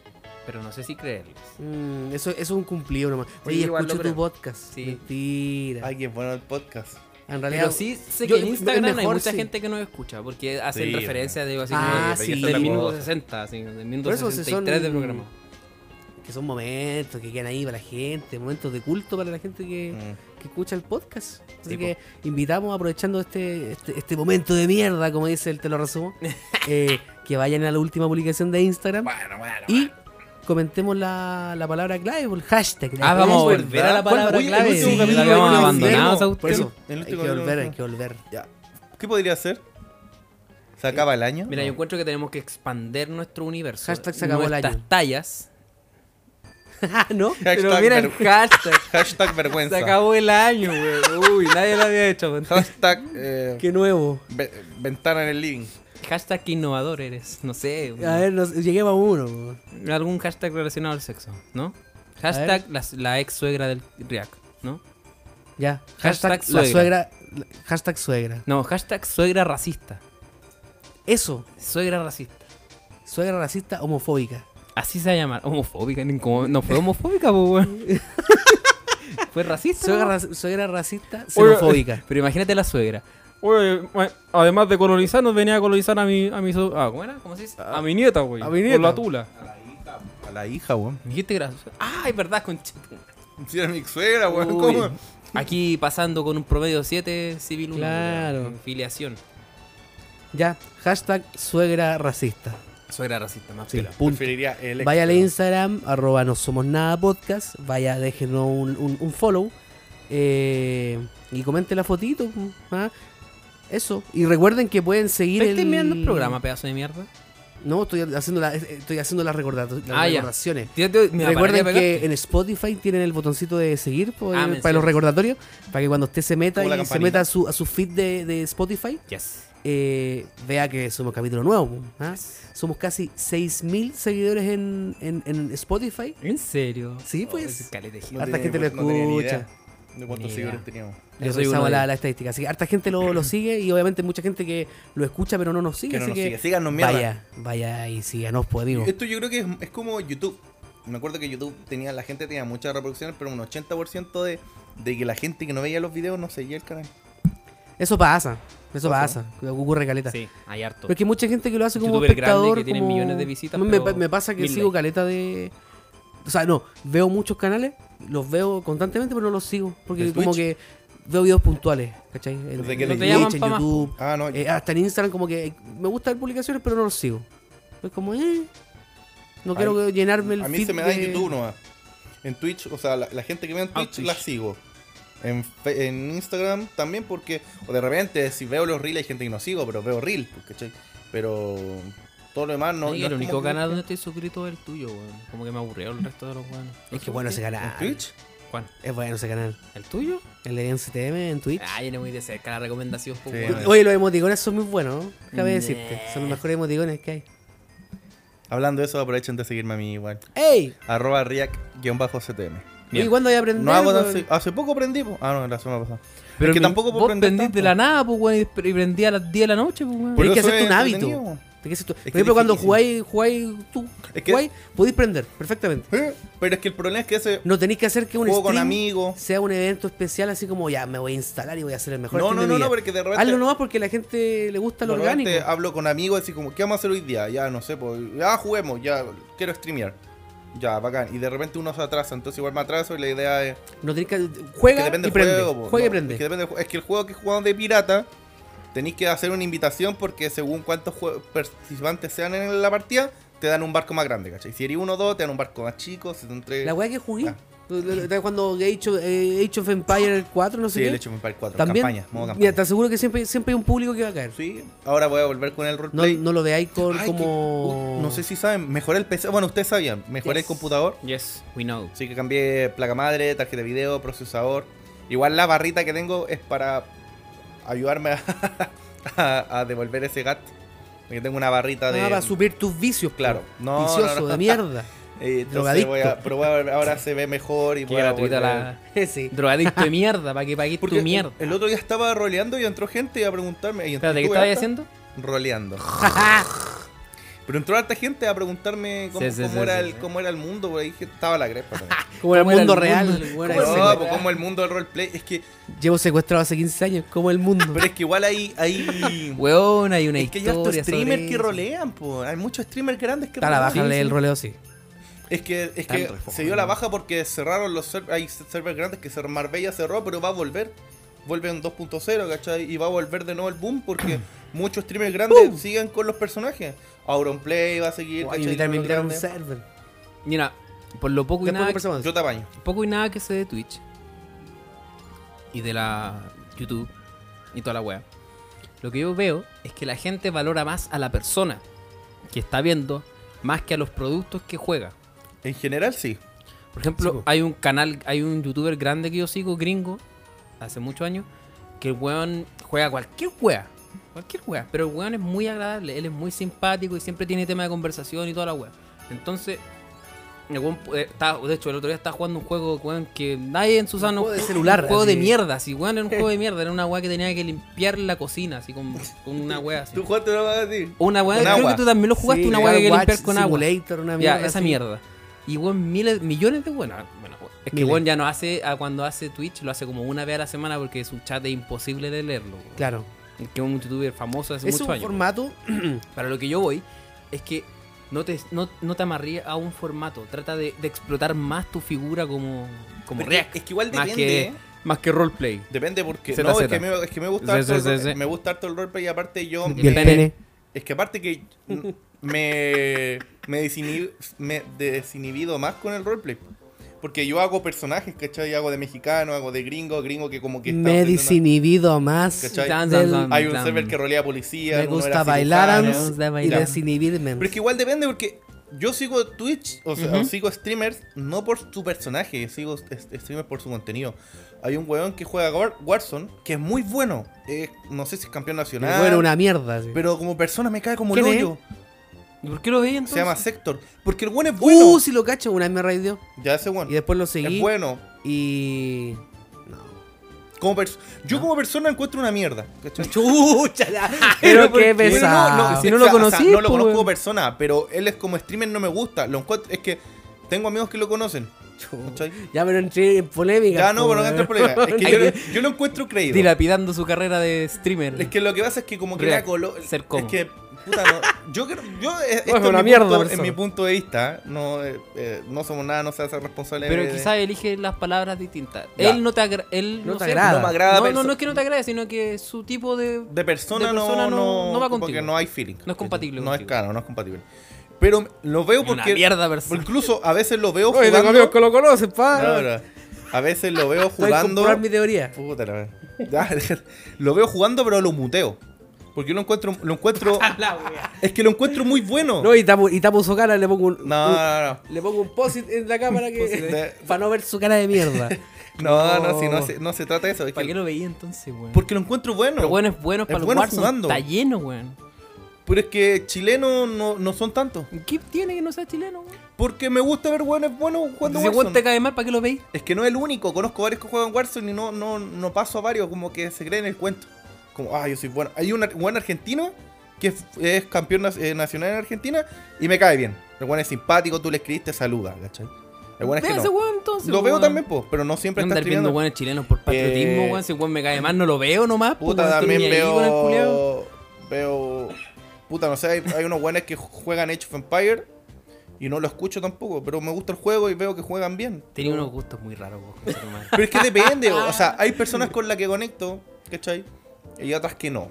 Speaker 1: pero no sé si creerles.
Speaker 4: Mm, eso, eso es un cumplido nomás. Oye,
Speaker 2: igual lo
Speaker 4: escucho tu
Speaker 2: creo.
Speaker 4: podcast.
Speaker 1: Sí.
Speaker 4: Mentira.
Speaker 2: Ay, qué bueno el podcast.
Speaker 4: en realidad,
Speaker 1: Pero sí sé
Speaker 4: yo-
Speaker 1: que en
Speaker 4: es
Speaker 1: Instagram hay
Speaker 4: mejor,
Speaker 1: mucha
Speaker 4: sí.
Speaker 1: gente que nos escucha, porque hacen
Speaker 2: Sí,
Speaker 1: referencia de así
Speaker 4: Ah,
Speaker 1: como
Speaker 4: sí.
Speaker 1: del minuto
Speaker 2: Como-
Speaker 1: 60, así, del
Speaker 4: Por
Speaker 1: minuto
Speaker 4: eso se
Speaker 1: 63 de
Speaker 4: son-
Speaker 1: programa.
Speaker 4: que son momentos que quedan ahí para la gente, momentos de culto para la gente que,
Speaker 2: Mm.
Speaker 4: que escucha el podcast. Así
Speaker 1: Sí,
Speaker 4: que invitamos, aprovechando este, este, este momento de mierda, como dice el Te lo resumo, eh, que vayan a la última publicación de Instagram
Speaker 2: Bueno, bueno.
Speaker 4: y comentemos la, la palabra clave por el hashtag. la
Speaker 1: Ah, vamos a
Speaker 4: hashtag.
Speaker 1: volver a la
Speaker 2: ¿Cuál-
Speaker 1: palabra
Speaker 2: oye, el
Speaker 1: clave.
Speaker 2: último
Speaker 1: Sí,
Speaker 2: capítulo
Speaker 1: la habíamos
Speaker 2: del
Speaker 1: abandonado
Speaker 2: demo.
Speaker 1: esa
Speaker 4: Por
Speaker 1: cuestión.
Speaker 4: eso,
Speaker 2: El
Speaker 4: hay que
Speaker 2: último
Speaker 4: volver,
Speaker 2: capítulo.
Speaker 4: hay que volver.
Speaker 2: Ya. ¿Qué podría hacer? ¿Se acaba el año?
Speaker 1: Mira,
Speaker 2: No.
Speaker 1: yo encuentro que tenemos que expander nuestro universo.
Speaker 4: Hashtag se acabó el
Speaker 1: Nuestras
Speaker 4: año.
Speaker 1: tallas.
Speaker 4: Ah, ¿no?
Speaker 1: Pero mira el
Speaker 2: ver-
Speaker 1: hashtag.
Speaker 2: hashtag vergüenza.
Speaker 1: Se acabó el año, güey. Uy, nadie lo había hecho. güey.
Speaker 2: Hashtag eh,
Speaker 4: Qué nuevo.
Speaker 2: ve- ventana en el living.
Speaker 1: Hashtag que innovador eres. No sé. güey.
Speaker 4: A ver, nos, lleguemos a uno.
Speaker 1: Algún hashtag relacionado al sexo, ¿no? Hashtag la, la ex suegra del React, ¿no?
Speaker 4: Ya.
Speaker 1: Hashtag
Speaker 4: Hashtag, la
Speaker 1: suegra.
Speaker 4: suegra. Hashtag suegra.
Speaker 1: No, hashtag suegra racista.
Speaker 4: Eso.
Speaker 1: Suegra racista.
Speaker 4: Suegra racista homofóbica.
Speaker 1: Así se va a llamar. Homofóbica. ni como- No fue homofóbica, pues, güey. Fue racista.
Speaker 4: Suegra,
Speaker 1: ¿no?
Speaker 4: ra- suegra racista
Speaker 1: Oye, eh.
Speaker 4: xenofóbica.
Speaker 1: Pero imagínate la suegra.
Speaker 5: Oye, ma- además de colonizar, nos venía a colonizar a mi, a mi, so- ah,
Speaker 1: ¿Cómo era? ¿Cómo se dice?
Speaker 5: a mi nieta, güey.
Speaker 4: A mi nieta.
Speaker 5: Con la tula.
Speaker 2: A la hija, weón.
Speaker 1: Dijiste gracias. Ay, Ah, verdad, conchito.
Speaker 2: Si era mi suegra, weón.
Speaker 1: Uy.
Speaker 2: ¿Cómo?
Speaker 1: Aquí pasando con un promedio 7 civil 1.
Speaker 4: Claro.
Speaker 1: Filiación.
Speaker 4: Ya. Hashtag suegra racista.
Speaker 1: Suegra racista, más
Speaker 4: Sí,
Speaker 1: piola.
Speaker 4: punto.
Speaker 2: Preferiría el ex,
Speaker 4: Vaya al
Speaker 2: pero-
Speaker 4: Instagram, arroba no somos nada podcast. Vaya, déjenos un, un- un follow. eh, y comente la fotito. ¿ah? Eso. Y recuerden que pueden seguir.
Speaker 1: ¿Estás mirando el
Speaker 4: el
Speaker 1: programa, pedazo de mierda?
Speaker 4: No, estoy haciendo, la- estoy haciendo las, recordato- las
Speaker 1: Ah, ya.
Speaker 4: recordaciones.
Speaker 1: Tío, tío, mira,
Speaker 4: Recuerden
Speaker 1: para qué
Speaker 4: que
Speaker 1: pegaste.
Speaker 4: en Spotify tienen el botoncito de seguir pues,
Speaker 1: Ah,
Speaker 4: eh, para
Speaker 1: menciones.
Speaker 4: los recordatorios, para que cuando usted se meta
Speaker 2: Como la
Speaker 4: y se
Speaker 2: campanita.
Speaker 4: meta a su, a su feed de, de Spotify,
Speaker 1: Yes.
Speaker 4: eh, vea que somos capítulo nuevo. pues, ¿ah? Somos casi 6.000 seguidores en, en- en Spotify.
Speaker 1: ¿En serio?
Speaker 4: Sí,
Speaker 1: Oh,
Speaker 4: pues.
Speaker 1: es caleta de gente.
Speaker 2: No
Speaker 4: Harta
Speaker 2: tenía-
Speaker 4: gente lo
Speaker 2: no tenía ni idea
Speaker 4: escucha.
Speaker 2: ¿De cuántos
Speaker 1: Ni
Speaker 2: seguidores
Speaker 1: idea.
Speaker 2: teníamos?
Speaker 1: Yo
Speaker 4: Le
Speaker 1: soy
Speaker 4: revisamos
Speaker 1: uno de
Speaker 4: la,
Speaker 1: ellos.
Speaker 4: la estadística. Así que harta gente lo, lo sigue y obviamente mucha gente que lo escucha pero no nos sigue.
Speaker 2: Que no
Speaker 4: así
Speaker 2: nos
Speaker 4: que
Speaker 2: sigue. Síganos, mierda. eh,
Speaker 4: vaya, vaya y síganos, pues, amigo.
Speaker 2: Esto yo creo que es, es como YouTube. Me acuerdo que YouTube tenía, la gente tenía muchas reproducciones, pero un 80% de, de que la gente que no veía los videos no seguía el canal.
Speaker 4: Eso pasa. Eso
Speaker 2: Pasa.
Speaker 4: pasa. Ocurre caleta.
Speaker 1: Sí, hay harto.
Speaker 4: Pero es que mucha gente que lo hace como
Speaker 1: Youtuber grande
Speaker 4: espectador.
Speaker 1: que tiene
Speaker 4: como-
Speaker 1: millones de visitas,
Speaker 4: Me,
Speaker 1: pero
Speaker 4: me pasa que
Speaker 1: mil
Speaker 4: sigo
Speaker 1: likes.
Speaker 4: caleta de. O sea, no, veo muchos canales, los veo constantemente, pero no los sigo. Porque
Speaker 2: ¿De
Speaker 4: como que
Speaker 2: Twitch?
Speaker 4: veo videos puntuales, ¿cachai? En,
Speaker 2: Desde que
Speaker 4: en
Speaker 2: te
Speaker 4: Twitch,
Speaker 1: llaman
Speaker 4: en
Speaker 1: pa' más,
Speaker 4: YouTube,
Speaker 2: Ah, no.
Speaker 4: eh, hasta en Instagram, como que me gusta ver publicaciones, pero no los sigo. Es como, eh. No
Speaker 2: A
Speaker 4: quiero
Speaker 2: mí-
Speaker 4: llenarme el
Speaker 2: a mí
Speaker 4: feed
Speaker 2: se me da en
Speaker 4: de-
Speaker 2: YouTube nomás. En Twitch, o sea, la, la gente que ve en
Speaker 1: Ah,
Speaker 2: Twitch,
Speaker 1: Twitch.
Speaker 2: la sigo. En, Fe- en Instagram también porque, o de repente, si veo los reels hay gente que no sigo, pero veo reel, pues, ¿cachai? Pero todo lo demás no...
Speaker 1: Ay,
Speaker 2: no
Speaker 1: el
Speaker 2: es
Speaker 1: único
Speaker 2: como que-
Speaker 1: canal donde estoy suscrito es el tuyo, weón. Como que me aburrió el resto de los weones.
Speaker 4: Es que bueno ese
Speaker 2: ¿En
Speaker 4: canal.
Speaker 2: Twitch?
Speaker 1: Juan,
Speaker 4: Es bueno ese canal.
Speaker 1: ¿el tuyo?
Speaker 4: El de NCTM en Twitch.
Speaker 1: Ah, viene muy de cerca la recomendación, pues,
Speaker 2: Sí.
Speaker 1: weón.
Speaker 4: Oye, los emoticones son muy buenos, ¿no? Cabe
Speaker 1: Nah.
Speaker 4: decirte. Son los mejores emoticones que hay.
Speaker 2: Hablando de eso, aprovechen de seguirme a mí igual.
Speaker 4: ¡Ey!
Speaker 2: Arroba react-ctm.
Speaker 1: Bien.
Speaker 4: ¿Y cuándo voy a aprender?
Speaker 2: No hago tan
Speaker 4: weón?
Speaker 2: se- Hace poco aprendí, po. Ah, no, la semana pasada.
Speaker 1: Pero
Speaker 2: es que
Speaker 1: mi-
Speaker 2: tampoco puedo
Speaker 1: vos
Speaker 2: aprender
Speaker 1: prendís
Speaker 2: tanto.
Speaker 1: de la nada, pues, weón, y pre- y prendí a las 10 de la noche, pues, weón.
Speaker 2: Pero
Speaker 4: Tenés que
Speaker 2: eso
Speaker 4: hacerte
Speaker 2: es
Speaker 4: un hábito.
Speaker 2: entretenido.
Speaker 4: Tenés que hacerte-
Speaker 2: que
Speaker 4: Por
Speaker 2: es
Speaker 4: ejemplo, cuando
Speaker 2: difícil.
Speaker 4: jugáis, jugáis tú,
Speaker 2: Es que-
Speaker 4: jugáis, podéis prender perfectamente.
Speaker 2: Eh, Pero es que el problema es que ese
Speaker 4: No tenéis que hacer que un
Speaker 2: juego con
Speaker 4: stream
Speaker 2: amigos.
Speaker 4: sea un evento especial, así como ya me voy a instalar y voy a hacer el mejor.
Speaker 2: No,
Speaker 4: stream
Speaker 2: no,
Speaker 4: de
Speaker 2: no,
Speaker 4: mi
Speaker 2: no, este-
Speaker 4: vida.
Speaker 2: porque de repente.
Speaker 4: Hazlo nomás porque a la gente le gusta lo
Speaker 2: de repente
Speaker 4: orgánico.
Speaker 2: hablo con amigos así como, ¿qué vamos a hacer hoy día? Ya no sé, pues, ya juguemos, ya quiero streamear. Ya, bacán. Y de repente uno se atrasa, entonces igual me atraso y la idea es.
Speaker 4: No tenés que. Juega
Speaker 2: que depende
Speaker 4: y
Speaker 2: del
Speaker 4: prende.
Speaker 2: juego. po.
Speaker 4: juega y
Speaker 2: No,
Speaker 4: prende.
Speaker 2: Es que, depende del jue- es que el juego que jugamos de pirata, tenéis que hacer una invitación porque según cuántos jue- participantes sean en la partida, te dan un barco más grande, ¿cachai? Si eres uno o dos, te dan un barco más chico, si son tres.
Speaker 4: La weá que jugué.
Speaker 2: Ah.
Speaker 4: ¿Te acuerdas Cuando Age of, eh, Age of Empire 4, no sé
Speaker 2: Sí,
Speaker 4: qué.
Speaker 2: el hecho Empire 4,
Speaker 4: También.
Speaker 2: campaña, modo campaña.
Speaker 4: Mira, te aseguro que siempre, siempre hay un público que va a caer.
Speaker 2: Sí, ahora voy a volver con el
Speaker 4: No,
Speaker 2: roleplay.
Speaker 4: no lo veáis con
Speaker 2: Ay,
Speaker 4: como.
Speaker 2: que- uh, no sé si saben, mejoré el PC. Bueno, ustedes sabían, mejoré
Speaker 4: Yes.
Speaker 2: el computador.
Speaker 1: Yes, we know.
Speaker 2: Así que cambié placa madre, tarjeta de video, procesador. Igual la barrita que tengo es para ayudarme a, a- a devolver ese gat. Porque tengo una barrita de.
Speaker 4: Ah, para suplir tus vicios. po.
Speaker 2: Claro. No, no,
Speaker 4: Vicioso,
Speaker 2: no.
Speaker 4: de mierda.
Speaker 2: Eh, entonces
Speaker 4: drogadicto.
Speaker 2: voy a- pero voy a- ahora se ve mejor y
Speaker 1: Qué
Speaker 2: voy a
Speaker 1: gratuita
Speaker 2: volver.
Speaker 1: la.
Speaker 4: sí.
Speaker 1: Drogadicto de mierda, para que pagues
Speaker 2: Porque
Speaker 1: tu mierda.
Speaker 2: El, el otro día estaba roleando y entró gente a preguntarme. y
Speaker 1: Espérate, ¿qué
Speaker 2: estuve
Speaker 1: estabas
Speaker 2: harta-
Speaker 1: haciendo?
Speaker 2: roleando. Pero entró harta gente a preguntarme cómo,
Speaker 1: Sí, sí,
Speaker 2: cómo
Speaker 1: sí,
Speaker 2: era
Speaker 1: sí,
Speaker 2: el,
Speaker 1: sí.
Speaker 2: cómo era el mundo, porque dije, estaba la crepa. también.
Speaker 4: Como el
Speaker 1: ¿Cómo era
Speaker 4: mundo
Speaker 1: el
Speaker 4: real.
Speaker 1: mundo?
Speaker 4: weón,
Speaker 1: ¿Cómo
Speaker 4: así,
Speaker 1: era
Speaker 2: no,
Speaker 1: el
Speaker 4: weón.
Speaker 2: pues como el mundo del roleplay. Es que,
Speaker 4: Llevo secuestrado hace 15 años. Como el mundo.
Speaker 2: pero es que igual hay, hay,
Speaker 1: Weón, hay una
Speaker 2: es que hay hartos
Speaker 1: historia.
Speaker 2: streamers
Speaker 1: sobre
Speaker 2: que
Speaker 1: eso.
Speaker 2: rolean, po. hay muchos streamers grandes que
Speaker 4: Está la baja
Speaker 2: rolean.
Speaker 4: el roleo, sí.
Speaker 2: Es que, es
Speaker 1: Tan
Speaker 2: que
Speaker 1: refojado.
Speaker 2: se dio la baja porque cerraron los servers, hay servers grandes que cerraron, Marbella cerró, pero va a volver. Vuelve en 2.0, ¿cachai? Y va a volver de nuevo el boom porque muchos streamers grandes siguen con los personajes. Auronplay va a seguir,
Speaker 4: Ay,
Speaker 2: ¿cachai?
Speaker 4: invitarme,
Speaker 2: Los
Speaker 4: invitar a un
Speaker 2: grandes.
Speaker 4: server.
Speaker 1: Mira, por lo poco y,
Speaker 4: Después
Speaker 1: nada,
Speaker 4: conversamos.
Speaker 2: Yo te apaño.
Speaker 1: poco y nada que sé de Twitch y de la YouTube y toda la wea, lo que yo veo es que la gente valora más a la persona que está viendo más que a los productos que juega.
Speaker 2: En general, sí.
Speaker 1: Por
Speaker 4: Sí, po.
Speaker 1: ejemplo, hay un canal, hay un youtuber grande que yo sigo, gringo, hace muchos años, que el weón juega cualquier wea. Cualquier wea. Pero el weón es muy agradable, él es muy simpático y siempre tiene tema de conversación y toda la wea. Entonces, el weón, eh, está- de hecho, el otro día estaba jugando un juego, weón, que nadie en Susano.
Speaker 4: juego de celular,
Speaker 1: Un juego
Speaker 4: así.
Speaker 1: de mierda, así, weón, era un juego de mierda. Era una wea que tenía que limpiar la cocina, así, con, con una wea así.
Speaker 2: Tú jugaste una cosa así.
Speaker 1: Una wea,
Speaker 2: Con
Speaker 1: creo
Speaker 2: agua.
Speaker 1: que tú también lo jugaste, una wea que hay que limpiar con agua.
Speaker 4: Simulator, una
Speaker 1: Ya,
Speaker 4: mierda.
Speaker 1: esa
Speaker 4: así.
Speaker 1: mierda. Y weón, miles, millones de bueno, bueno es que
Speaker 4: Miles.
Speaker 1: weón ya no hace, a cuando hace Twitch, lo hace como una vez a la semana porque su chat es imposible de leerlo. weón.
Speaker 4: Claro.
Speaker 1: Que es un youtuber famoso hace
Speaker 4: Es
Speaker 1: muchos
Speaker 4: un
Speaker 1: años.
Speaker 4: formato.
Speaker 1: Para lo que yo voy, es que no te, no, no te amarríes a un formato. Trata de, de explotar más tu figura como, como
Speaker 2: Pero
Speaker 1: React.
Speaker 2: Es que igual
Speaker 1: Más
Speaker 2: depende.
Speaker 1: que,
Speaker 2: ¿eh?
Speaker 1: más que roleplay.
Speaker 2: Depende porque.
Speaker 1: ZZ.
Speaker 2: No, es que, me, es que me gusta
Speaker 1: Sí,
Speaker 2: harto el
Speaker 1: sí,
Speaker 2: rol-
Speaker 1: sí, sí.
Speaker 2: me gusta harto el roleplay y aparte yo.
Speaker 1: Y el
Speaker 2: me-
Speaker 1: pene.
Speaker 2: Es que aparte que n- me, me, desinhi- me desinhibido más con el roleplay. Porque yo hago personajes, ¿cachai? Hago de mexicano, hago de gringo, gringo que como que está
Speaker 4: Me he
Speaker 2: aprendiendo-
Speaker 4: desinhibido más.
Speaker 2: ¿Cachai?
Speaker 1: Tan,
Speaker 4: del-
Speaker 1: tan, tan,
Speaker 2: Hay un
Speaker 1: tan.
Speaker 2: server que rolea policía.
Speaker 4: Me
Speaker 2: uno
Speaker 4: gusta
Speaker 2: era
Speaker 4: bailar
Speaker 2: cirujano.
Speaker 1: Me gusta
Speaker 4: y
Speaker 1: bailar.
Speaker 4: desinhibirme.
Speaker 2: Pero es que igual depende porque yo sigo Twitch, o sea,
Speaker 1: Ujú.
Speaker 2: sigo streamers, no por su personaje, sigo est- streamers por su contenido. Hay un weón que juega War- Warzone, que es muy bueno. eh, no sé si es campeón nacional.
Speaker 4: Bueno, una mierda. sí.
Speaker 2: Pero como persona me cae como el
Speaker 4: ¿Quién es?
Speaker 2: hoyo.
Speaker 1: ¿Y por qué lo veis entonces?
Speaker 2: Se llama Sector. Porque el weón es bueno.
Speaker 4: Uh, si lo cacho, una vez me raideó.
Speaker 2: ya ese weón.
Speaker 4: Y después lo
Speaker 2: Es
Speaker 4: seguí.
Speaker 2: bueno.
Speaker 4: Y. No.
Speaker 2: Como pers- yo como persona encuentro una mierda. ¿cachai?
Speaker 4: Chucha, pero
Speaker 1: ¿por
Speaker 4: qué
Speaker 1: qué?
Speaker 2: Pero no, no,
Speaker 4: pesado.
Speaker 5: Si no lo conocí,
Speaker 2: no lo
Speaker 5: pues,
Speaker 2: conozco como
Speaker 5: weón.
Speaker 2: persona, pero él es como streamer, no me gusta. Lo encuentro, es que tengo amigos que lo conocen. ¿cachai?
Speaker 4: Ya me lo entré en polémica.
Speaker 2: Ya no,
Speaker 4: po,
Speaker 2: pero no entra el
Speaker 4: pues, weón.
Speaker 2: problema. Es que yo, lo- yo lo encuentro creído.
Speaker 1: Dilapidando su carrera de streamer.
Speaker 2: Es que lo que pasa es que como que
Speaker 1: Real,
Speaker 2: la colo-
Speaker 1: ser
Speaker 2: Es
Speaker 1: como.
Speaker 2: que, puta, no. Yo creo. Yo, eh, esto
Speaker 5: es
Speaker 2: en
Speaker 5: una
Speaker 2: mi
Speaker 5: mierda,
Speaker 2: punto- en
Speaker 5: persona.
Speaker 2: mi punto de vista, no, eh, eh, no somos nada, no se hace responsable.
Speaker 1: Pero
Speaker 2: de-
Speaker 1: quizás elige las palabras distintas.
Speaker 2: Ya.
Speaker 1: Él no te, agra- él,
Speaker 4: No te
Speaker 1: sé,
Speaker 4: agrada.
Speaker 2: No me agrada.
Speaker 1: No, no,
Speaker 2: perso-
Speaker 1: no es que no te agrade, sino que su tipo de.
Speaker 2: de persona,
Speaker 1: de persona
Speaker 2: no,
Speaker 1: no-
Speaker 2: no,
Speaker 1: no va
Speaker 2: como
Speaker 1: contigo.
Speaker 2: que no hay feeling.
Speaker 1: No es compatible
Speaker 2: No es
Speaker 1: contigo.
Speaker 2: claro, no es compatible. Pero lo veo
Speaker 1: Una
Speaker 2: porque.
Speaker 1: mierda persona.
Speaker 2: Incluso a veces lo veo
Speaker 5: Oye, tengo
Speaker 2: jugando.
Speaker 5: amigos que lo conocen, pa.
Speaker 2: No, no. A veces lo veo
Speaker 4: Estoy
Speaker 2: jugando.
Speaker 4: comprobar mi teoría.
Speaker 2: Puta la verdad. Ya, Lo veo jugando, pero lo muteo. Porque yo lo encuentro. Lo encuentro. es que lo encuentro muy bueno.
Speaker 4: No, y tapo, y tapo su cara, le pongo un.
Speaker 2: No,
Speaker 4: un-
Speaker 2: no, no.
Speaker 4: le pongo un posit en la cámara que.
Speaker 2: De-
Speaker 4: para no ver su cara de mierda.
Speaker 2: No,
Speaker 4: No.
Speaker 2: no, si no se, no se trata de eso. es
Speaker 1: ¿Para
Speaker 2: que-
Speaker 1: qué lo veía entonces, weón?
Speaker 2: Porque lo encuentro bueno.
Speaker 1: Pero bueno, es bueno para los
Speaker 2: bueno
Speaker 1: Warzone.
Speaker 2: jugando.
Speaker 1: Está lleno, weón.
Speaker 2: Pero es que chilenos no, no son tantos.
Speaker 1: ¿Qué tiene que no sea chileno, weón?
Speaker 2: Porque me gusta ver buenos buenos jugando
Speaker 1: Si weón
Speaker 2: Warzone.
Speaker 1: te cae mal, ¿para qué lo veis?
Speaker 2: Es que no es el único. Conozco varios que juegan Warzone y no, no, no paso a varios. Como que se creen el cuento. Como, ah, yo soy bueno. Hay un ar- buen argentino que es, es campeón nas- eh, nacional en Argentina y me cae bien. El buen es simpático, tú le escribiste, saluda, ¿cachai? El buen es
Speaker 1: Ve
Speaker 2: que
Speaker 1: a ese
Speaker 2: no.
Speaker 1: weón entonces.
Speaker 2: Lo veo
Speaker 1: weón.
Speaker 2: también, pues, pero no siempre está
Speaker 1: Andar viendo
Speaker 2: escribiendo.
Speaker 1: weones chilenos por patriotismo,
Speaker 2: Eh,
Speaker 1: weón. Si weón me cae mal, no lo veo nomás. po,
Speaker 2: Puta,
Speaker 1: weón, estoy
Speaker 2: también
Speaker 1: ni ahí con el culiao.
Speaker 2: veo. Veo. Puta, no sé, hay, hay unos buenos que juegan Age of Empire. Y no lo escucho tampoco, pero me gusta el juego y veo que juegan bien.
Speaker 1: Tenía unos gustos muy raros vos, concha tu madre.
Speaker 2: Pero es que depende, o sea, hay personas con las que conecto, ¿cachai? Y otras que no.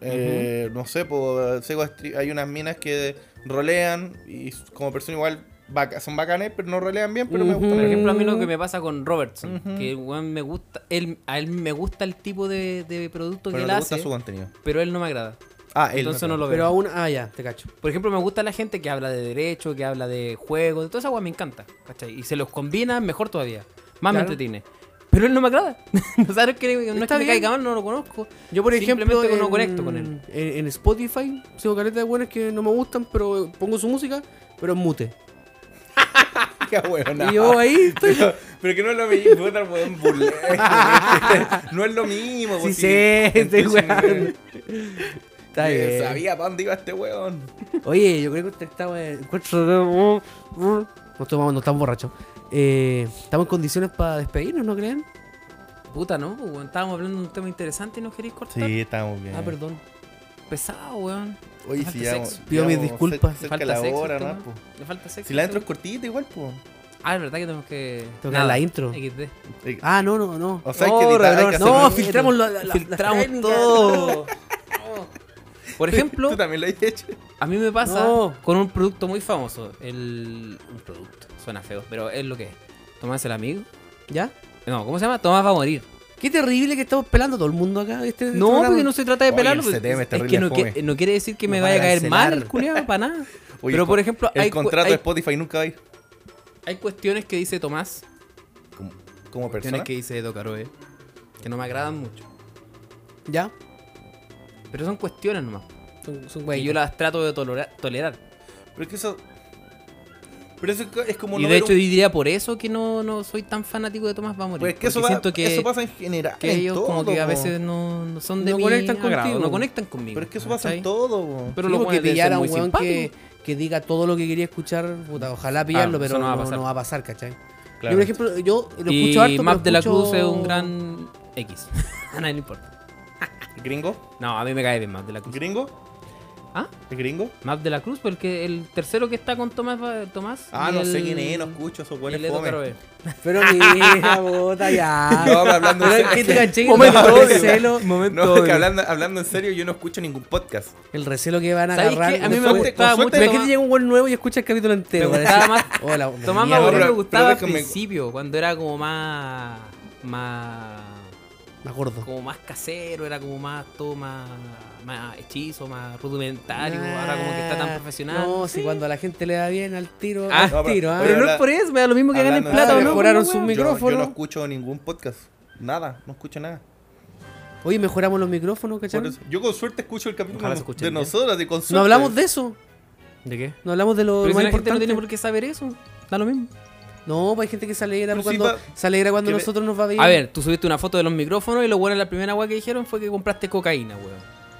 Speaker 2: Eh, No sé, po, sigo a stri- hay unas minas que rolean y como persona igual vaca- son bacanes, pero no rolean bien, pero me gustan.
Speaker 1: Por
Speaker 2: Por ejemplo,
Speaker 1: ejemplo, a mí lo que me pasa con Robertson, que el weón me gusta, él, a él me gusta el tipo de, de producto que
Speaker 2: pero no
Speaker 1: él
Speaker 2: le gusta
Speaker 1: hace,
Speaker 2: su contenido.
Speaker 1: pero él no me agrada.
Speaker 2: Ah, él.
Speaker 1: Entonces no, lo veo.
Speaker 4: Pero aún, ah, ya, te cacho.
Speaker 1: Por ejemplo, me gusta la gente que habla de derecho, que habla de juegos, de toda esa agua me encanta, ¿cachai? Y se los combina mejor todavía, más me
Speaker 4: Claro.
Speaker 1: entretiene. Pero él no me agrada. no sabes que no es
Speaker 4: Está
Speaker 1: que me
Speaker 4: bien.
Speaker 1: caiga mal, no lo conozco.
Speaker 4: Yo, por ejemplo,
Speaker 1: Simplemente
Speaker 4: en,
Speaker 1: no conecto con él.
Speaker 4: En, en Spotify, sigo caleta de buenas que no me gustan, pero pongo su música, pero en mute.
Speaker 2: Qué huevona.
Speaker 4: Y yo ahí estoy.
Speaker 2: Pero, pero que no es lo mismo, puta, weón, burlesco, No es lo mismo,
Speaker 4: Sí,
Speaker 2: po,
Speaker 4: sí, este
Speaker 2: entonces,
Speaker 4: weón. Está
Speaker 2: eh,
Speaker 4: bien.
Speaker 2: Sabía para dónde iba este weón.
Speaker 4: Oye, yo creo que usted estaba en encuentro de- No tomamos, no estamos borrachos. Eh, estamos en condiciones para despedirnos, ¿no creen?
Speaker 1: Puta, ¿no? Pues, Weón, estábamos hablando de un tema interesante y no queréis cortar.
Speaker 2: estamos bien.
Speaker 4: Ah, perdón.
Speaker 1: Pesado, weón.
Speaker 2: Oye,
Speaker 1: Falta
Speaker 2: si ya.
Speaker 1: sexo.
Speaker 4: Pido mis
Speaker 2: ya vamos
Speaker 4: disculpas.
Speaker 2: cer- Cerca
Speaker 1: Falta
Speaker 2: la
Speaker 1: sexo,
Speaker 2: hora,
Speaker 1: este
Speaker 2: ¿no?
Speaker 1: weón.
Speaker 2: po?
Speaker 1: Le falta sexo.
Speaker 2: Si la intro es cortita, igual, pues.
Speaker 1: Ah, es verdad que tenemos que.
Speaker 4: que dar la intro.
Speaker 1: XD.
Speaker 4: Ah, no, no, no.
Speaker 2: O sea, hay que editar, hay que hacer
Speaker 4: no,
Speaker 2: una-
Speaker 4: filtramos la, la- la-
Speaker 1: Filtramos
Speaker 4: la técnica.
Speaker 1: todo. Por ejemplo,
Speaker 2: Tú también lo has hecho.
Speaker 1: a mí me pasa
Speaker 4: No.
Speaker 1: con un producto muy famoso. El... Un producto. Suena feo, pero es lo que es. Tomás el amigo.
Speaker 4: ¿Ya?
Speaker 1: No, ¿cómo se llama? Tomás va a morir.
Speaker 4: Qué terrible que estamos pelando a todo el mundo acá. Este, este
Speaker 1: No,
Speaker 4: programa.
Speaker 1: porque no se trata de
Speaker 2: Oye,
Speaker 1: pelarlo.
Speaker 2: ese
Speaker 1: porque
Speaker 2: tema
Speaker 1: pues, es-
Speaker 2: está
Speaker 1: es que
Speaker 2: horrible,
Speaker 1: no, que-
Speaker 2: fome.
Speaker 1: no quiere decir que me
Speaker 2: Nos van
Speaker 1: vaya a
Speaker 2: a
Speaker 1: caer mal el
Speaker 2: cancelar.
Speaker 1: culiado, para nada.
Speaker 2: Oye,
Speaker 1: pero por
Speaker 2: co-
Speaker 1: ejemplo,
Speaker 2: El
Speaker 1: hay, cu-
Speaker 2: contrato de
Speaker 1: hay,
Speaker 2: Spotify nunca va a ir.
Speaker 1: hay cuestiones que dice Tomás,
Speaker 2: Como, como persona.
Speaker 1: cuestiones que dice Edo Caroe, que no me agradan mucho.
Speaker 4: ¿Ya?
Speaker 1: Pero son cuestiones nomás.
Speaker 4: Son, son
Speaker 1: que yo
Speaker 4: güey.
Speaker 1: las trato de tolera- tolerar.
Speaker 2: Pero es que eso. Pero eso es co- es como
Speaker 1: Y
Speaker 2: no
Speaker 1: de
Speaker 2: ver
Speaker 1: hecho yo
Speaker 2: un-
Speaker 1: diría por eso que no, no soy tan fanático de Tomás va a morir.
Speaker 2: Pues es que eso,
Speaker 1: porque
Speaker 2: va-
Speaker 1: siento que,
Speaker 2: eso pasa en general.
Speaker 1: que
Speaker 2: en
Speaker 1: ellos
Speaker 2: todo,
Speaker 1: como que a
Speaker 2: po.
Speaker 1: veces no, no son de
Speaker 4: No
Speaker 1: mi
Speaker 4: conectan
Speaker 1: agrado,
Speaker 4: contigo.
Speaker 1: No conectan conmigo.
Speaker 2: Pero es que eso pasa
Speaker 1: ¿cachai?
Speaker 2: en todo. po.
Speaker 1: Pero
Speaker 4: Sí,
Speaker 1: lo
Speaker 4: porque
Speaker 1: bueno
Speaker 4: pillar a un
Speaker 1: muy
Speaker 4: weón que,
Speaker 1: simpático.
Speaker 4: que diga todo lo que quería escuchar, puta, ojalá pillarlo,
Speaker 1: Ah,
Speaker 4: pero
Speaker 1: eso no
Speaker 4: no
Speaker 1: va a
Speaker 4: no va,
Speaker 1: pasar.
Speaker 4: a pasar, ¿cachai? Yo,
Speaker 2: Claro.
Speaker 4: por ejemplo, yo lo
Speaker 1: Y
Speaker 4: escucho harto, pero
Speaker 1: Map de la
Speaker 4: escucho-
Speaker 1: Cruz es un gran X. a nadie le importa.
Speaker 2: ¿Gringo?
Speaker 1: No, a mí me cae bien Map de la Cruz.
Speaker 2: ¿Gringo?
Speaker 1: ¿Ah?
Speaker 2: ¿El gringo?
Speaker 1: Map de la Cruz, porque el tercero que está con Tomás va- Tomás.
Speaker 2: Ah,
Speaker 1: y
Speaker 2: no
Speaker 1: el-
Speaker 2: sé quién es, no escucho esos
Speaker 1: y
Speaker 2: buenos
Speaker 1: el Edo
Speaker 2: fome.
Speaker 1: Caroe.
Speaker 4: Pero mira, puta, ya.
Speaker 2: No, pero hablando en
Speaker 4: ¿Qué te
Speaker 2: serio.
Speaker 4: caché?
Speaker 5: Momento
Speaker 4: el,
Speaker 5: odio.
Speaker 4: recelo,
Speaker 5: Momento
Speaker 2: No, es que
Speaker 5: odio.
Speaker 2: hablando, hablando en serio, yo no escucho ningún podcast.
Speaker 4: el recelo que van a
Speaker 1: ¿Sabéis
Speaker 4: agarrar.
Speaker 1: qué? A mí
Speaker 2: Con
Speaker 1: me
Speaker 2: suerte-
Speaker 1: gustaba
Speaker 2: con
Speaker 1: mucho.
Speaker 2: suerte
Speaker 4: Pero es que te
Speaker 1: Tomás-
Speaker 4: llega un buen nuevo y escucha el capítulo entero.
Speaker 1: Me
Speaker 4: van a
Speaker 1: gustaba
Speaker 4: decir,
Speaker 1: más
Speaker 4: Hola,
Speaker 1: Tomás
Speaker 4: mierda.
Speaker 1: Mauro
Speaker 2: pero-
Speaker 1: me
Speaker 2: pero
Speaker 1: gustaba al
Speaker 2: déjame-
Speaker 1: principio, cuando era como más. más.
Speaker 4: Más gordo.
Speaker 1: como más casero, era como más todo más, más hechizo, más rudimentario, ahora como que está tan profesional.
Speaker 4: Ah, No, si cuando a la gente le da bien al tiro,
Speaker 1: Ah.
Speaker 4: al
Speaker 2: No, pero-
Speaker 4: tiro, ah.
Speaker 1: Pero no
Speaker 2: habla-
Speaker 1: es por eso, me da lo mismo que ganen
Speaker 2: hablando en
Speaker 1: plata o
Speaker 2: serio,
Speaker 1: no.
Speaker 4: mejoraron
Speaker 1: weón.
Speaker 4: sus
Speaker 2: Yo, no- yo
Speaker 4: micrófonos.
Speaker 2: no escucho ningún podcast. Nada, no escucho nada.
Speaker 4: Oye, mejoramos los micrófonos, ¿cachai?
Speaker 2: Por eso- yo con suerte escucho el capítulo
Speaker 1: Ojalá se
Speaker 2: de,
Speaker 1: escuchen bien.
Speaker 2: nosotras, de con suerte.
Speaker 4: No hablamos de eso.
Speaker 1: ¿De qué?
Speaker 4: No hablamos de lo
Speaker 1: Pero si
Speaker 4: más
Speaker 1: la gente no
Speaker 4: importante.
Speaker 1: tiene por qué saber eso, da lo mismo.
Speaker 4: No, pues hay gente que se alegra
Speaker 2: Pero sí
Speaker 4: cuando,
Speaker 2: va-
Speaker 4: se alegra cuando
Speaker 2: que ve-
Speaker 4: nosotros nos va bien.
Speaker 1: A ver, tú subiste una foto de los micrófonos y lo bueno, la primera agua que dijeron fue que compraste cocaína, weón.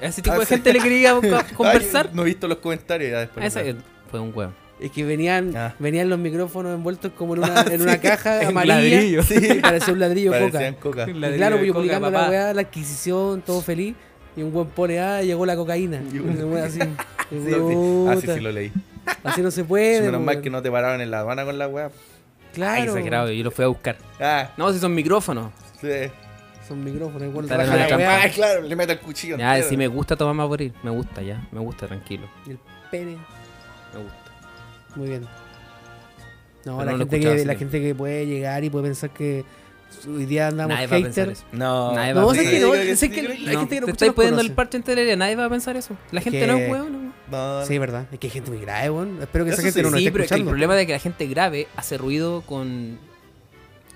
Speaker 1: A ese tipo
Speaker 2: Ah,
Speaker 1: de
Speaker 2: sí.
Speaker 1: gente le quería co-
Speaker 2: Ay,
Speaker 1: conversar.
Speaker 2: no he visto los comentarios. ya después.
Speaker 1: A esa- fue un weón.
Speaker 4: Es que venían,
Speaker 2: Ah.
Speaker 4: venían los micrófonos envueltos como en una, en una caja
Speaker 1: En
Speaker 4: amarilla.
Speaker 1: ladrillo.
Speaker 4: Sí. Parecía un ladrillo
Speaker 2: Parecían
Speaker 4: coca.
Speaker 2: coca.
Speaker 1: Un
Speaker 4: Y
Speaker 1: ladrillo
Speaker 4: claro,
Speaker 1: de
Speaker 4: pues yo
Speaker 1: coca,
Speaker 4: publicando la
Speaker 1: papá.
Speaker 4: weá, la adquisición, todo feliz. Y un buen pone, ah, llegó la cocaína. Y una weá así.
Speaker 2: Sí, sí. Ah, sí,
Speaker 4: Puta,
Speaker 2: sí lo leí.
Speaker 4: Así no se puede.
Speaker 2: Sí, menos mal
Speaker 4: weón.
Speaker 2: que no te pararon en la habana con la weá.
Speaker 1: Ay,
Speaker 4: Claro.
Speaker 1: exagerado, yo lo fui a buscar.
Speaker 2: Ah,
Speaker 1: No, si son micrófonos.
Speaker 2: sí.
Speaker 4: Son micrófonos. igual
Speaker 1: Claro,
Speaker 4: raja
Speaker 1: no
Speaker 4: la
Speaker 1: hay
Speaker 4: weá,
Speaker 1: trampa.
Speaker 2: Ah, claro, le meto el cuchillo.
Speaker 1: Ya,
Speaker 2: entero.
Speaker 1: si me gusta tomar más morir. Me gusta ya, me gusta, tranquilo.
Speaker 4: El pene.
Speaker 1: Me gusta.
Speaker 4: Muy bien. No,
Speaker 1: Pero
Speaker 4: la,
Speaker 1: no lo
Speaker 4: gente
Speaker 1: escuchaba
Speaker 4: que,
Speaker 1: así
Speaker 4: la
Speaker 1: que-
Speaker 4: gente que puede llegar y puede pensar que hoy día andamos
Speaker 1: Nadie va a pensar
Speaker 4: hater.
Speaker 1: eso.
Speaker 2: No,
Speaker 1: Nadie va a
Speaker 4: No, sé
Speaker 1: pensar
Speaker 4: que
Speaker 1: eso.
Speaker 4: no.
Speaker 2: Sí,
Speaker 4: Sé
Speaker 2: sí,
Speaker 4: que
Speaker 2: creo
Speaker 4: la
Speaker 2: que-
Speaker 4: gente que no
Speaker 1: Te
Speaker 4: escucha
Speaker 1: estáis
Speaker 4: nos
Speaker 1: poniendo el
Speaker 4: conoce.
Speaker 1: parche en telera, nadie va a pensar eso. La gente
Speaker 4: Que-
Speaker 1: no es hueón.
Speaker 2: No,
Speaker 4: Sí, verdad. Es que hay gente muy grave, weón. Espero que esa
Speaker 2: Eso
Speaker 4: gente
Speaker 2: sí.
Speaker 4: no nos
Speaker 1: sí,
Speaker 4: esté
Speaker 1: pero es que el
Speaker 4: escuchando.
Speaker 1: problema de que la gente grave hace ruido con.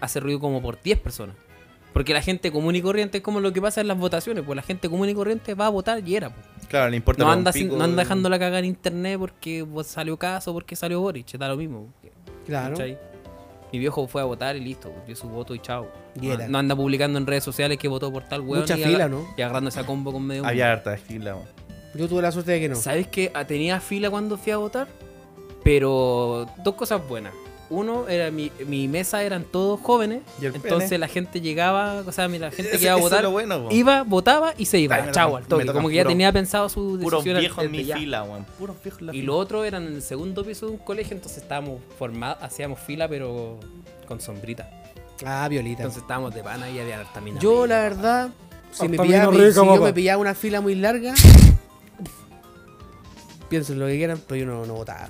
Speaker 1: hace ruido como por 10 personas. Porque la gente común y corriente es como lo que pasa en las votaciones, pues la gente común y corriente va a votar y era. pues.
Speaker 2: Claro, le importa
Speaker 1: No
Speaker 2: más un
Speaker 1: anda, sin-
Speaker 2: pico
Speaker 1: no anda
Speaker 2: de-
Speaker 1: dejando la cagada en internet porque pues, salió caso, porque salió Boric, está lo mismo. pues.
Speaker 4: Claro.
Speaker 1: ¿Cachai? Mi viejo fue a votar y listo, pues, dio su voto y chao.
Speaker 4: Y
Speaker 1: No,
Speaker 4: era.
Speaker 1: no anda publicando en redes sociales que votó por tal hueón
Speaker 4: Mucha
Speaker 1: y,
Speaker 4: fila,
Speaker 1: agar-
Speaker 4: ¿no?
Speaker 1: y agarrando esa combo con medio. mundo.
Speaker 2: Había harta de fila, weón.
Speaker 4: Yo tuve la suerte de que no.
Speaker 1: ¿Sabes que tenía fila cuando fui a votar? Pero dos cosas buenas. uno, era mi, mi mesa eran todos jóvenes,
Speaker 2: Y el
Speaker 1: entonces
Speaker 2: pene.
Speaker 1: la gente llegaba, o sea, mi- la gente
Speaker 2: Ese-
Speaker 1: que iba a
Speaker 2: eso es
Speaker 1: votar,
Speaker 2: lo bueno, po.
Speaker 1: iba, votaba y se iba,
Speaker 2: Ay, me
Speaker 1: chao,
Speaker 2: tocan-
Speaker 1: al toque,
Speaker 2: me tocan
Speaker 1: como que ya
Speaker 2: puro-
Speaker 1: tenía pensado su
Speaker 2: Puros
Speaker 1: decisión
Speaker 2: viejos en
Speaker 1: desde
Speaker 2: mi
Speaker 1: ya.
Speaker 2: fila, weón. Puros viejos en la
Speaker 1: Y
Speaker 2: fila.
Speaker 1: lo otro eran en el segundo piso de un colegio, entonces estábamos formados, hacíamos fila, pero con sombrita.
Speaker 4: Ah, Violita.
Speaker 1: Entonces estábamos de pana y había hartamina.
Speaker 4: Yo, la verdad, si, me
Speaker 5: Hasta
Speaker 4: pillaba,
Speaker 5: vino rico,
Speaker 4: si yo
Speaker 5: papá.
Speaker 4: me pillaba una fila muy larga, piensen lo que quieran, pero yo no, no votaba.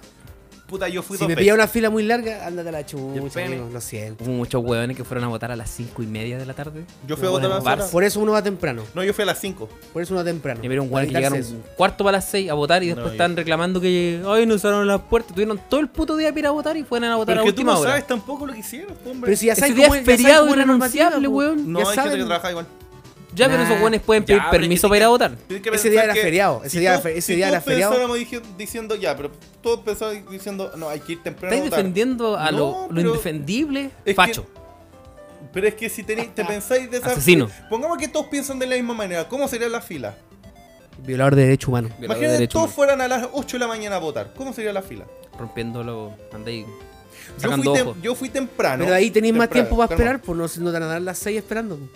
Speaker 2: Puta, yo fui
Speaker 4: Si
Speaker 2: dos
Speaker 4: me
Speaker 2: veces.
Speaker 4: pillaba una fila muy larga, ándate a la
Speaker 2: Y el
Speaker 4: chucha,
Speaker 2: pene.
Speaker 4: amigo, lo siento.
Speaker 1: Hubo muchos hueones que fueron a votar a las cinco y media de la tarde.
Speaker 2: Yo fui a
Speaker 1: Hubo
Speaker 2: votar a
Speaker 1: en
Speaker 2: las
Speaker 1: Barça.
Speaker 2: horas.
Speaker 4: Por eso uno va temprano,
Speaker 2: No, yo fui a las 5.
Speaker 4: por eso uno va temprano.
Speaker 1: Y vieron
Speaker 4: para
Speaker 1: hueones que
Speaker 4: evitarse
Speaker 1: llegaron
Speaker 4: eso.
Speaker 1: cuarto para las seis a votar y después
Speaker 2: No, yo-
Speaker 1: estaban reclamando que ay no usaron las puertas. Tuvieron todo el puto día para ir a votar y fueron a votar
Speaker 2: Pero
Speaker 1: a
Speaker 2: es que tú
Speaker 1: última
Speaker 2: no
Speaker 1: hora.
Speaker 2: sabes tampoco lo que hicieron, pues, hombre.
Speaker 4: Pero si ya
Speaker 1: Ese
Speaker 4: sabes
Speaker 1: día
Speaker 4: cómo
Speaker 1: es
Speaker 4: ya sabes
Speaker 1: feriado
Speaker 4: cómo es la normativa,
Speaker 1: irrenunciable,
Speaker 4: po.
Speaker 1: weón.
Speaker 2: no,
Speaker 4: ya
Speaker 2: hay gente que
Speaker 4: saben.
Speaker 2: trabaja igual.
Speaker 1: Ya, pero esos
Speaker 4: Nah.
Speaker 1: hueones pueden
Speaker 2: Ya,
Speaker 1: pedir
Speaker 2: pero
Speaker 1: permiso
Speaker 2: que-
Speaker 1: para ir a votar.
Speaker 2: Tienes que
Speaker 4: Ese
Speaker 2: pensar
Speaker 4: día era
Speaker 2: que
Speaker 4: feriado, ese día era fe- ese
Speaker 2: si
Speaker 4: día era
Speaker 2: todos
Speaker 4: feriado.
Speaker 2: pensáramos dije- diciendo ya, pero todos pensaban diciendo, no, hay que ir temprano a
Speaker 1: Estáis
Speaker 2: votar.
Speaker 1: defendiendo a lo,
Speaker 2: No,
Speaker 1: lo
Speaker 2: pero-
Speaker 1: indefendible,
Speaker 2: que-
Speaker 1: facho.
Speaker 2: Pero es que si
Speaker 4: Ah,
Speaker 2: tenéis- te pensáis de esa
Speaker 1: Asesino.
Speaker 2: Pongamos que todos piensan de la misma manera, ¿cómo sería la fila?
Speaker 4: Violador de derechos humanos.
Speaker 1: Violador de
Speaker 2: Imagínate que
Speaker 1: derechos
Speaker 2: todos fueran a las 8 de la mañana a votar, ¿cómo sería la fila?
Speaker 1: humanos. Rompiéndolo, andáis
Speaker 2: Yo
Speaker 1: sacando
Speaker 2: fui, tem-
Speaker 1: ojos.
Speaker 2: yo fui temprano.
Speaker 4: Pero ahí tenéis más
Speaker 2: Ah, Temprano,
Speaker 4: tiempo para
Speaker 2: calma.
Speaker 4: esperar, pues no, se- no te van a dar las 6 esperando. po.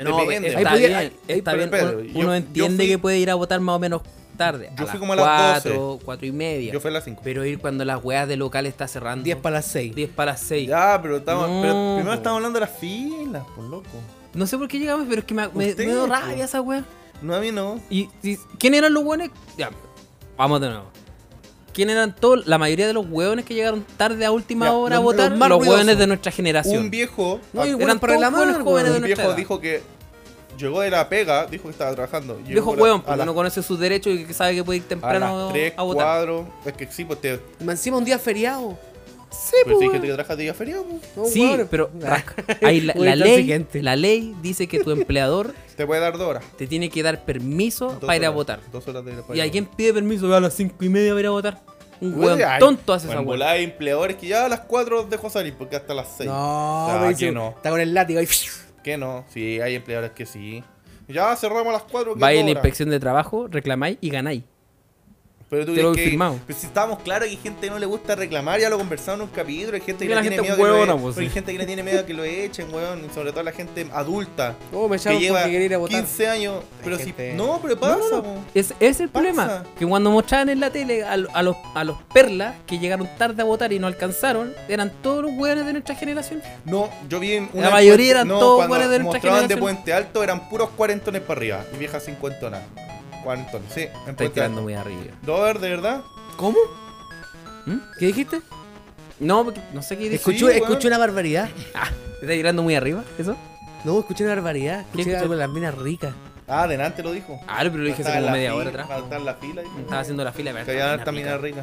Speaker 1: No,
Speaker 2: Depende.
Speaker 1: está
Speaker 4: Ahí podía-
Speaker 1: bien,
Speaker 2: ahí- ahí,
Speaker 1: está
Speaker 2: pero,
Speaker 1: bien.
Speaker 2: pero,
Speaker 1: uno
Speaker 2: yo-
Speaker 1: uno
Speaker 2: yo
Speaker 1: entiende
Speaker 2: fui-
Speaker 1: que puede ir a votar más o menos tarde.
Speaker 2: Yo
Speaker 1: a
Speaker 2: fui
Speaker 1: las
Speaker 2: como a las
Speaker 1: 4, 4 y media.
Speaker 2: Yo fui a las 5.
Speaker 1: Pero ir cuando las weas de local está cerrando.
Speaker 4: 10 para las 6.
Speaker 1: 10 para las 6.
Speaker 2: Ya, pero, estamos,
Speaker 1: No,
Speaker 2: pero
Speaker 1: po.
Speaker 2: primero estamos hablando de las filas, por loco.
Speaker 1: No sé por qué llegamos, pero es que me, me,
Speaker 2: Usted,
Speaker 1: me dio
Speaker 2: po.
Speaker 1: rabia esa wea.
Speaker 2: No, a mí no.
Speaker 1: ¿Y, y quién eran los hueones? Ya, vamos de nuevo. ¿Quién eran todos? La mayoría de los hueones que llegaron tarde a última
Speaker 2: Ya,
Speaker 1: hora a
Speaker 4: los-
Speaker 1: votar,
Speaker 4: los
Speaker 1: los,
Speaker 4: más
Speaker 1: hueones
Speaker 4: ruidosos.
Speaker 1: de nuestra generación.
Speaker 2: Un viejo,
Speaker 4: No, y
Speaker 2: un
Speaker 4: bueno,
Speaker 1: eran
Speaker 4: para
Speaker 1: todos
Speaker 4: reclamar,
Speaker 1: buenos jóvenes de nuestra
Speaker 2: viejo
Speaker 1: edad.
Speaker 2: dijo que llegó de la pega, dijo que estaba trabajando. Llegó
Speaker 1: Viejo
Speaker 2: a la-
Speaker 1: hueón,
Speaker 2: a
Speaker 1: porque
Speaker 2: las-
Speaker 1: no conoce sus derechos y que sabe que puede ir
Speaker 2: a
Speaker 1: temprano
Speaker 2: las
Speaker 1: a,
Speaker 2: 3,
Speaker 1: votar.
Speaker 2: 4. Es que sí, pues te.
Speaker 4: Más Encima un día feriado.
Speaker 1: Sí,
Speaker 2: Pero si
Speaker 1: pues,
Speaker 2: hay gente que trabaja día feriado, pues,
Speaker 4: No,
Speaker 1: Sí,
Speaker 4: hueones.
Speaker 1: pero
Speaker 4: Ah.
Speaker 1: rasca- hay la,
Speaker 4: Voy
Speaker 1: la
Speaker 4: al
Speaker 1: ley,
Speaker 4: siguiente.
Speaker 1: la ley dice que tu empleador
Speaker 2: te puede dar dos horas.
Speaker 1: te tiene que dar permiso
Speaker 2: Dos
Speaker 1: para ir a
Speaker 2: horas,
Speaker 1: votar.
Speaker 2: Dos horas de ir para
Speaker 1: ¿Y
Speaker 2: ir a
Speaker 1: alguien
Speaker 2: votar.
Speaker 1: pide permiso a las cinco y media para ir a votar? Un
Speaker 2: Bueno,
Speaker 1: hueón
Speaker 2: hay-
Speaker 1: tonto hace esa
Speaker 2: bueno, en
Speaker 1: hueá.
Speaker 2: volada hay empleadores que ya a las 4 dejó salir porque hasta las 6.
Speaker 4: No,
Speaker 2: Ah,
Speaker 4: me
Speaker 2: que
Speaker 4: dice,
Speaker 2: no.
Speaker 4: Está con el látigo ahí.
Speaker 2: Que no, sí, hay empleadores que sí. Ya cerramos a las 4.
Speaker 1: Vais a la inspección de trabajo, reclamáis y ganáis.
Speaker 2: Pero tú
Speaker 1: Te lo
Speaker 2: crees
Speaker 1: he
Speaker 2: que-
Speaker 1: firmado.
Speaker 2: Pero si estábamos claros que hay gente que no le gusta reclamar, ya lo conversamos en un capítulo. Hay gente que
Speaker 5: Y
Speaker 2: le
Speaker 5: la
Speaker 2: tiene
Speaker 5: gente
Speaker 2: miedo que lo
Speaker 5: huevona,
Speaker 2: e-
Speaker 5: pues,
Speaker 2: pero hay
Speaker 5: sí.
Speaker 2: gente que le tiene miedo a que lo echen, weón. y Sobre todo la gente adulta.
Speaker 1: Oh,
Speaker 4: No, me
Speaker 2: Que
Speaker 4: echaron
Speaker 2: lleva
Speaker 4: porque quería ir a votar.
Speaker 2: 15 años.
Speaker 4: Hay
Speaker 2: Pero
Speaker 4: gente-
Speaker 2: si. No, pero pasa,
Speaker 1: No, no,
Speaker 2: po.
Speaker 1: Es, ese es el
Speaker 2: Pasa.
Speaker 1: problema. Que cuando mostraban en la tele a, lo- a los, a los perlas que llegaron tarde a votar y no alcanzaron, eran todos los hueones de nuestra generación.
Speaker 2: No, yo vi en
Speaker 1: La mayoría eran
Speaker 2: encuesta-
Speaker 1: todos
Speaker 2: cuando
Speaker 1: buenos de nuestra
Speaker 2: mostraban de
Speaker 1: generación.
Speaker 2: Puente Alto eran puros cuarentones para arriba. Y viejas cincuentonas. Cuarentones, sí. En
Speaker 1: Estáis
Speaker 2: Puente
Speaker 1: tirando
Speaker 2: Alto.
Speaker 1: muy arriba.
Speaker 2: Dover, de verdad.
Speaker 4: ¿Cómo? ¿Qué dijiste?
Speaker 1: No, porque no sé qué dije.
Speaker 4: Escuché,
Speaker 2: weón.
Speaker 4: escuché una barbaridad.
Speaker 1: ¿Estáis tirando muy arriba? ¿Eso?
Speaker 4: No, escuché una barbaridad. Escuché
Speaker 1: escuchaste?
Speaker 4: algo de las minas ricas.
Speaker 2: Ah, adelante lo dijo.
Speaker 1: Ah, pero lo dije hace
Speaker 2: Faltaba
Speaker 1: como
Speaker 2: la
Speaker 1: media
Speaker 2: fila-
Speaker 1: hora atrás.
Speaker 2: faltaba la fila. dijo.
Speaker 1: Estaba haciendo la fila. pero
Speaker 2: Que
Speaker 1: estaba
Speaker 2: había
Speaker 1: bien
Speaker 2: harta mina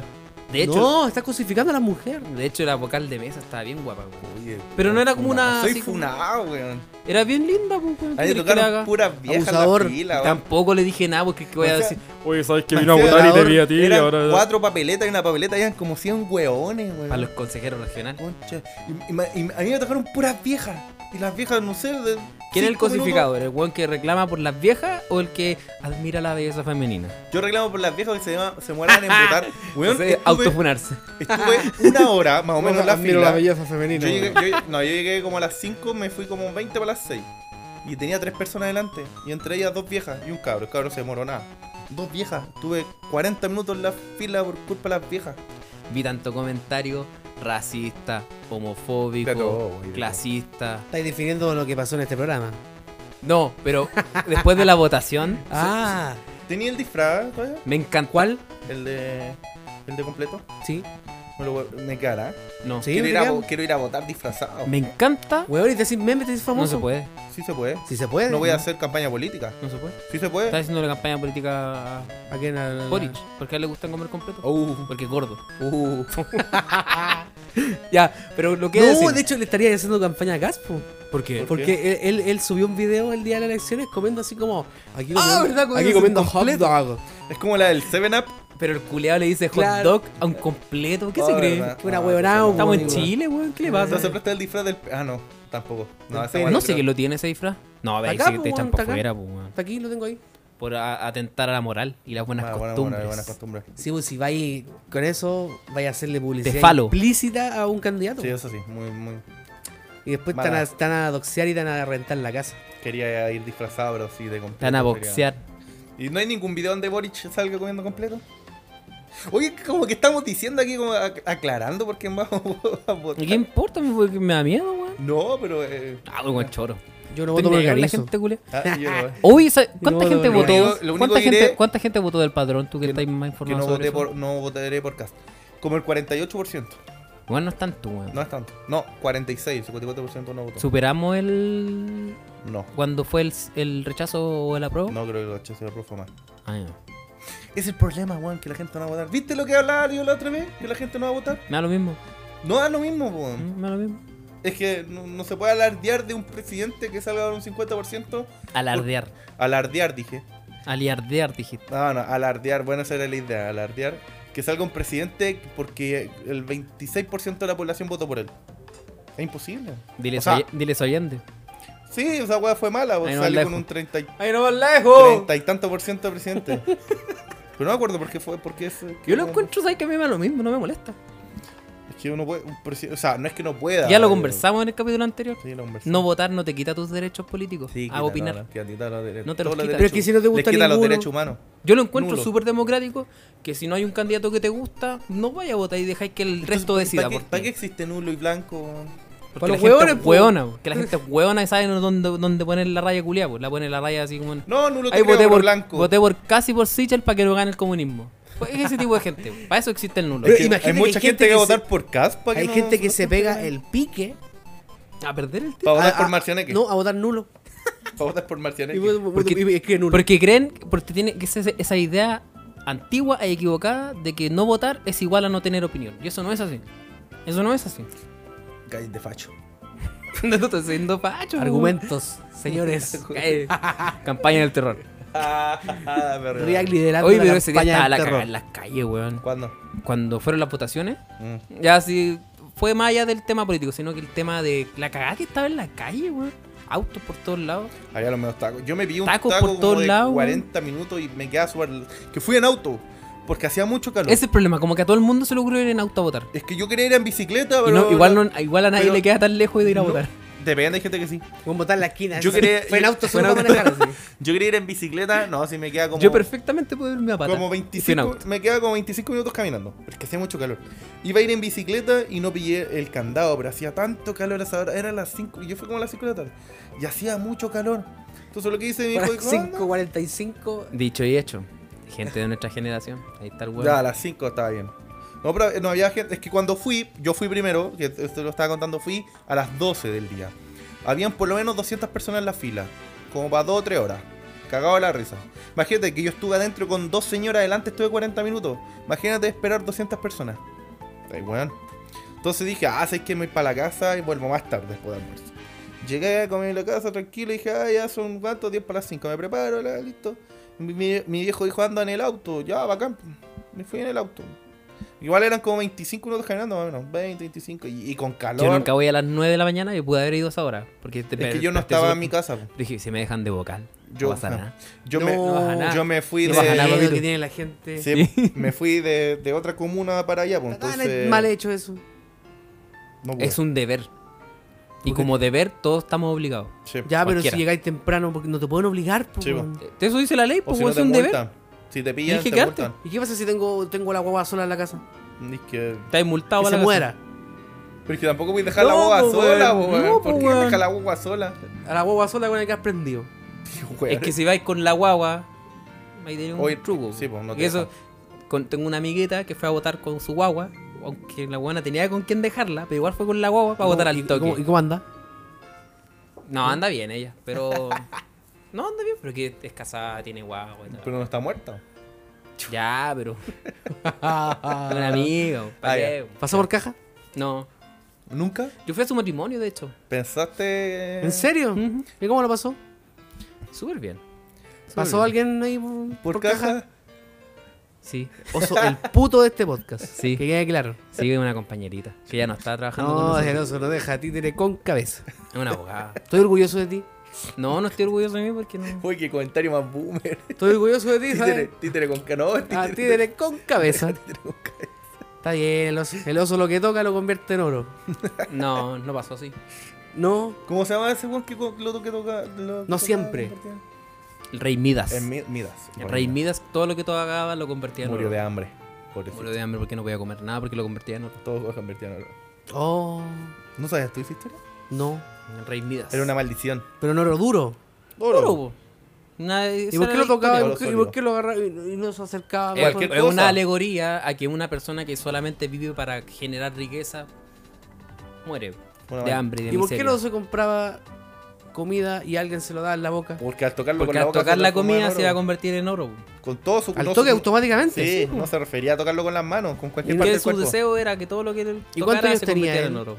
Speaker 1: rica.
Speaker 2: rica.
Speaker 1: De hecho,
Speaker 4: No, estás crucificando a la mujer.
Speaker 1: de hecho, la vocal de mesa estaba bien guapa. güey. Pero no era como una-
Speaker 2: Soy
Speaker 1: así Ah, como-
Speaker 2: funado, weón.
Speaker 1: Era bien linda, pues. güey. ¿Qué
Speaker 2: Ahí
Speaker 1: querés que le
Speaker 2: tocaron
Speaker 1: haga?
Speaker 2: puras viejas
Speaker 4: Abusador.
Speaker 2: en la fila, weón.
Speaker 1: Tampoco le dije nada porque ¿qué voy a
Speaker 2: O sea,
Speaker 1: decir.
Speaker 5: Oye, ¿sabes que vino a
Speaker 2: Marcelo
Speaker 5: votar y te
Speaker 2: Labrador,
Speaker 5: vi a ti? Y
Speaker 2: eran
Speaker 5: ahora...
Speaker 2: cuatro papeletas y una papeleta eran como 100 weones, weón.
Speaker 1: A los consejeros regionales.
Speaker 2: Concha. Y, y ma- y a mí me tocaron puras viejas. Y las viejas, no sé. De
Speaker 1: ¿Quién es el
Speaker 2: cinco
Speaker 1: cosificador? ¿El weón que reclama por las viejas o el que admira la belleza femenina?
Speaker 2: minutos. Yo reclamo por las viejas que se, llama- se mueran en votar. Weón, eh,
Speaker 1: Entonces,
Speaker 2: estuve,
Speaker 1: autofunarse.
Speaker 2: estuve una hora más o menos en la
Speaker 4: Admiro
Speaker 2: fila.
Speaker 4: belleza femenina.
Speaker 2: Yo llegué,
Speaker 4: weón.
Speaker 2: yo- no, yo llegué como a las 5, me fui como 20 para las 6. Y tenía tres personas delante. Y entre ellas dos viejas y un cabro. El cabro se demoró nada. Dos viejas. Tuve 40 minutos en la fila por culpa de las viejas.
Speaker 1: Vi tanto comentario racista, homofóbico,
Speaker 2: De todo, güey, de
Speaker 1: clasista.
Speaker 4: Estáis definiendo lo que pasó en este programa.
Speaker 1: No, pero después de la votación,
Speaker 4: Ah,
Speaker 2: ¿Tenía el disfraz todavía?
Speaker 1: me encantó. ¿Cuál?
Speaker 2: El de. El de completo.
Speaker 4: sí.
Speaker 2: Me, lo, voy- me quedará.
Speaker 1: No.
Speaker 4: Sí,
Speaker 2: quiero,
Speaker 4: te
Speaker 2: ir a,
Speaker 4: quedan.
Speaker 2: vo- quiero ir a votar disfrazado.
Speaker 1: Me encanta.
Speaker 4: Weón, y te decís meme, te decís
Speaker 1: No
Speaker 4: famoso.
Speaker 1: se puede.
Speaker 2: Sí se puede.
Speaker 4: Si se puede.
Speaker 2: No voy a hacer campaña política.
Speaker 1: No se puede.
Speaker 2: Sí se puede.
Speaker 1: Está haciendo la campaña política a
Speaker 4: ¿A quién? A- a-
Speaker 1: Boric. ¿Por qué a él le gusta comer completo?
Speaker 2: Ah. Uh,
Speaker 1: Porque es gordo.
Speaker 2: uh.
Speaker 1: Ya, pero lo que
Speaker 4: No,
Speaker 1: decir-
Speaker 4: de hecho le estaría haciendo campaña a Gaspo.
Speaker 1: ¿Por qué?
Speaker 2: ¿Por
Speaker 4: Porque Él, él- él subió un video el día de las elecciones comiendo así como. Aquí comiendo,
Speaker 1: Ah, ¿verdad?
Speaker 4: aquí
Speaker 1: Comiendo
Speaker 4: comiendo
Speaker 1: sin
Speaker 4: hot dog.
Speaker 2: Es como la del 7-Up.
Speaker 1: Pero el culeado le dice hot
Speaker 4: Claro.
Speaker 1: dog a un completo. ¿Qué se
Speaker 2: Oh,
Speaker 1: cree?
Speaker 2: verdad.
Speaker 4: Una
Speaker 2: Ah,
Speaker 4: huevonada,
Speaker 2: eso no.
Speaker 1: Estamos en
Speaker 4: Amigo.
Speaker 1: Chile, weón. ¿Qué le
Speaker 2: No
Speaker 1: pasa?
Speaker 2: se presta el disfraz del. Ah, no. Tampoco. No,
Speaker 4: Del
Speaker 2: esa
Speaker 4: pene.
Speaker 2: weá
Speaker 1: No
Speaker 2: te
Speaker 1: sé
Speaker 2: creo.
Speaker 1: quién lo tiene ese disfraz. No, a ver,
Speaker 4: Acá,
Speaker 1: si
Speaker 4: po,
Speaker 1: te echan
Speaker 4: weón,
Speaker 1: para
Speaker 4: acá.
Speaker 1: afuera, pues, weón.
Speaker 4: Está aquí, lo tengo ahí.
Speaker 1: por a- atentar a la moral y las buenas
Speaker 2: Ah, buena moral,
Speaker 1: costumbres.
Speaker 2: buenas costumbres.
Speaker 4: Sí, pues si vais con eso, vais a hacerle publicidad
Speaker 1: falo.
Speaker 4: implícita a un candidato. pues.
Speaker 2: Sí, eso sí, muy, muy.
Speaker 4: y después
Speaker 2: mala.
Speaker 4: están a, están a doxear y están a rentar la casa.
Speaker 2: Quería ir disfrazado, pero sí, de completo.
Speaker 1: Te van a
Speaker 2: quería.
Speaker 1: boxear.
Speaker 2: ¿Y no hay ningún video donde Boric salga comiendo completo? Oye, como que estamos diciendo aquí, como ac- aclarando por quién vamos a votar.
Speaker 1: ¿Y qué importa? Me, me da miedo, weón.
Speaker 2: No, pero. Eh,
Speaker 1: Ah, weón, choro.
Speaker 4: Yo no
Speaker 1: Estoy
Speaker 4: voto por
Speaker 1: negro, la
Speaker 4: Garizo.
Speaker 1: gente culia.
Speaker 2: ah, yo no-
Speaker 1: Uy, ¿sabes ¿cuánta
Speaker 4: voto
Speaker 1: gente
Speaker 4: por
Speaker 1: votó?
Speaker 2: Garizo. Lo único- lo único
Speaker 1: ¿Cuánta,
Speaker 2: que
Speaker 1: gente,
Speaker 2: diré-
Speaker 1: ¿Cuánta gente votó del padrón? Tú que,
Speaker 2: que no-
Speaker 1: estás más
Speaker 2: que
Speaker 1: informado
Speaker 2: no,
Speaker 1: sobre
Speaker 2: voté
Speaker 1: eso.
Speaker 2: por, no votaré por cast. Como el 48%.
Speaker 1: Bueno, no es tanto, weón.
Speaker 2: No es tanto. No, 46, 54% no votó.
Speaker 1: Superamos el...
Speaker 2: No,
Speaker 1: cuando fue el, el rechazo o el apruebo.
Speaker 2: no creo que lo HC apruebo más.
Speaker 1: Ah, ya.
Speaker 2: Es el problema, weón, que la gente no va a votar. ¿Viste lo que hablaba yo la otra vez? Que la gente no va a votar.
Speaker 1: Me da lo mismo.
Speaker 2: No da lo mismo, weón.
Speaker 1: mm, Me da lo mismo.
Speaker 2: Es que no, no se puede alardear de un presidente que salga con un 50%.
Speaker 1: Alardear.
Speaker 2: Alardear, dije.
Speaker 1: Aliardear, dijiste.
Speaker 2: No, no, alardear. Bueno, esa era la idea, alardear. Que salga un presidente porque el 26% de la población votó por él. Es imposible.
Speaker 1: Dile,
Speaker 2: O sea,
Speaker 1: soy- dile soyende.
Speaker 2: Sí, esa weá fue mala.
Speaker 1: Ahí
Speaker 2: Vos
Speaker 1: no
Speaker 2: salió
Speaker 1: lejos.
Speaker 2: con un 30 y,
Speaker 5: ¡Ay, no más lejos!
Speaker 2: 30 y tanto por ciento de presidente. Pero no me acuerdo por qué fue. Porque es,
Speaker 1: Yo lo encuentro, ¿sabes que a mí me da lo mismo? No me molesta.
Speaker 2: Es que uno puede. un presi- o sea, no es que no pueda.
Speaker 1: Ya lo
Speaker 2: pero-
Speaker 1: conversamos en el capítulo anterior.
Speaker 2: eh, Sí, lo conversamos.
Speaker 1: No votar no te quita tus derechos políticos.
Speaker 2: Sí,
Speaker 1: a
Speaker 2: quita,
Speaker 1: opinar.
Speaker 2: No, tía, quita los dere-
Speaker 1: No te
Speaker 2: todos
Speaker 1: los
Speaker 2: los
Speaker 1: quita.
Speaker 2: derechos.
Speaker 4: Pero es que si no te gusta
Speaker 2: Les quita los
Speaker 4: ninguno-
Speaker 2: derechos humanos.
Speaker 1: Yo lo encuentro
Speaker 2: Nulo.
Speaker 1: súper democrático que si no hay un candidato que te gusta, no vaya a votar y dejáis que el resto decida
Speaker 2: ¿Para qué,
Speaker 1: por ti.
Speaker 2: para qué existe nulo y blanco?
Speaker 1: Porque
Speaker 4: para
Speaker 1: la
Speaker 4: los
Speaker 1: gente
Speaker 4: hueones,
Speaker 1: es
Speaker 4: po.
Speaker 1: hueona, po. que la gente es hueona y sabe dónde, dónde poner la raya culiá, pues la pone la raya así como en-
Speaker 2: No, nulo te
Speaker 1: Ahí
Speaker 2: creo,
Speaker 1: voté
Speaker 2: pero
Speaker 1: por,
Speaker 2: blanco.
Speaker 1: voté por casi por Sichel para que lo gane el comunismo. Pues es ese tipo de gente. po. Para eso existe el nulo.
Speaker 4: Pero
Speaker 2: Es que
Speaker 4: imagínate
Speaker 2: hay
Speaker 4: que
Speaker 2: mucha
Speaker 4: hay
Speaker 2: gente,
Speaker 4: gente
Speaker 2: que va a
Speaker 4: que se-
Speaker 2: votar por caspa.
Speaker 4: Hay gente que se pega el pique
Speaker 1: A perder el tiempo.
Speaker 2: Para votar
Speaker 4: a-
Speaker 2: por
Speaker 4: a-
Speaker 2: Marcianeque.
Speaker 4: Ah, No, a votar nulo.
Speaker 2: Para votar por Marcianeque.
Speaker 4: Y voto- voto-
Speaker 1: Porque-
Speaker 4: y- y escribe nulo.
Speaker 1: Porque creen, porque tiene que esa, esa idea antigua e equivocada de que no votar es igual a no tener opinión. Y eso no es así. Eso no es así.
Speaker 2: Cállate, facho.
Speaker 1: no te estoy siendo facho.
Speaker 4: Argumentos, señores.
Speaker 1: Cae- Campaña del terror.
Speaker 2: Ah, Me reí.
Speaker 4: React liderando
Speaker 1: Hoy
Speaker 4: la
Speaker 1: pero ese día
Speaker 4: campaña
Speaker 1: estaba
Speaker 4: del
Speaker 1: la
Speaker 4: terror.
Speaker 1: cagada en las calles, weón.
Speaker 2: ¿Cuándo?
Speaker 1: Cuando fueron las votaciones,
Speaker 2: Mm.
Speaker 1: ya sí fue más allá del tema político, sino que el tema de la cagada que estaba en la calle, weón. Autos por todos lados.
Speaker 2: Había los medios tacos. Yo me vi un
Speaker 1: Tacos
Speaker 2: taco
Speaker 1: por
Speaker 2: como
Speaker 1: todos
Speaker 2: de
Speaker 1: lados,
Speaker 2: 40 minutos y me quedaba súper... Que fui en auto, porque hacía mucho calor.
Speaker 1: Ese es el problema, como que a todo el mundo se le ocurrió ir en auto a votar.
Speaker 2: Es que yo quería ir en bicicleta,
Speaker 1: Y
Speaker 2: pero...
Speaker 1: no, igual, no, igual a nadie
Speaker 2: pero-
Speaker 1: le queda tan lejos de ir a
Speaker 2: no.
Speaker 1: votar.
Speaker 2: Depende, hay gente que sí.
Speaker 4: Vamos a votar en la esquina.
Speaker 2: Yo quería-
Speaker 4: Fue en auto
Speaker 2: fue en
Speaker 4: solo para
Speaker 2: auto.
Speaker 4: manejar. así.
Speaker 2: Yo quería ir en bicicleta, no, si me queda como...
Speaker 1: Yo perfectamente puedo irme a patar.
Speaker 2: Como
Speaker 1: y fui en
Speaker 2: 25,
Speaker 1: auto.
Speaker 2: me queda como 25 minutos caminando, porque hacía mucho calor. Iba a ir en bicicleta y no pillé el candado, pero hacía tanto calor a esa hora. Era las 5, y yo fui como a las 5 de la tarde. Y hacía mucho calor. Entonces lo que hice mi
Speaker 4: Para
Speaker 2: hijo dijo, "Ah, no".
Speaker 4: 5.45.
Speaker 1: Dicho y hecho. Gente de nuestra generación. Ahí está el weón.
Speaker 2: Ya, a las 5 estaba bien. No, pero eh, no había gente. Es que cuando fui, yo fui primero, que esto lo estaba contando, fui a las 12 del día. Habían por lo menos 200 personas en la fila, como para 2 o 3 horas. Cagado de la risa. Imagínate que yo estuve adentro con dos señoras adelante, estuve 40 minutos. Imagínate esperar 200 personas. Ay, weón. Entonces dije, ah, sé que me voy para la casa y vuelvo más tarde después de almuerzo. Llegué a comer en la casa tranquilo y dije, ah, ya son cuántos, 10 para las 5, me preparo, la- listo. Mi, mi- mi viejo dijo, anda en el auto, ya, bacán. Me fui en el auto. Igual eran como 25 minutos caminando, más o menos, 20, 25, y, y con calor.
Speaker 1: Yo nunca voy a las 9 de la mañana y pude haber ido a este esa hora. Porque te-
Speaker 2: es que yo no
Speaker 1: te- te-
Speaker 2: estaba en mi casa. po.
Speaker 1: Dije, si me dejan de vocal,
Speaker 2: Yo- ah,
Speaker 1: no pasa nada.
Speaker 2: Yo,
Speaker 4: No,
Speaker 2: me,
Speaker 4: no vas a
Speaker 1: nada.
Speaker 2: yo me fui
Speaker 1: No
Speaker 2: de,
Speaker 1: vas a nada,
Speaker 4: El miedo
Speaker 1: papito.
Speaker 4: que tiene la gente.
Speaker 2: sí, me fui de, de otra comuna para allá, pues,
Speaker 4: Está tan
Speaker 2: entonces
Speaker 4: mal hecho eso.
Speaker 2: no pude.
Speaker 1: Es un deber. Y
Speaker 4: Porque-
Speaker 1: como deber, todos estamos obligados.
Speaker 2: Sí.
Speaker 4: Ya, pero
Speaker 1: Cualquiera.
Speaker 4: si llegáis temprano, porque no te pueden obligar. po,
Speaker 2: Sí, pues. po.
Speaker 4: weón.
Speaker 1: Eh, Eso dice la ley,
Speaker 2: O
Speaker 1: pues
Speaker 2: si no
Speaker 1: es
Speaker 2: te
Speaker 1: un deber.
Speaker 2: multan. Si te
Speaker 1: Tienes
Speaker 2: pillan,
Speaker 1: que
Speaker 2: te
Speaker 1: quedarte.
Speaker 2: multan.
Speaker 4: ¿Y qué pasa si tengo, tengo la guagua sola en la casa?
Speaker 2: Es que...
Speaker 1: Estás multado
Speaker 4: Que
Speaker 1: para la
Speaker 4: se
Speaker 1: casa.
Speaker 4: muera.
Speaker 2: Pero es que tampoco voy a dejar la
Speaker 1: No,
Speaker 2: boba
Speaker 1: po,
Speaker 2: sola,
Speaker 1: weón.
Speaker 2: po, weón.
Speaker 1: No, po,
Speaker 2: ¿Por qué
Speaker 1: weón.
Speaker 2: deja la boba sola?
Speaker 4: A la guagua sola con el que has prendido.
Speaker 1: Es que si vais con la guagua, ahí tenéis un
Speaker 2: Oye,
Speaker 1: truco.
Speaker 2: sí, pues, no te
Speaker 1: y eso, con- tengo una amiguita que fue a votar con su guagua, aunque la guagua no tenía con quién dejarla, pero igual fue con la guagua para
Speaker 4: ¿Y
Speaker 1: votar
Speaker 4: cómo- y-
Speaker 1: al toque.
Speaker 4: ¿Y cómo, y cómo anda?
Speaker 1: No, anda bien ella, pero... No, anda bien, pero que es casada, tiene guagua y tal.
Speaker 2: Pero no está muerta.
Speaker 1: Ya, pero... Es un amigo, ¿para
Speaker 2: Ah,
Speaker 1: qué?
Speaker 4: Ah. ¿Pasó por caja?
Speaker 1: No.
Speaker 2: ¿Nunca?
Speaker 1: Yo fui a su matrimonio, de hecho.
Speaker 2: ¿Pensaste...?
Speaker 4: ¿En serio?
Speaker 1: Ujú.
Speaker 4: ¿Y cómo lo pasó?
Speaker 1: Súper bien. Súper bien.
Speaker 4: ¿Pasó alguien ahí por,
Speaker 2: ¿Por, caja?
Speaker 1: Sí,
Speaker 4: Oso, el puto de este podcast.
Speaker 1: Sí.
Speaker 4: Que quede claro.
Speaker 1: sí, una compañerita que ya no está trabajando con
Speaker 4: No,
Speaker 1: nosotros.
Speaker 4: Janoso, no deja títere con cabeza.
Speaker 1: Es una abogada.
Speaker 4: Estoy orgulloso de ti.
Speaker 1: No, no estoy orgulloso de mí porque no.
Speaker 2: Uy, qué comentario más boomer.
Speaker 4: Estoy orgulloso de ti,
Speaker 2: Títere,
Speaker 4: ¿sabes?
Speaker 2: títere con cano.
Speaker 1: Ah,
Speaker 4: A títere con cabeza.
Speaker 2: títere con cano.
Speaker 4: Está bien, el oso, el oso lo que toca lo convierte en oro.
Speaker 1: No, no pasó así.
Speaker 4: No,
Speaker 2: ¿Cómo se llama ese weón que co- lo que toca? lo-
Speaker 4: No
Speaker 2: toca-
Speaker 4: siempre.
Speaker 1: El rey Midas.
Speaker 2: En
Speaker 1: El,
Speaker 2: Mi- Midas.
Speaker 1: rey Midas, todo lo que tocaba lo convertía en
Speaker 2: Murió
Speaker 1: oro.
Speaker 2: de hambre. Pobrecito.
Speaker 1: Murió de hambre porque no podía comer nada porque lo convertía en oro.
Speaker 2: Todo convertido en oro.
Speaker 4: oh,
Speaker 2: ¿No sabías tú esa historia?
Speaker 4: no.
Speaker 1: El rey Midas.
Speaker 2: Era una maldición.
Speaker 4: Pero en oro duro.
Speaker 1: Oro, po. Una-
Speaker 4: ¿Y
Speaker 1: esa
Speaker 4: por qué
Speaker 1: era
Speaker 4: lo
Speaker 1: la
Speaker 4: tocaba? ¿Y
Speaker 1: historia.
Speaker 4: por qué, y por qué lo agarraba y, y no se acercaba?
Speaker 1: Es-
Speaker 4: más?
Speaker 2: Cualquier
Speaker 1: es
Speaker 2: cosa.
Speaker 1: una alegoría a que una persona que solamente vive para generar riqueza muere
Speaker 2: Una
Speaker 1: de
Speaker 2: mal-
Speaker 1: hambre y de
Speaker 4: ¿Y por
Speaker 1: miseria.
Speaker 4: qué no se compraba comida y alguien se lo daba en la boca?
Speaker 2: Porque al tocarlo
Speaker 1: Porque
Speaker 2: con la
Speaker 1: al
Speaker 2: boca.
Speaker 1: tocar
Speaker 2: se
Speaker 1: la
Speaker 2: transformó en
Speaker 1: comida se
Speaker 2: oro.
Speaker 1: va a convertir en oro.
Speaker 2: Con todo su.
Speaker 4: Al
Speaker 2: no
Speaker 4: toque
Speaker 2: su-
Speaker 4: automáticamente.
Speaker 2: Sí, no se refería a tocarlo con las manos, con cualquier parte
Speaker 1: Porque
Speaker 2: del
Speaker 1: su
Speaker 2: cuerpo.
Speaker 1: deseo era que todo lo que él
Speaker 4: ¿Y cuántos
Speaker 1: tocara
Speaker 4: años
Speaker 1: se
Speaker 4: tenía
Speaker 1: convirtiera
Speaker 4: él?
Speaker 1: en oro.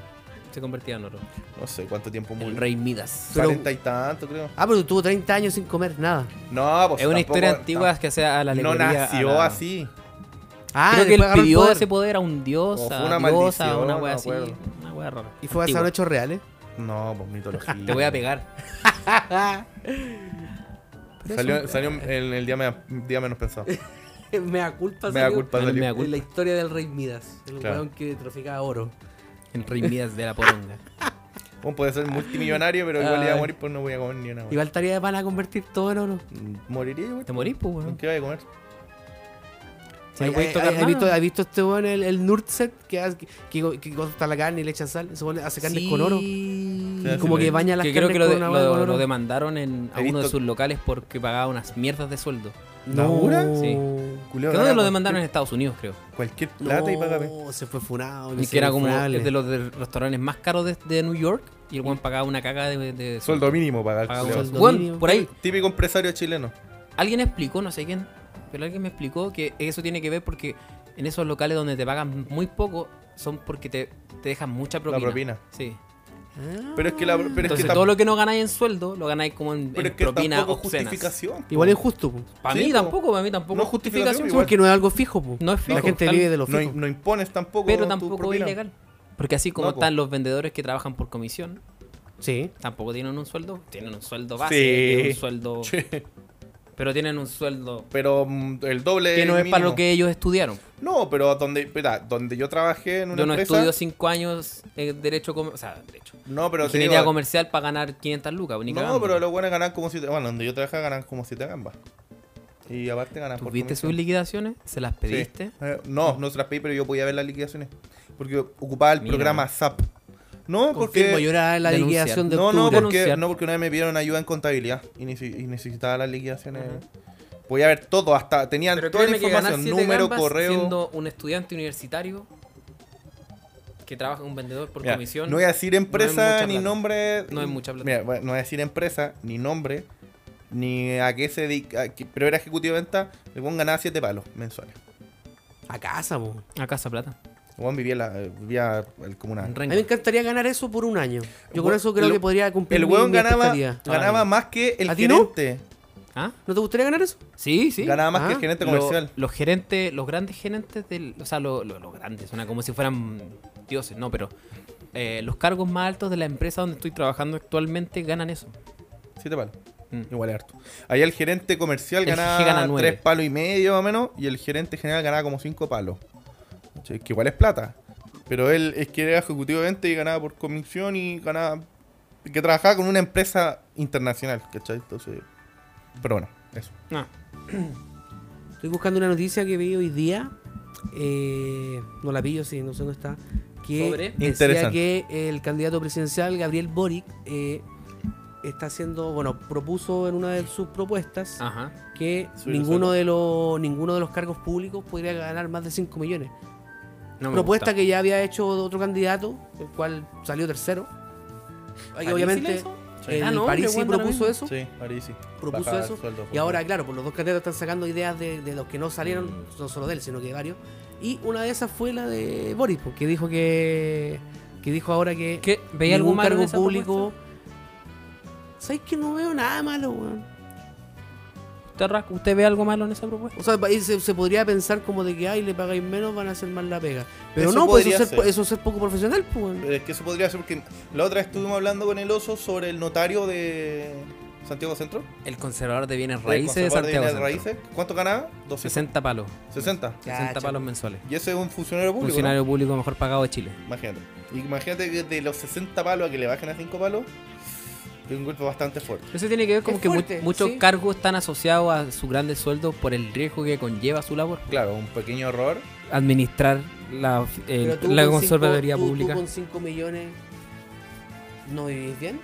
Speaker 1: Se convertía en oro.
Speaker 2: No sé cuánto tiempo
Speaker 1: El
Speaker 2: murió.
Speaker 1: rey Midas.
Speaker 4: Pero-
Speaker 2: 40 y tanto, creo.
Speaker 4: Ah, pero tuvo 30 años sin comer nada.
Speaker 2: No, pues
Speaker 1: es una
Speaker 2: tampoco-
Speaker 1: historia antigua que sea a la
Speaker 2: No
Speaker 1: alegoría. a
Speaker 2: nació
Speaker 1: la-
Speaker 2: así.
Speaker 4: Ah,
Speaker 1: Creo que
Speaker 4: después
Speaker 1: él
Speaker 4: agarró el
Speaker 1: pidió
Speaker 4: poder.
Speaker 1: ese poder a un dios,
Speaker 2: O fue
Speaker 1: a
Speaker 2: una
Speaker 1: una diosa, a
Speaker 2: maldición,
Speaker 1: una
Speaker 2: no me
Speaker 1: wea así.
Speaker 2: acuerdo.
Speaker 1: Una wea rara.
Speaker 4: ¿Y fue basado en
Speaker 1: Antigua.
Speaker 4: hechos reales?
Speaker 2: No, pues mitología.
Speaker 1: Te voy a pegar.
Speaker 2: Salió, salió en el día, mea- día menos pensado.
Speaker 4: me da culpa,
Speaker 2: Me da
Speaker 4: salió
Speaker 2: culpa.
Speaker 1: No,
Speaker 2: salió.
Speaker 1: me da
Speaker 4: en la
Speaker 1: culpa.
Speaker 4: historia del rey Midas. El
Speaker 2: Claro.
Speaker 4: weón que traficaba oro.
Speaker 1: El rey Midas de la poronga.
Speaker 2: Bueno, puede ser multimillonario, pero igual iba a
Speaker 4: Ay.
Speaker 2: morir, pues no voy a comer ni una.
Speaker 4: Y
Speaker 2: wea.
Speaker 4: Valtaria de a convertir todo en oro.
Speaker 2: Mm, Moriría igual.
Speaker 1: Te morís, pues, weón.
Speaker 2: ¿Qué voy a comer?
Speaker 1: Si no
Speaker 4: Ay,
Speaker 1: podéis
Speaker 4: ay,
Speaker 1: tocar
Speaker 4: ay, ¿Has
Speaker 1: nada.
Speaker 4: visto, has visto este weón, el, el Nurtset, que, hace- que, que, que corta la carne y le echa sal? Se pone, hace carnes con oro.
Speaker 2: Sí,
Speaker 4: Y
Speaker 2: lo
Speaker 4: como que
Speaker 2: vi.
Speaker 4: baña las
Speaker 1: Que creo
Speaker 4: carnes
Speaker 1: que lo,
Speaker 4: con,
Speaker 1: de-
Speaker 4: una
Speaker 1: lo-
Speaker 4: weá con
Speaker 1: lo
Speaker 4: oro.
Speaker 1: demandaron en a
Speaker 2: He
Speaker 1: uno de
Speaker 2: visto-
Speaker 1: sus locales porque pagaba unas mierdas de sueldo.
Speaker 2: ¿Naura?
Speaker 1: Sí. Creo
Speaker 2: Culeo,
Speaker 1: que
Speaker 2: gana
Speaker 1: lo
Speaker 2: cualquier-
Speaker 1: demandaron en Estados Unidos, creo.
Speaker 2: Cualquier plata y págame.
Speaker 4: No, se fue funado.
Speaker 1: Y
Speaker 4: se
Speaker 1: que era
Speaker 4: fue
Speaker 1: como
Speaker 4: funable.
Speaker 1: es de los de- restaurantes más caros de, de New York. Y el weón pagaba una caga de, de
Speaker 2: Mm. Sueldo mínimo pagar.
Speaker 1: Pagaba un
Speaker 2: culeo.
Speaker 4: sueldo.
Speaker 1: Weón,
Speaker 4: mínimo.
Speaker 1: por ahí,
Speaker 2: Típico empresario chileno.
Speaker 1: alguien explicó, no sé quién, pero alguien me explicó que eso tiene que ver porque en esos locales donde te pagan muy poco son porque te, te dejan mucha propina.
Speaker 2: propina.
Speaker 1: Sí.
Speaker 4: Ah.
Speaker 2: Pero es que la pero es
Speaker 1: Entonces
Speaker 2: que tam-
Speaker 1: todo lo que no ganáis en sueldo lo ganáis como en,
Speaker 2: pero
Speaker 1: en
Speaker 2: es que
Speaker 1: propina
Speaker 2: tampoco
Speaker 1: obscenas.
Speaker 2: justificación. po.
Speaker 4: Igual es justo, po.
Speaker 1: Para
Speaker 2: Sí,
Speaker 1: mí
Speaker 2: po.
Speaker 1: tampoco, para mí tampoco
Speaker 2: No
Speaker 1: es justificación.
Speaker 2: justificación,
Speaker 1: po.
Speaker 4: Porque no es algo fijo, po.
Speaker 1: No es fijo.
Speaker 4: La gente
Speaker 1: tal-
Speaker 4: vive de lo
Speaker 2: no,
Speaker 4: fijo.
Speaker 2: no impones tampoco.
Speaker 1: Pero
Speaker 2: tu
Speaker 1: tampoco es
Speaker 2: propina.
Speaker 1: ilegal. Porque así como
Speaker 2: No, po.
Speaker 1: están los vendedores que trabajan por comisión,
Speaker 4: Sí.
Speaker 1: tampoco tienen un sueldo. Tienen un sueldo base,
Speaker 2: Sí.
Speaker 1: que es un sueldo.
Speaker 2: Che,
Speaker 1: Pero tienen un sueldo
Speaker 2: Pero mm, el doble.
Speaker 1: que no es para
Speaker 2: mínimo.
Speaker 1: lo que ellos estudiaron.
Speaker 2: No, pero donde, espera, donde yo trabajé en una
Speaker 1: Yo no
Speaker 2: empresa.
Speaker 1: estudio cinco años eh, derecho, com- o sea, derecho.
Speaker 2: No, pero te
Speaker 1: ingeniería
Speaker 2: digo-
Speaker 1: comercial para ganar 500 lucas. ni
Speaker 2: No,
Speaker 1: cagando.
Speaker 2: pero los buenos ganan como si Bueno, donde yo trabajaba ganan como si te gambas. Y aparte ganan por
Speaker 1: ¿Tuviste sus
Speaker 2: comisión.
Speaker 1: liquidaciones? ¿Se las
Speaker 2: Sí.
Speaker 1: pediste?
Speaker 2: Eh, no, no se las pedí, pero yo podía ver las liquidaciones. Porque ocupaba el
Speaker 1: Mira.
Speaker 2: programa SAP. No,
Speaker 4: Confirmo,
Speaker 2: porque.
Speaker 4: yo era en la
Speaker 1: Denunciar.
Speaker 4: liquidación de
Speaker 2: No, no,
Speaker 4: octubre.
Speaker 2: porque,
Speaker 1: Denunciar.
Speaker 2: no, porque una vez me pidieron ayuda en contabilidad y, neci- y necesitaba las liquidaciones. Podía ver todo, hasta tenían
Speaker 1: Pero
Speaker 2: toda la
Speaker 1: créeme que ganar
Speaker 2: información,
Speaker 1: siete
Speaker 2: número,
Speaker 1: gambas
Speaker 2: correo.
Speaker 1: Siendo un estudiante universitario que trabaja un vendedor por
Speaker 2: Mira,
Speaker 1: comisión.
Speaker 2: No voy a decir
Speaker 1: no es
Speaker 2: empresa
Speaker 1: mucha
Speaker 2: ni
Speaker 1: plata.
Speaker 2: nombre.
Speaker 1: No es mucha plata.
Speaker 2: Mira, bueno, no voy a decir empresa ni nombre ni a qué se dedica. a qué- pero era ejecutivo de venta. El buen ganaba 7 palos mensuales.
Speaker 4: A casa, po.
Speaker 1: A Casa Plata.
Speaker 2: El buen vivía, en la, vivía el- como una.
Speaker 1: en
Speaker 4: A
Speaker 1: Renca.
Speaker 4: mí me encantaría ganar eso por un año. Yo con
Speaker 2: Bueno,
Speaker 4: eso creo
Speaker 2: el-
Speaker 4: que podría cumplir
Speaker 2: El
Speaker 4: mi-
Speaker 2: weón
Speaker 4: mi
Speaker 2: ganaba,
Speaker 4: expectativa.
Speaker 2: ganaba más que el
Speaker 4: ¿A ti no?
Speaker 2: gerente.
Speaker 1: ¿Ah?
Speaker 4: ¿No te gustaría ganar eso?
Speaker 1: Sí, sí.
Speaker 2: Ganaba más que el
Speaker 4: Ah,
Speaker 2: gerente
Speaker 1: Lo-
Speaker 2: comercial.
Speaker 1: los gerentes, los grandes gerentes del. O sea, lo- lo- los grandes, suena como si fueran dioses, no, pero. eh, los cargos más altos de la empresa donde estoy trabajando actualmente ganan eso.
Speaker 2: 7 palos.
Speaker 1: Mm.
Speaker 2: Igual es harto. Allá el gerente comercial
Speaker 1: El
Speaker 2: ganaba
Speaker 1: jefe gana
Speaker 2: 3
Speaker 1: nueve.
Speaker 2: palos y medio más o menos. Y el gerente general ganaba como 5 palos. ¿Cachai? Que igual es plata. Pero él es que era ejecutivo de venta y ganaba por comisión y ganaba. Que trabajaba con una empresa internacional, ¿cachai? Entonces. Pero bueno, eso.
Speaker 1: Ah,
Speaker 4: Estoy buscando una noticia que vi hoy día. eh, no la pillo, sí, no sé dónde está. Que
Speaker 1: Sobre.
Speaker 4: decía
Speaker 2: Interesante.
Speaker 4: que el candidato presidencial Gabriel Boric eh, está haciendo, bueno, propuso en una de sus propuestas
Speaker 1: Ajá.
Speaker 4: que
Speaker 2: Subir el
Speaker 4: ninguno
Speaker 2: sueldo.
Speaker 4: de los ninguno de los cargos públicos podría ganar más de 5 millones.
Speaker 1: No me
Speaker 4: Propuesta
Speaker 1: gusta.
Speaker 4: que ya había hecho otro candidato, el cual salió tercero. Ay,
Speaker 1: ¿París la
Speaker 4: obviamente
Speaker 1: hizo?
Speaker 4: el
Speaker 1: Ah, no,
Speaker 4: París
Speaker 1: hombre,
Speaker 4: sí
Speaker 1: bueno, da lo
Speaker 4: propuso
Speaker 1: mismo.
Speaker 4: eso,
Speaker 2: Sí, ahora sí.
Speaker 4: propuso
Speaker 2: Bajar
Speaker 4: eso.
Speaker 2: sueldo,
Speaker 4: Y ahora, claro, pues los dos candidatos están sacando ideas de, de los que no salieron,
Speaker 2: Mm.
Speaker 4: no solo de él, sino que de varios. Y una de esas fue la de Boris, pues, que dijo que que dijo ahora que
Speaker 1: ¿Qué? ¿Veía algo
Speaker 4: ningún
Speaker 1: malo en
Speaker 4: cargo
Speaker 1: esa
Speaker 4: público.
Speaker 1: propuesta?
Speaker 4: ¿Sabes que no veo nada malo, weón?
Speaker 1: ¿Usted, Rack, ¿Usted ve algo malo en esa propuesta?
Speaker 4: O sea, ahí se, se podría pensar como de que, ay, le pagáis menos, van a hacer más la pega. Pero
Speaker 2: Eso
Speaker 4: no, pues eso
Speaker 2: podría
Speaker 4: es, ser,
Speaker 2: ser. Eh,
Speaker 4: eso es ser poco profesional, pues. weón.
Speaker 2: Pero es que eso podría ser porque la otra vez estuvimos hablando con el oso sobre el notario de Santiago Centro.
Speaker 1: El conservador de bienes
Speaker 2: el
Speaker 1: raíces de
Speaker 2: conservador
Speaker 1: Santiago.
Speaker 2: bienes
Speaker 1: Centro.
Speaker 2: raíces. ¿Cuánto ganaba? 260.
Speaker 1: 60 palos. 60
Speaker 4: Cacha.
Speaker 1: palos mensuales.
Speaker 2: Y ese es un funcionario público.
Speaker 1: Funcionario público mejor pagado de Chile.
Speaker 2: ¿no? Imagínate. Y Imagínate que de los 60 palos a que le bajen a 5 palos, es un golpe bastante fuerte.
Speaker 1: Eso tiene que ver con
Speaker 4: Es
Speaker 1: que mu-
Speaker 4: fuerte,
Speaker 1: muchos
Speaker 4: sí.
Speaker 1: cargos están asociados a sus grandes sueldos por el riesgo que conlleva su labor.
Speaker 2: Claro, un pequeño error.
Speaker 1: Administrar la, el-
Speaker 4: Pero tú
Speaker 1: la
Speaker 4: con
Speaker 1: conservaduría
Speaker 4: cinco- tú-
Speaker 1: pública.
Speaker 4: Tú con 5 millones no vivís bien.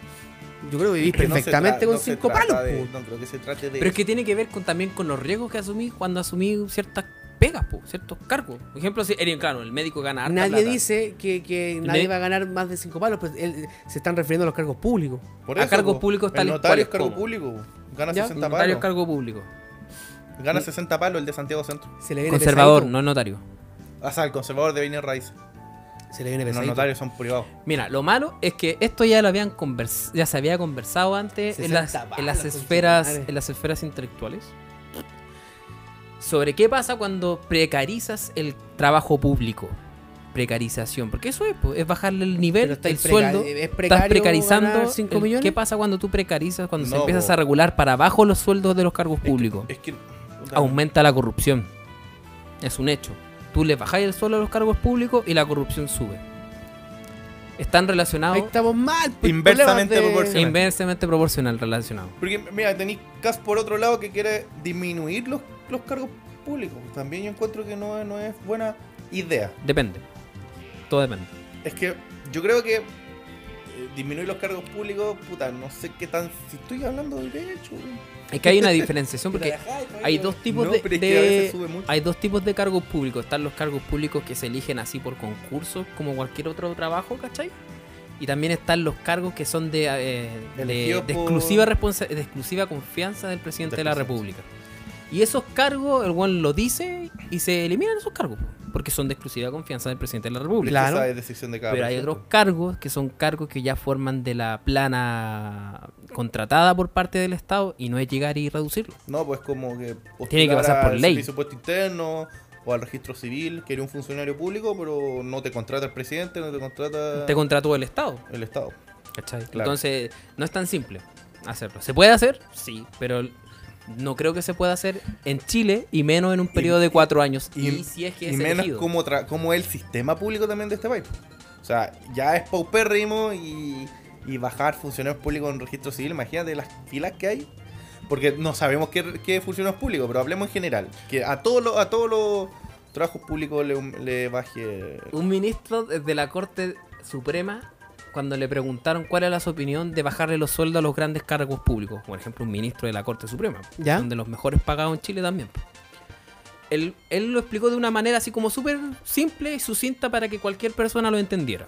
Speaker 4: Yo creo que vivís
Speaker 2: Es que no se
Speaker 4: perfectamente
Speaker 2: tra-
Speaker 4: con
Speaker 2: no se
Speaker 4: 5
Speaker 2: trata
Speaker 4: palos,
Speaker 2: de-
Speaker 4: pues.
Speaker 2: No creo que se trate de.
Speaker 1: Pero es que tiene que ver con, también con los riesgos que asumí cuando asumí ciertas pegas, po, ciertos cargos. Por ejemplo, si, eh, claro, el médico gana harta
Speaker 4: Nadie
Speaker 1: plata.
Speaker 4: dice que, que nadie
Speaker 1: Ne-
Speaker 4: va a ganar más de 5 palos, pero él- se están refiriendo a los cargos públicos.
Speaker 2: Por
Speaker 1: a
Speaker 2: eso,
Speaker 1: cargos
Speaker 2: po,
Speaker 1: públicos
Speaker 2: El
Speaker 1: tales
Speaker 2: notario
Speaker 1: cuales,
Speaker 2: es cargo
Speaker 1: po.
Speaker 2: público. Gana
Speaker 4: Ya,
Speaker 2: 60
Speaker 1: Notario
Speaker 2: palos.
Speaker 1: es cargo público.
Speaker 2: Gana 60 palos el de Santiago Centro.
Speaker 4: Se le viene
Speaker 1: Conservador,
Speaker 4: pesadito.
Speaker 1: no notario.
Speaker 2: O sea, el conservador de bienes raíces.
Speaker 4: Se le viene
Speaker 2: Los
Speaker 4: pesadito.
Speaker 2: notarios son privados.
Speaker 1: Mira, lo malo es que esto ya lo habían convers- ya se había conversado antes en
Speaker 4: 60
Speaker 1: las, en
Speaker 4: balas,
Speaker 1: las
Speaker 4: conchetumare.
Speaker 1: esferas en las esferas intelectuales sobre qué pasa cuando precarizas el trabajo público. Precarización, porque eso es, po, es bajarle el nivel,
Speaker 4: Pero
Speaker 1: el
Speaker 4: estáis preca-
Speaker 1: sueldo.
Speaker 4: es
Speaker 1: Estás
Speaker 4: precario
Speaker 1: precarizando.
Speaker 4: ganar cinco
Speaker 1: el-
Speaker 4: millones.
Speaker 1: ¿Qué pasa cuando tú precarizas? Cuando se
Speaker 2: No,
Speaker 1: empiezas
Speaker 2: po.
Speaker 1: a regular para abajo los sueldos de los cargos públicos.
Speaker 2: Es que.
Speaker 1: Aumenta la corrupción. Es un hecho. Tú le bajáis el sueldo a los cargos públicos y la corrupción sube. Están
Speaker 4: Ahí
Speaker 1: relacionados
Speaker 4: estamos mal. pues,
Speaker 2: Inversamente
Speaker 4: problemas
Speaker 2: proporcional.
Speaker 1: inversamente proporcional relacionado.
Speaker 2: Porque, mira, tenéis Cas por otro lado que quiere disminuir los, los cargos públicos. También yo encuentro que no, es- no es buena idea.
Speaker 1: Depende. Todo depende.
Speaker 2: Es que yo creo que eh, disminuir los cargos públicos, puta, no sé qué tan. Si estoy hablando de derecho, güey.
Speaker 1: Es que hay una diferenciación
Speaker 2: Puta,
Speaker 1: porque
Speaker 2: deja de traer,
Speaker 1: hay
Speaker 2: güey.
Speaker 1: dos tipos
Speaker 2: No,
Speaker 1: de,
Speaker 2: pero es
Speaker 1: de-
Speaker 2: que a veces sube mucho.
Speaker 1: hay dos tipos de cargos públicos. Están los cargos públicos que se eligen así por concursos, como cualquier otro trabajo, ¿cachai? Y también están los cargos que son de, eh, de-
Speaker 2: Elegido
Speaker 1: de
Speaker 2: por-
Speaker 1: exclusiva responsa- de exclusiva confianza del presidente de
Speaker 2: Del
Speaker 1: la
Speaker 2: presidente.
Speaker 1: República. Y esos cargos, el one lo dice y se eliminan esos cargos, porque son de exclusiva confianza del presidente de la
Speaker 2: Pero es que
Speaker 1: República.
Speaker 4: Claro.
Speaker 2: esa es decisión de cada
Speaker 1: Pero hay
Speaker 2: persona.
Speaker 1: otros cargos que son cargos que ya forman de la plana contratada por parte del Estado y no es llegar y reducirlo.
Speaker 2: No, pues como que.
Speaker 1: Tiene que pasar por ley.
Speaker 2: presupuesto interno o al registro civil, que eres un funcionario público, pero no te contrata el presidente, no te contrata
Speaker 1: Te contrató el Estado.
Speaker 2: el Estado.
Speaker 1: ¿cachai?
Speaker 2: Claro.
Speaker 1: Entonces, no es tan simple hacerlo. ¿Se puede hacer? Sí, pero l- no creo que se pueda hacer en Chile y menos en un periodo de cuatro años. Y, si es que
Speaker 2: y
Speaker 1: es
Speaker 2: menos
Speaker 1: elegido.
Speaker 2: como, tra- como el sistema público también de este país. O sea, ya es paupérrimo y, y bajar funcionarios públicos en registro civil, imagínate las filas que hay. Porque no sabemos qué, qué funcionarios públicos, pero hablemos en general. Que a todos los, a todos los trabajos públicos le, le baje.
Speaker 1: Un ministro de la Corte Suprema, cuando le preguntaron cuál era su opinión de bajarle los sueldos a los grandes cargos públicos, por ejemplo, un ministro de la Corte Suprema,
Speaker 4: ¿Ya?
Speaker 1: son de los mejores pagados en Chile también. po. Él, él lo explicó de una manera así como súper simple y sucinta para que cualquier persona lo entendiera.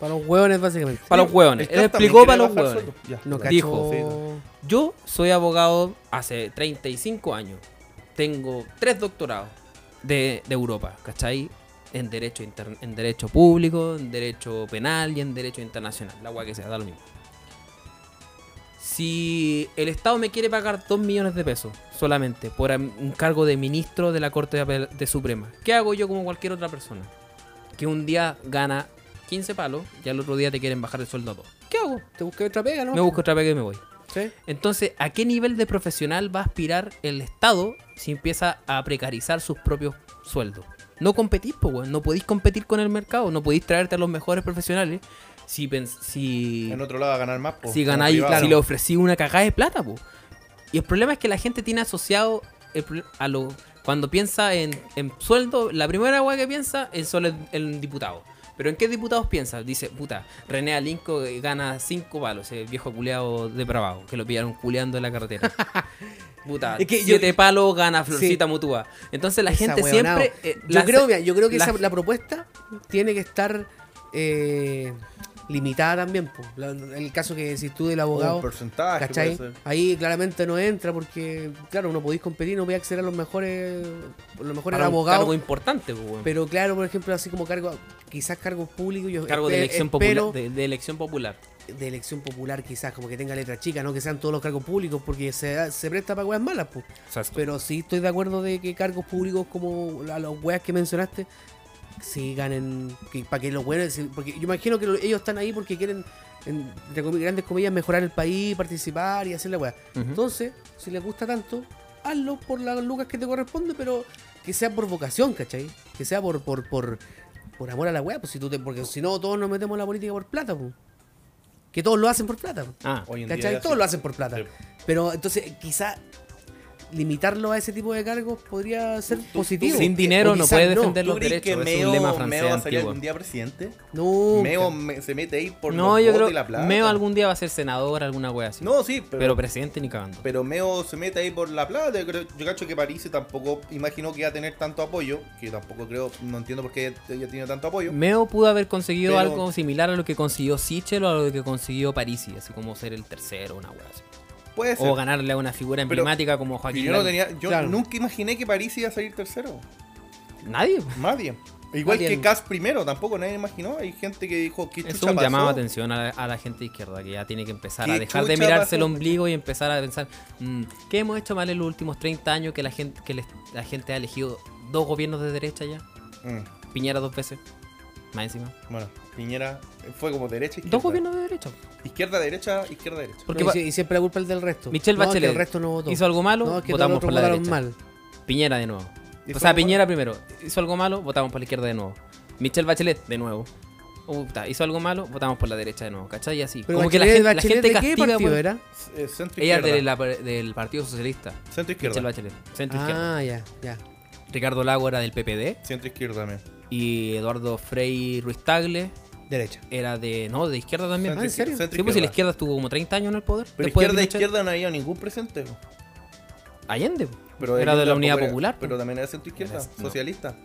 Speaker 4: Para los hueones, básicamente.
Speaker 1: Para los hueones.
Speaker 2: El
Speaker 1: Él
Speaker 2: Cas también
Speaker 1: explicó
Speaker 2: quiere
Speaker 1: para los
Speaker 2: bajar
Speaker 1: hueones.
Speaker 2: sueldo. Ya,
Speaker 4: No
Speaker 2: claro.
Speaker 1: Dijo.
Speaker 2: Sí,
Speaker 4: cacho.
Speaker 1: Yo soy abogado hace 35 años. Tengo tres doctorados de, de Europa, ¿cachai? En derecho, inter- en derecho público, en derecho penal y en derecho internacional. La agua que sea, da lo mismo. Si el Estado me quiere pagar 2 millones de pesos solamente por am- un cargo de ministro de la Corte de Apel- de Suprema, ¿qué hago yo como cualquier otra persona? Que un día gana 15 palos y al otro día te quieren bajar el sueldo a 2. ¿Qué hago?
Speaker 4: Te busqué otra pega, ¿no?
Speaker 1: Me busco otra pega y me voy.
Speaker 4: Sí.
Speaker 1: Entonces, ¿a qué nivel de profesional va a aspirar el Estado si empieza a precarizar sus propios sueldos? No competís, po, weón. No podéis competir con el mercado. No podéis traerte a los mejores profesionales si, pens- si,
Speaker 2: En otro lado va a ganar más. po,
Speaker 1: si
Speaker 2: como
Speaker 1: ganáis,
Speaker 2: privado.
Speaker 1: si le ofrecí una cagada de plata, po. Y el problema es que la gente tiene asociado el pro- a lo, cuando piensa en, en sueldo, la primera weá que piensa es solo en, en diputado. Pero ¿en qué diputados piensa? Dice, puta, René Alinco eh, gana 5 palos, el viejo culeado depravado, que lo pillaron culeando en la carretera. puta,
Speaker 4: Es que yo-
Speaker 1: 7 palos gana Florcita Mutúa. Entonces la gente
Speaker 4: Desahueonado.
Speaker 1: siempre... eh,
Speaker 4: yo,
Speaker 1: la-
Speaker 4: creo, mira, yo creo que
Speaker 1: la-
Speaker 4: esa- la propuesta tiene que estar eh, limitada también. po. La- el caso que decís tú del abogado,
Speaker 2: Un porcentaje.
Speaker 4: ¿cachai?
Speaker 2: puede ser.
Speaker 4: Ahí claramente no entra porque, claro, no podéis competir, no voy a acceder a los mejores, los mejores
Speaker 1: para un
Speaker 4: abogados.
Speaker 1: cargo importante, po, weón.
Speaker 4: Pero claro, por ejemplo, así como cargo, quizás cargos públicos. Yo
Speaker 1: cargo de
Speaker 4: espe-
Speaker 1: elección,
Speaker 4: espero-
Speaker 1: popular, de- de elección popular.
Speaker 4: de elección popular quizás, como que tenga letra chica, no que sean todos los cargos públicos, porque se, se presta para weas malas, pues.
Speaker 5: Exacto.
Speaker 4: Pero sí estoy de acuerdo de que cargos públicos como la- las weas que mencionaste, sí ganen, que, para que los buenos, porque yo imagino que lo- ellos están ahí porque quieren, en, entre comi- grandes comillas, mejorar el país, participar y hacer la wea. Entonces, si les gusta tanto, hazlo por las lucas que te corresponde, pero que sea por vocación, ¿cachai? Que sea por por, por, por amor a la wea, pues si tú te, porque si no, todos nos metemos en la política por plata, pues. Que todos lo hacen por plata. pues.
Speaker 1: Ah,
Speaker 2: Hoy en día
Speaker 4: ¿Cachai?
Speaker 2: ya
Speaker 4: Todos
Speaker 2: se-
Speaker 4: lo hacen por plata.
Speaker 2: Sí.
Speaker 4: Pero entonces, quizá limitarlo a ese tipo de cargos podría ser positivo.
Speaker 1: sin dinero
Speaker 4: O
Speaker 1: no
Speaker 4: quizá
Speaker 1: puede defender
Speaker 2: ¿Tú
Speaker 1: los
Speaker 2: crees que
Speaker 1: derechos. Es
Speaker 2: Meo,
Speaker 1: un lema
Speaker 2: Meo va a
Speaker 1: francés
Speaker 2: salir
Speaker 1: antiguo.
Speaker 2: algún día presidente?
Speaker 4: No.
Speaker 2: Meo me- se mete ahí por
Speaker 1: No,
Speaker 2: los
Speaker 1: yo
Speaker 2: votos
Speaker 1: creo
Speaker 2: y la plata.
Speaker 1: Meo algún día va a ser senador, alguna wea así.
Speaker 2: No, sí, pero,
Speaker 1: pero, presidente ni cagando.
Speaker 2: Pero Meo se mete ahí por la plata. Yo, creo- yo cacho que París tampoco imagino que iba a tener tanto apoyo. Que tampoco creo, no entiendo por qué ella ella tiene tanto apoyo.
Speaker 1: Meo pudo haber conseguido
Speaker 2: Pero-
Speaker 1: algo similar a lo que consiguió Sichel o a lo que consiguió Parisi, así como ser el tercero, una wea así.
Speaker 2: Puede ser.
Speaker 1: O ganarle a una figura
Speaker 2: Pero-
Speaker 1: emblemática como Joaquín.
Speaker 2: yo no
Speaker 1: Lavín.
Speaker 2: tenía, yo
Speaker 4: Claro.
Speaker 2: nunca imaginé que París iba a salir tercero.
Speaker 1: Nadie.
Speaker 2: Nadie. Igual
Speaker 4: Nadie.
Speaker 2: que Cas primero, tampoco nadie imaginó. Hay gente que dijo que
Speaker 1: Es un llamado de atención a la, a la gente izquierda que ya tiene que empezar a
Speaker 2: ¿Qué
Speaker 1: dejar de
Speaker 2: chucha
Speaker 1: mirarse el
Speaker 2: pasó?
Speaker 1: ombligo y empezar a pensar mm, ¿qué hemos hecho mal en los últimos 30 años que la gente que les- la gente ha elegido dos gobiernos de derecha ya? Piñera dos veces. Más encima.
Speaker 2: Mm, bueno, Piñera fue como derecha, izquierda.
Speaker 1: Dos gobiernos de derecha.
Speaker 2: Izquierda, derecha, izquierda, derecha.
Speaker 1: Porque
Speaker 4: No,
Speaker 1: va-
Speaker 4: y, si- y siempre la culpa es del resto.
Speaker 1: Michelle
Speaker 4: No, es que
Speaker 1: Bachelet
Speaker 4: el resto no votó.
Speaker 1: hizo algo malo,
Speaker 4: no, es que todos
Speaker 1: votamos
Speaker 4: los
Speaker 1: por
Speaker 4: otros
Speaker 1: la
Speaker 4: votaron
Speaker 1: derecha.
Speaker 4: mal.
Speaker 1: Piñera de nuevo.
Speaker 2: Y
Speaker 1: O
Speaker 2: fue
Speaker 1: sea,
Speaker 2: como-
Speaker 1: Piñera primero. Hizo algo malo, votamos por la izquierda de nuevo. Michelle Bachelet de nuevo. Uh, puta, hizo algo malo, votamos por la derecha de nuevo, ¿cachai? Y así.
Speaker 4: Pero
Speaker 1: como que la,
Speaker 4: Bachelet-
Speaker 1: gen- la
Speaker 4: Bachelet,
Speaker 1: gente
Speaker 4: ¿de
Speaker 1: castiga
Speaker 4: qué partido
Speaker 1: por-
Speaker 4: era?
Speaker 2: Eh, centro
Speaker 1: Ella
Speaker 2: izquierda.
Speaker 1: de la- del Partido Socialista.
Speaker 2: Centro
Speaker 1: Michelle
Speaker 2: izquierda.
Speaker 1: Bachelet, centro izquierda.
Speaker 4: Ah, ya, ya.
Speaker 1: Ricardo Lago era del PPD
Speaker 2: Centro izquierda también.
Speaker 1: y Eduardo Frei Ruiz Tagle
Speaker 4: Derecha.
Speaker 1: era de no, de izquierda también.
Speaker 2: Centro
Speaker 4: Ah, ¿en serio?
Speaker 2: centro
Speaker 1: Sí, pues si la izquierda estuvo como 30 años en el poder.
Speaker 2: Pero
Speaker 1: después
Speaker 2: izquierda,
Speaker 1: de Pinochet.
Speaker 2: izquierda no había ningún presente. po.
Speaker 1: Allende. po.
Speaker 2: Pero
Speaker 1: era de
Speaker 2: Allende
Speaker 1: la Unidad
Speaker 2: tampoco era-
Speaker 1: Popular. pues. po.
Speaker 2: Pero también era centro izquierda,
Speaker 1: Era- no.
Speaker 2: socialista.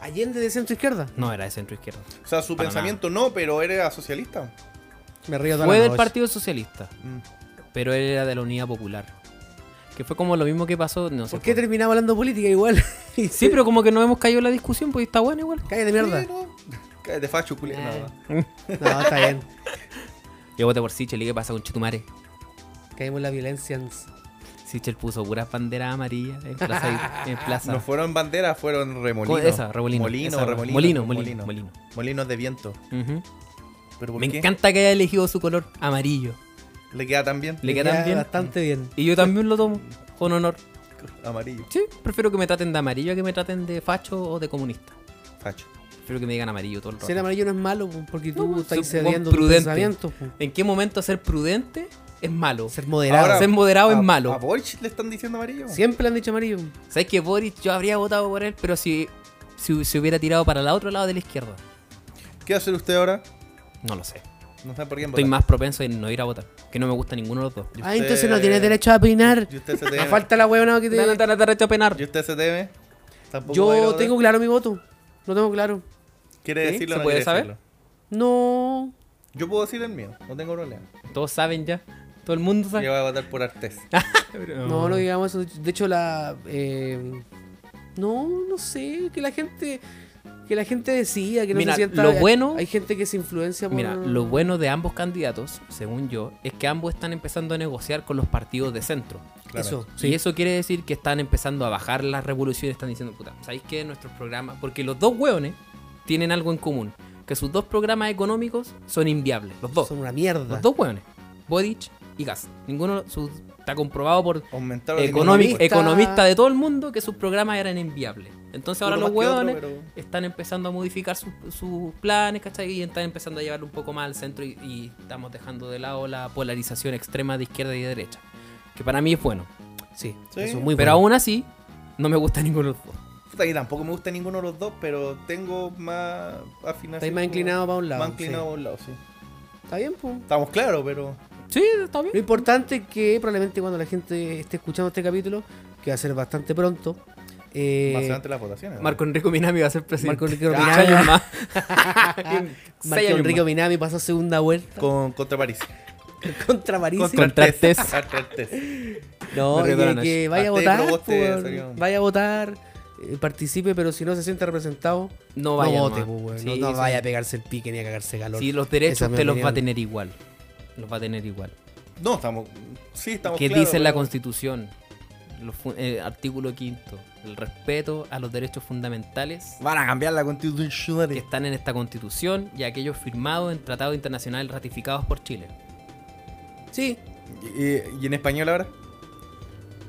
Speaker 4: Allende de centro izquierda.
Speaker 1: No era de centro izquierda.
Speaker 2: O sea, su
Speaker 1: Para
Speaker 2: pensamiento no, pero era socialista.
Speaker 4: Me río toda
Speaker 1: Fue
Speaker 4: la
Speaker 1: del
Speaker 4: noche.
Speaker 1: Partido Socialista,
Speaker 2: Mm.
Speaker 1: pero él era de la Unidad Popular. Que fue como lo mismo que pasó, no sé.
Speaker 4: ¿Por qué
Speaker 1: por-
Speaker 4: terminaba hablando política igual? Y
Speaker 1: Sí, pero como que no hemos caído en la discusión, pues está bueno igual.
Speaker 4: Cállate, mierda.
Speaker 2: Sí, no. Cállate, facho, culia.
Speaker 1: Nah.
Speaker 2: nada.
Speaker 4: No, está bien.
Speaker 1: Yo voté por Sichel y qué pasa con Chetumare.
Speaker 4: Caímos en la violencia.
Speaker 1: Sichel puso puras banderas amarillas en plaza. en plaza.
Speaker 2: No fueron banderas, fueron remolinos.
Speaker 1: Esa, remolino.
Speaker 2: Molino,
Speaker 1: Esa,
Speaker 2: remolino,
Speaker 1: molino, molino, molino.
Speaker 2: Molinos de viento.
Speaker 1: Ujú.
Speaker 2: Pero ¿por
Speaker 1: Me
Speaker 2: qué?
Speaker 1: encanta que haya elegido su color amarillo.
Speaker 2: Le queda también
Speaker 1: Le queda tan bien.
Speaker 4: bastante bien.
Speaker 1: Y yo también lo tomo con honor.
Speaker 2: amarillo.
Speaker 1: Sí, prefiero que me traten de amarillo a que me traten de facho o de comunista.
Speaker 2: Facho.
Speaker 1: Prefiero que me digan amarillo todo el rato.
Speaker 4: Ser amarillo no es malo pu, porque tú
Speaker 1: No,
Speaker 4: estás
Speaker 1: ser
Speaker 4: cediendo
Speaker 1: buen
Speaker 4: tus
Speaker 1: prudente.
Speaker 4: pensamientos. pu.
Speaker 1: ¿En qué momento ser prudente es malo?
Speaker 4: Ser moderado.
Speaker 2: Ahora-
Speaker 1: ser moderado
Speaker 2: ¿A-
Speaker 1: es malo.
Speaker 2: ¿A Borch le están diciendo amarillo?
Speaker 4: Siempre le han dicho amarillo.
Speaker 1: ¿Sabes que Boris yo habría votado por él, pero si, si se hubiera tirado para el otro lado de la izquierda?
Speaker 2: ¿Qué va a hacer usted ahora?
Speaker 1: No lo sé.
Speaker 2: No sabe por quién
Speaker 1: Estoy
Speaker 2: votar.
Speaker 1: más propenso en no ir a votar, que no me gusta ninguno de los dos.
Speaker 2: ¿Y
Speaker 4: Ah,
Speaker 2: usted-
Speaker 4: entonces no tienes derecho a opinar.
Speaker 2: ¿Y usted se
Speaker 4: Me
Speaker 2: teme?
Speaker 4: falta la huevona que te...
Speaker 1: No, no, no, no, no, no, penar.
Speaker 2: ¿Y usted se teme? Tampoco va a ir a
Speaker 4: Yo
Speaker 2: votar.
Speaker 4: tengo claro mi voto. Lo tengo claro.
Speaker 2: ¿Quiere
Speaker 1: ¿Sí?
Speaker 2: decirlo
Speaker 1: ¿Se
Speaker 2: o no
Speaker 1: puede
Speaker 2: quiere
Speaker 1: saber?
Speaker 2: decirlo?
Speaker 4: No.
Speaker 2: Yo puedo decir el mío, no tengo problema.
Speaker 1: Todos saben ya. Todo el mundo
Speaker 2: Yo
Speaker 1: sabe.
Speaker 2: voy a votar por Artes.
Speaker 4: No, no digamos eso. De hecho, la. eh, no, no sé. Que la gente. Que la gente decía que no
Speaker 1: Mira,
Speaker 4: se sienta.
Speaker 1: lo bueno-
Speaker 4: Hay gente que se influencia por.
Speaker 1: Mira, lo bueno de ambos candidatos, según yo, es que ambos están empezando a negociar con los partidos de centro.
Speaker 4: Eso.
Speaker 1: Y eso quiere decir que están empezando a bajar las revoluciones, están diciendo, puta, ¿sabéis qué? Nuestros programas, porque los dos hueones tienen algo en común, que sus dos programas económicos son inviables, los dos,
Speaker 4: Son una mierda.
Speaker 1: los dos hueones, Boric y Gas. Ninguno su- está comprobado por
Speaker 2: Aumentaron el
Speaker 1: economistas
Speaker 4: economista.
Speaker 1: economista de todo el mundo que sus programas eran inviables. Entonces ahora
Speaker 2: Uno
Speaker 1: los
Speaker 2: más que otro,
Speaker 1: hueones
Speaker 2: pero-
Speaker 1: están empezando a modificar sus, sus planes, ¿cachai? Y están empezando a llevarlo un poco más al centro y, y estamos dejando de lado la polarización extrema de izquierda y de derecha. Que para mí es bueno.
Speaker 4: Sí,
Speaker 2: Sí.
Speaker 4: Eso es muy
Speaker 1: Pero
Speaker 4: bueno.
Speaker 1: aún así, no me gusta ninguno de los dos.
Speaker 2: Puta, y tampoco me gusta ninguno de los dos, pero tengo más afinación.
Speaker 4: Estáis pues, más inclinado para un lado.
Speaker 2: Más inclinado
Speaker 4: sí.
Speaker 2: para un lado, sí.
Speaker 4: Está bien, pues.
Speaker 2: Estamos claros, pero.
Speaker 1: Sí, está
Speaker 4: Lo
Speaker 1: bien.
Speaker 4: importante es que probablemente cuando la gente esté escuchando este capítulo, que va a ser bastante pronto, eh,
Speaker 2: Más adelante las votaciones. ¿no?
Speaker 1: Marco Enrico Minami va a ser presidente.
Speaker 4: Marco Enrique
Speaker 1: Ocho
Speaker 4: Minami.
Speaker 1: años más. Seis
Speaker 4: Marco
Speaker 1: años
Speaker 4: Enrique
Speaker 1: más.
Speaker 4: Minami pasó segunda vuelta
Speaker 2: Con, contra París.
Speaker 4: contra París.
Speaker 1: Contra Artés.
Speaker 2: Contra Artés.
Speaker 4: No,
Speaker 1: Me
Speaker 4: y
Speaker 1: recuerdan
Speaker 4: que,
Speaker 1: a
Speaker 4: que vaya a
Speaker 2: Hasta ahí
Speaker 4: votar,
Speaker 2: proboste,
Speaker 4: por-
Speaker 2: salió.
Speaker 4: vaya a votar, eh, participe, pero si no se siente representado,
Speaker 1: No vaya
Speaker 4: no vote,
Speaker 1: nomás.
Speaker 4: po, weón.
Speaker 1: Sí,
Speaker 4: no, no
Speaker 1: sí.
Speaker 4: vaya a pegarse el pique ni a cagarse calor.
Speaker 1: Sí, los
Speaker 4: Esa
Speaker 1: derechos
Speaker 4: es mi
Speaker 1: usted los va a
Speaker 4: opinión.
Speaker 1: tener igual. los va a tener igual.
Speaker 2: No, estamos. Sí, estamos.
Speaker 1: que
Speaker 2: claros,
Speaker 1: dice la
Speaker 2: pero-
Speaker 1: Constitución, los fu- eh, artículo quinto, el respeto a los derechos fundamentales
Speaker 2: Van a cambiar la Constitución.
Speaker 1: que están en esta Constitución y aquellos firmados en tratados internacionales ratificados por Chile.
Speaker 4: Sí,
Speaker 2: ¿Y, y en español ahora?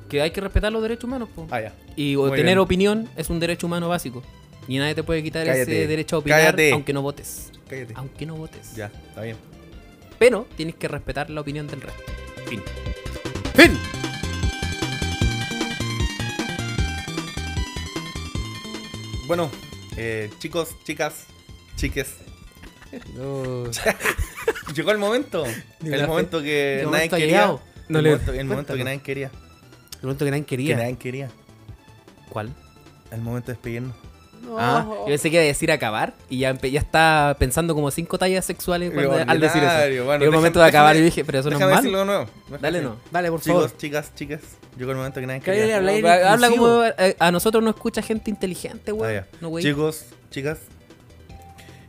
Speaker 1: Que hay que respetar los derechos humanos, po.
Speaker 2: Ah, ya.
Speaker 1: Y
Speaker 2: Muy
Speaker 1: o tener
Speaker 2: bien.
Speaker 1: opinión es un derecho humano básico. Y nadie te puede quitar
Speaker 2: Cállate,
Speaker 1: ese derecho a opinar
Speaker 2: cállate.
Speaker 1: aunque no votes.
Speaker 2: Cállate.
Speaker 1: Aunque no votes.
Speaker 2: Ya, está bien.
Speaker 1: Pero tienes que respetar la opinión del resto. Fin.
Speaker 3: ¡Fin!
Speaker 2: Bueno, eh, chicos, chicas, chiques. Llegó el momento. El
Speaker 1: la
Speaker 2: momento que
Speaker 1: El
Speaker 2: nadie
Speaker 1: momento ha
Speaker 2: quería.
Speaker 1: llegado.
Speaker 2: El
Speaker 5: No le-
Speaker 2: momento- El momento que
Speaker 4: Cuéntanos.
Speaker 2: nadie quería.
Speaker 4: el momento que nadie
Speaker 2: Que
Speaker 4: quería.
Speaker 2: nadie quería.
Speaker 1: ¿Cuál?
Speaker 2: El momento de despedirnos.
Speaker 4: No.
Speaker 1: Ah, yo pensé que iba a decir acabar y ya, empe- ya está pensando como cinco tallas sexuales cuando- al decir eso.
Speaker 2: Ordinario,
Speaker 1: Llegó
Speaker 2: bueno,
Speaker 1: el
Speaker 2: déjame-
Speaker 1: momento de acabar y
Speaker 2: déjame-
Speaker 1: dije, pero eso no
Speaker 2: Déjame
Speaker 1: es malo.
Speaker 2: decirlo de nuevo. Déjame
Speaker 1: Dale
Speaker 2: decirlo.
Speaker 1: no.
Speaker 4: Dale, por favor.
Speaker 2: Chicos, chicas, chicas. Llegó el momento que nadie
Speaker 4: Cállale,
Speaker 2: quería.
Speaker 4: habla
Speaker 1: No,
Speaker 4: en
Speaker 1: pero habla
Speaker 4: inclusivo.
Speaker 1: como eh, a nosotros no escucha gente inteligente, güey.
Speaker 2: Ah, ya.
Speaker 1: no, güey.
Speaker 2: Chicos, chicas.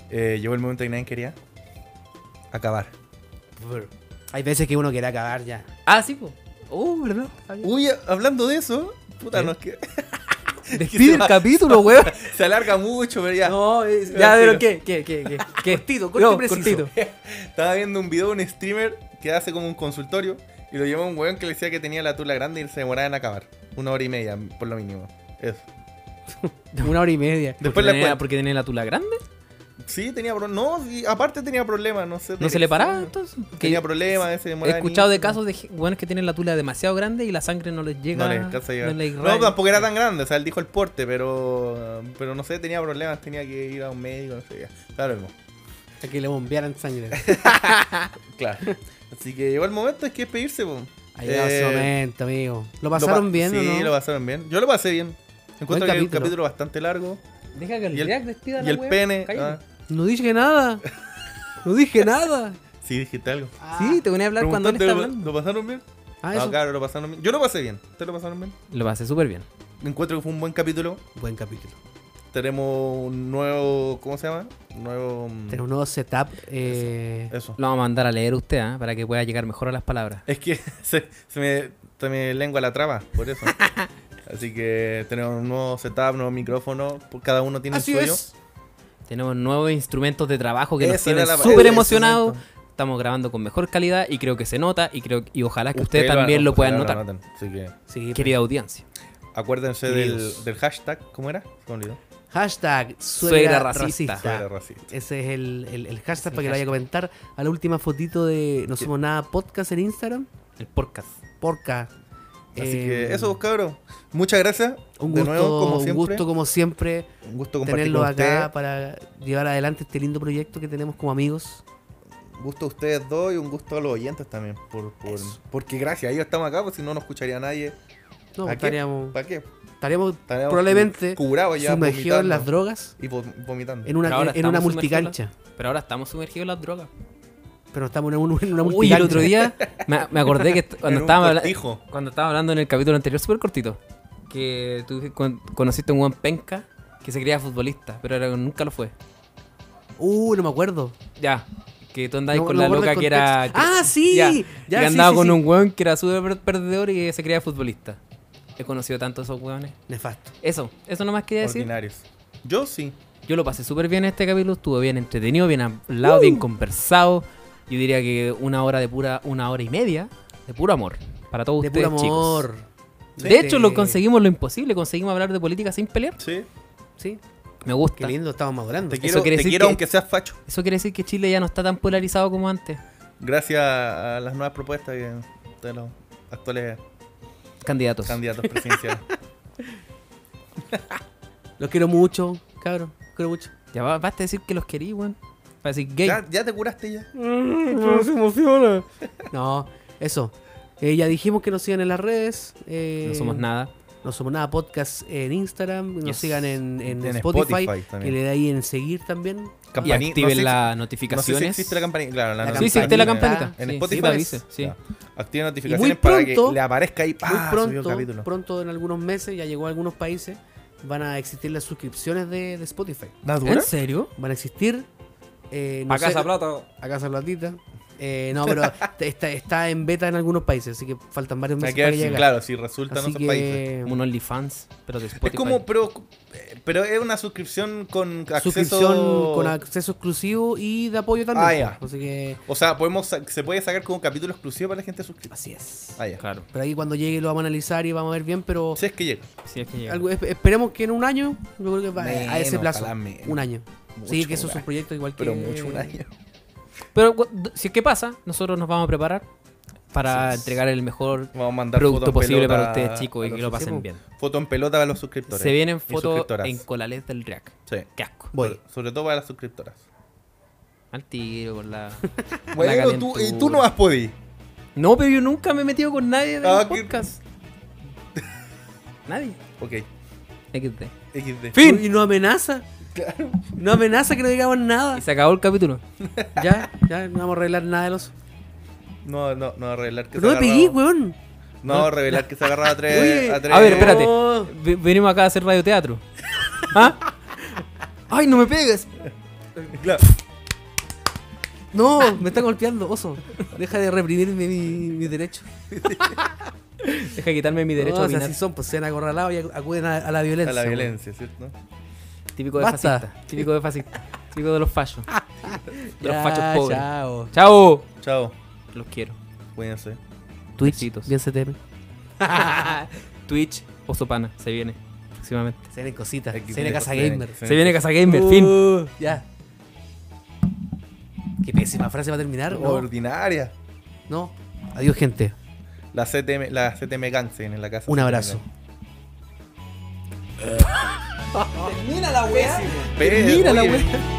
Speaker 2: eh, llegó el momento que nadie quería. Acabar.
Speaker 4: Hay veces que uno quiere acabar ya.
Speaker 1: Ah, sí, po. Oh, ¿verdad? Está bien.
Speaker 2: Uy, hablando de eso.
Speaker 1: ¿Eh?
Speaker 2: Puta, no es que.
Speaker 1: Despide el capítulo, güey.
Speaker 2: Se alarga mucho, pero ya.
Speaker 1: No, es-
Speaker 2: Ya,
Speaker 1: ya, pero
Speaker 2: tiro.
Speaker 1: ¿qué? ¿Qué? ¿Qué? ¿Qué? ¿Qué?
Speaker 4: Cortito, corto y
Speaker 1: No,
Speaker 4: preciso.
Speaker 2: Estaba viendo un video de un streamer que hace como un consultorio y lo llevó un weón que le decía que tenía la tula grande y se demoraba en acabar. Una hora y media, por lo mínimo. Eso.
Speaker 4: Una hora y media.
Speaker 1: Porque
Speaker 2: Después la
Speaker 1: tenía-
Speaker 2: cuenta.
Speaker 1: porque tenía la tula grande.
Speaker 2: Sí, tenía problemas. No, sí, aparte tenía problemas, no sé.
Speaker 1: No se le paraba entonces.
Speaker 2: Tenía
Speaker 1: Que-
Speaker 2: problemas, ese
Speaker 1: He escuchado de casos de ge- weones que tienen la tula demasiado grande y la sangre no les llega.
Speaker 2: No le alcanza a llegar.
Speaker 1: no les
Speaker 2: No,
Speaker 1: irradia.
Speaker 2: tampoco era tan grande, o sea, él dijo el porte, pero. Pero no sé, tenía problemas, tenía que ir a un médico, no sé. ya. Claro, mismo.
Speaker 4: Hasta que le bombearan sangre.
Speaker 2: Claro. Así que llegó el momento, es que despedirse, po.
Speaker 4: Ha llegado
Speaker 2: Eh,
Speaker 4: su momento, amigo. ¿Lo
Speaker 2: lo pa-
Speaker 4: pasaron bien
Speaker 2: Sí,
Speaker 4: o no?
Speaker 2: lo pasaron bien. Yo lo pasé bien. Encuentro que es un
Speaker 4: capítulo.
Speaker 2: capítulo bastante largo.
Speaker 1: Deja que el,
Speaker 2: Y el-
Speaker 1: Jack despida
Speaker 2: Y
Speaker 1: la
Speaker 2: el
Speaker 1: wea.
Speaker 2: pene.
Speaker 1: Cállate.
Speaker 2: ah,
Speaker 4: No dije nada. No dije nada.
Speaker 2: sí, dijiste algo.
Speaker 1: Sí, te voy a hablar cuando él
Speaker 2: Preguntaste,
Speaker 1: está
Speaker 2: ¿lo-
Speaker 1: hablando.
Speaker 2: ¿Lo pasaron bien?
Speaker 4: Ah,
Speaker 2: Ah,
Speaker 4: eso.
Speaker 2: claro, lo pasaron bien. Yo lo pasé bien. ¿Ustedes lo pasaron bien?
Speaker 1: Lo pasé súper bien.
Speaker 2: Encuentro que fue un buen capítulo.
Speaker 4: Buen capítulo.
Speaker 2: Tenemos un nuevo. ¿Cómo se llama? Un nuevo. mm,
Speaker 4: Tenemos un nuevo setup. Eh,
Speaker 2: Eso.
Speaker 1: Lo vamos a mandar a leer usted, ¿ah? para que pueda llegar mejor a las palabras.
Speaker 2: Es que se, se me, se me lengua la traba, por eso. Así que tenemos un nuevo setup, nuevo micrófono. por- Cada uno tiene
Speaker 4: Así
Speaker 2: el suyo.
Speaker 4: es.
Speaker 1: Tenemos nuevos instrumentos de trabajo que nos
Speaker 2: Esa
Speaker 1: tienen
Speaker 2: era la-
Speaker 1: súper
Speaker 2: ese
Speaker 1: emocionados.
Speaker 2: instrumento.
Speaker 1: Estamos grabando con mejor calidad y creo que se nota y creo y ojalá que ustedes
Speaker 2: Ustedes
Speaker 1: también lo, puedan
Speaker 2: ojalá
Speaker 1: notar.
Speaker 2: noten. Así que
Speaker 4: Sí,
Speaker 1: Querida audiencia.
Speaker 2: acuérdense del,
Speaker 4: Queridos.
Speaker 2: del hashtag. ¿Cómo era? Se me olvidó.
Speaker 4: Hashtag suegra,
Speaker 1: Suegra racista.
Speaker 4: racista.
Speaker 2: Suegra racista.
Speaker 4: Ese es el, el- el hashtag para
Speaker 1: hashtag.
Speaker 4: que lo vaya a comentar a la última fotito de No Somos Nada Podcast en Instagram.
Speaker 1: El podcast.
Speaker 4: Porca.
Speaker 2: Así
Speaker 4: Eh,
Speaker 2: que eso, cabrón. Muchas gracias.
Speaker 4: Un
Speaker 2: de
Speaker 4: gusto,
Speaker 2: nuevo, como
Speaker 4: un
Speaker 2: siempre.
Speaker 4: gusto como siempre
Speaker 2: Un gusto compartir
Speaker 4: tenerlos
Speaker 2: con
Speaker 4: acá
Speaker 2: ustedes.
Speaker 4: para llevar adelante este lindo proyecto que tenemos como amigos.
Speaker 2: Un gusto a ustedes dos y un gusto a los oyentes también. Por, por-
Speaker 4: Eso.
Speaker 2: porque gracias a ellos estamos acá, pues si no, no escucharía a nadie.
Speaker 4: No,
Speaker 2: ¿A qué?
Speaker 4: estaríamos,
Speaker 2: ¿Para qué?
Speaker 4: estaríamos
Speaker 2: Estaríamos
Speaker 4: probablemente
Speaker 2: curados ya
Speaker 4: sumergidos en las
Speaker 2: vomitando.
Speaker 4: drogas
Speaker 2: Y vo- vomitando.
Speaker 4: en
Speaker 1: Pero ahora
Speaker 4: una, en una
Speaker 1: estamos sumergidos en las-
Speaker 4: multicancha.
Speaker 1: Pero ahora estamos sumergidos en las drogas.
Speaker 4: Pero estamos en, un- en una multicancha.
Speaker 1: Uy, el otro día me, me acordé que est- cuando
Speaker 2: un
Speaker 1: estábamos habla-
Speaker 2: cortijo.
Speaker 1: cuando estábamos hablando en el capítulo anterior, súper cortito, que tú con- conociste a un Juan Penca que se creía futbolista, pero era- nunca lo fue.
Speaker 4: Uh, no me acuerdo.
Speaker 1: Ya. Que tú andabas
Speaker 4: No-
Speaker 1: con
Speaker 4: no
Speaker 1: la
Speaker 4: guardo el
Speaker 1: loca que era. que-
Speaker 4: contexto. ¡Ah, sí!
Speaker 1: Ya,
Speaker 4: Ya,
Speaker 1: que
Speaker 4: sí,
Speaker 1: andaba
Speaker 4: sí,
Speaker 1: con
Speaker 4: sí.
Speaker 1: un weón que era súper perdedor y se creía futbolista. He conocido tanto a esos weones.
Speaker 4: Nefasto.
Speaker 1: Eso, eso nomás quería decir.
Speaker 2: Ordinarios. Yo sí.
Speaker 1: Yo lo pasé súper bien este capítulo, estuvo bien entretenido, bien hablado,
Speaker 4: Uh.
Speaker 1: bien conversado. Yo diría que una hora de pura, una hora y media de puro amor para todos
Speaker 4: De
Speaker 1: ustedes,
Speaker 4: puro amor. Este,
Speaker 1: chicos. De hecho, lo conseguimos lo imposible, conseguimos hablar de política sin pelear.
Speaker 2: Sí.
Speaker 1: Me
Speaker 4: Sí, qué
Speaker 1: gusta.
Speaker 4: lindo, estamos madurando.
Speaker 2: Te quiero,
Speaker 1: quiere
Speaker 2: te
Speaker 1: decir
Speaker 2: quiero
Speaker 1: que-
Speaker 2: aunque seas facho.
Speaker 1: Eso quiere decir que Chile ya no está tan polarizado como antes.
Speaker 2: Gracias a las nuevas propuestas que- de los actuales
Speaker 1: Candidatos.
Speaker 2: candidatos presidenciales.
Speaker 4: Los quiero mucho, cabrón. Los quiero mucho.
Speaker 1: ya ba- basta decir que los querí, weón. Para decir gay.
Speaker 2: ¿Ya, ya te curaste ya?
Speaker 4: No, eso. Eh, ya dijimos que nos sigan en las redes. eh,
Speaker 1: no somos nada.
Speaker 4: No somos nada podcast en Instagram. Nos
Speaker 1: Yes.
Speaker 4: sigan en, en
Speaker 2: En
Speaker 4: Spotify.
Speaker 2: Spotify
Speaker 4: que
Speaker 2: también.
Speaker 4: le da ahí en seguir también.
Speaker 1: Y
Speaker 2: Campani-
Speaker 1: activen
Speaker 2: no
Speaker 1: las
Speaker 2: sé si- No sé si
Speaker 1: notificaciones.
Speaker 2: existe la campanita. Claro, la
Speaker 4: La
Speaker 1: sí, sí, existe la
Speaker 2: notificación.
Speaker 1: campanita.
Speaker 2: En
Speaker 1: Sí, sí, te
Speaker 2: Spotify.
Speaker 1: avisa, sí.
Speaker 2: Ya. Active
Speaker 4: Y
Speaker 2: notificaciones
Speaker 4: muy
Speaker 2: para
Speaker 4: pronto-
Speaker 2: que le aparezca ahí.
Speaker 4: Muy
Speaker 2: ¡pah! Ah, subió el
Speaker 4: pronto,
Speaker 2: capítulo.
Speaker 4: pronto en algunos meses, ya llegó a algunos países, van a existir las suscripciones de, de Spotify.
Speaker 2: ¿Nada dura?
Speaker 1: ¿En serio?
Speaker 4: Van a existir. eh, no
Speaker 5: A
Speaker 4: sé,
Speaker 5: Casa Plata.
Speaker 4: A Casa Platita. Eh, no, pero está, está en beta en algunos países, así que faltan varios
Speaker 2: Hay
Speaker 4: meses
Speaker 2: que
Speaker 4: para
Speaker 2: ver
Speaker 4: que
Speaker 2: si,
Speaker 4: llegue.
Speaker 2: claro, si resulta en
Speaker 4: así
Speaker 2: otros países.
Speaker 4: que...
Speaker 1: Como un OnlyFans, pero de
Speaker 2: Es
Speaker 1: Spotify.
Speaker 2: como, pero, pero es una suscripción con acceso.
Speaker 4: Suscripción con acceso exclusivo y de apoyo también. pues,
Speaker 2: Ah, ya.
Speaker 4: Así que
Speaker 2: O sea, podemos sa- se puede sacar como capítulo exclusivo para la gente suscrita.
Speaker 4: así es.
Speaker 2: Ah, ya.
Speaker 1: Claro,
Speaker 4: Pero ahí cuando llegue lo vamos a analizar y vamos a ver bien, pero
Speaker 2: Si es que llega.
Speaker 5: Sí, es que llega.
Speaker 4: algo- esp- esperemos que en un año, yo creo que va a ese
Speaker 2: Menos,
Speaker 4: plazo.
Speaker 2: ojalá menos.
Speaker 4: Un año.
Speaker 2: Mucho,
Speaker 4: sí, que eso es un
Speaker 2: weá.
Speaker 4: proyecto igual que...
Speaker 2: Pero mucho un año.
Speaker 1: Pero cu- si es que pasa, nosotros nos vamos a preparar para entregar el mejor
Speaker 2: Vamos a mandar foto
Speaker 1: producto
Speaker 2: en
Speaker 1: posible para
Speaker 2: pelota
Speaker 1: ustedes, chicos,
Speaker 2: a
Speaker 1: y que lo
Speaker 2: los suscriptores.
Speaker 1: pasen
Speaker 4: socios.
Speaker 1: bien.
Speaker 2: Foto en pelota para los suscriptores.
Speaker 1: Se vienen
Speaker 2: y
Speaker 1: fotos
Speaker 2: suscriptoras.
Speaker 1: en colales del Reac.
Speaker 2: Sí.
Speaker 1: Qué asco.
Speaker 4: Voy.
Speaker 2: Sobre todo para las suscriptoras.
Speaker 1: Al tiro con la. la
Speaker 2: Bueno, tú, y tú
Speaker 1: calentura.
Speaker 2: no has podido.
Speaker 1: No, pero yo nunca me he metido con nadie de
Speaker 2: Ah,
Speaker 1: los
Speaker 2: qué-
Speaker 1: podcast. Nadie.
Speaker 2: Ok.
Speaker 1: XD.
Speaker 2: XD.
Speaker 5: ¡Fin!
Speaker 4: Y no amenaza. No amenaza que no digamos
Speaker 1: Y
Speaker 4: nada.
Speaker 1: se acabó el capítulo.
Speaker 4: Ya, ya, no vamos a arreglar nada de los...
Speaker 2: No, no, no revelar que
Speaker 4: Pero no me
Speaker 2: se
Speaker 4: pegué,
Speaker 2: agarraba.
Speaker 4: weón.
Speaker 2: No revelar que se agarraba a tres.
Speaker 4: Oye,
Speaker 2: a, tres-
Speaker 1: A ver, espérate.
Speaker 4: No.
Speaker 1: Ve- Venimos acá a hacer radioteatro. ¿Ah? ¡Ay, no me pegues!
Speaker 2: Claro.
Speaker 4: No, me está golpeando, oso. Deja de reprimirme mi, mi derecho.
Speaker 1: Deja de quitarme mi derecho
Speaker 4: No,
Speaker 1: a
Speaker 4: o sea,
Speaker 1: opinar.
Speaker 4: así son, pues sean acorralados y acuden a, a la violencia. pues.
Speaker 2: A la
Speaker 4: weón.
Speaker 2: violencia, ¿cierto?
Speaker 1: Típico de
Speaker 4: Basta.
Speaker 1: fascista. Típico de fascista. Típico de los fallos. De los
Speaker 4: Ya,
Speaker 1: fachos pobres.
Speaker 4: Chao.
Speaker 1: Chao.
Speaker 2: Chao.
Speaker 1: Los quiero.
Speaker 2: Cuídense.
Speaker 4: Twitch,
Speaker 1: Besitos.
Speaker 4: bien CTM.
Speaker 1: Twitch, Osopana, se viene. Próximamente.
Speaker 4: Se vienen cositas, se
Speaker 2: Aquí
Speaker 4: viene
Speaker 2: viene
Speaker 4: Casa
Speaker 2: cosas,
Speaker 4: Gamer.
Speaker 2: sí.
Speaker 1: Se viene Casa Gamer, fin.
Speaker 4: Uh, ya. Qué pésima frase va a terminar. No,
Speaker 2: Ordinaria.
Speaker 4: no. Adiós, gente.
Speaker 2: La CTM, la CTM Gang se viene en la casa.
Speaker 4: Un abrazo.
Speaker 1: Mira la wea.
Speaker 2: Pero,
Speaker 1: Mira la
Speaker 2: oye,
Speaker 1: wea.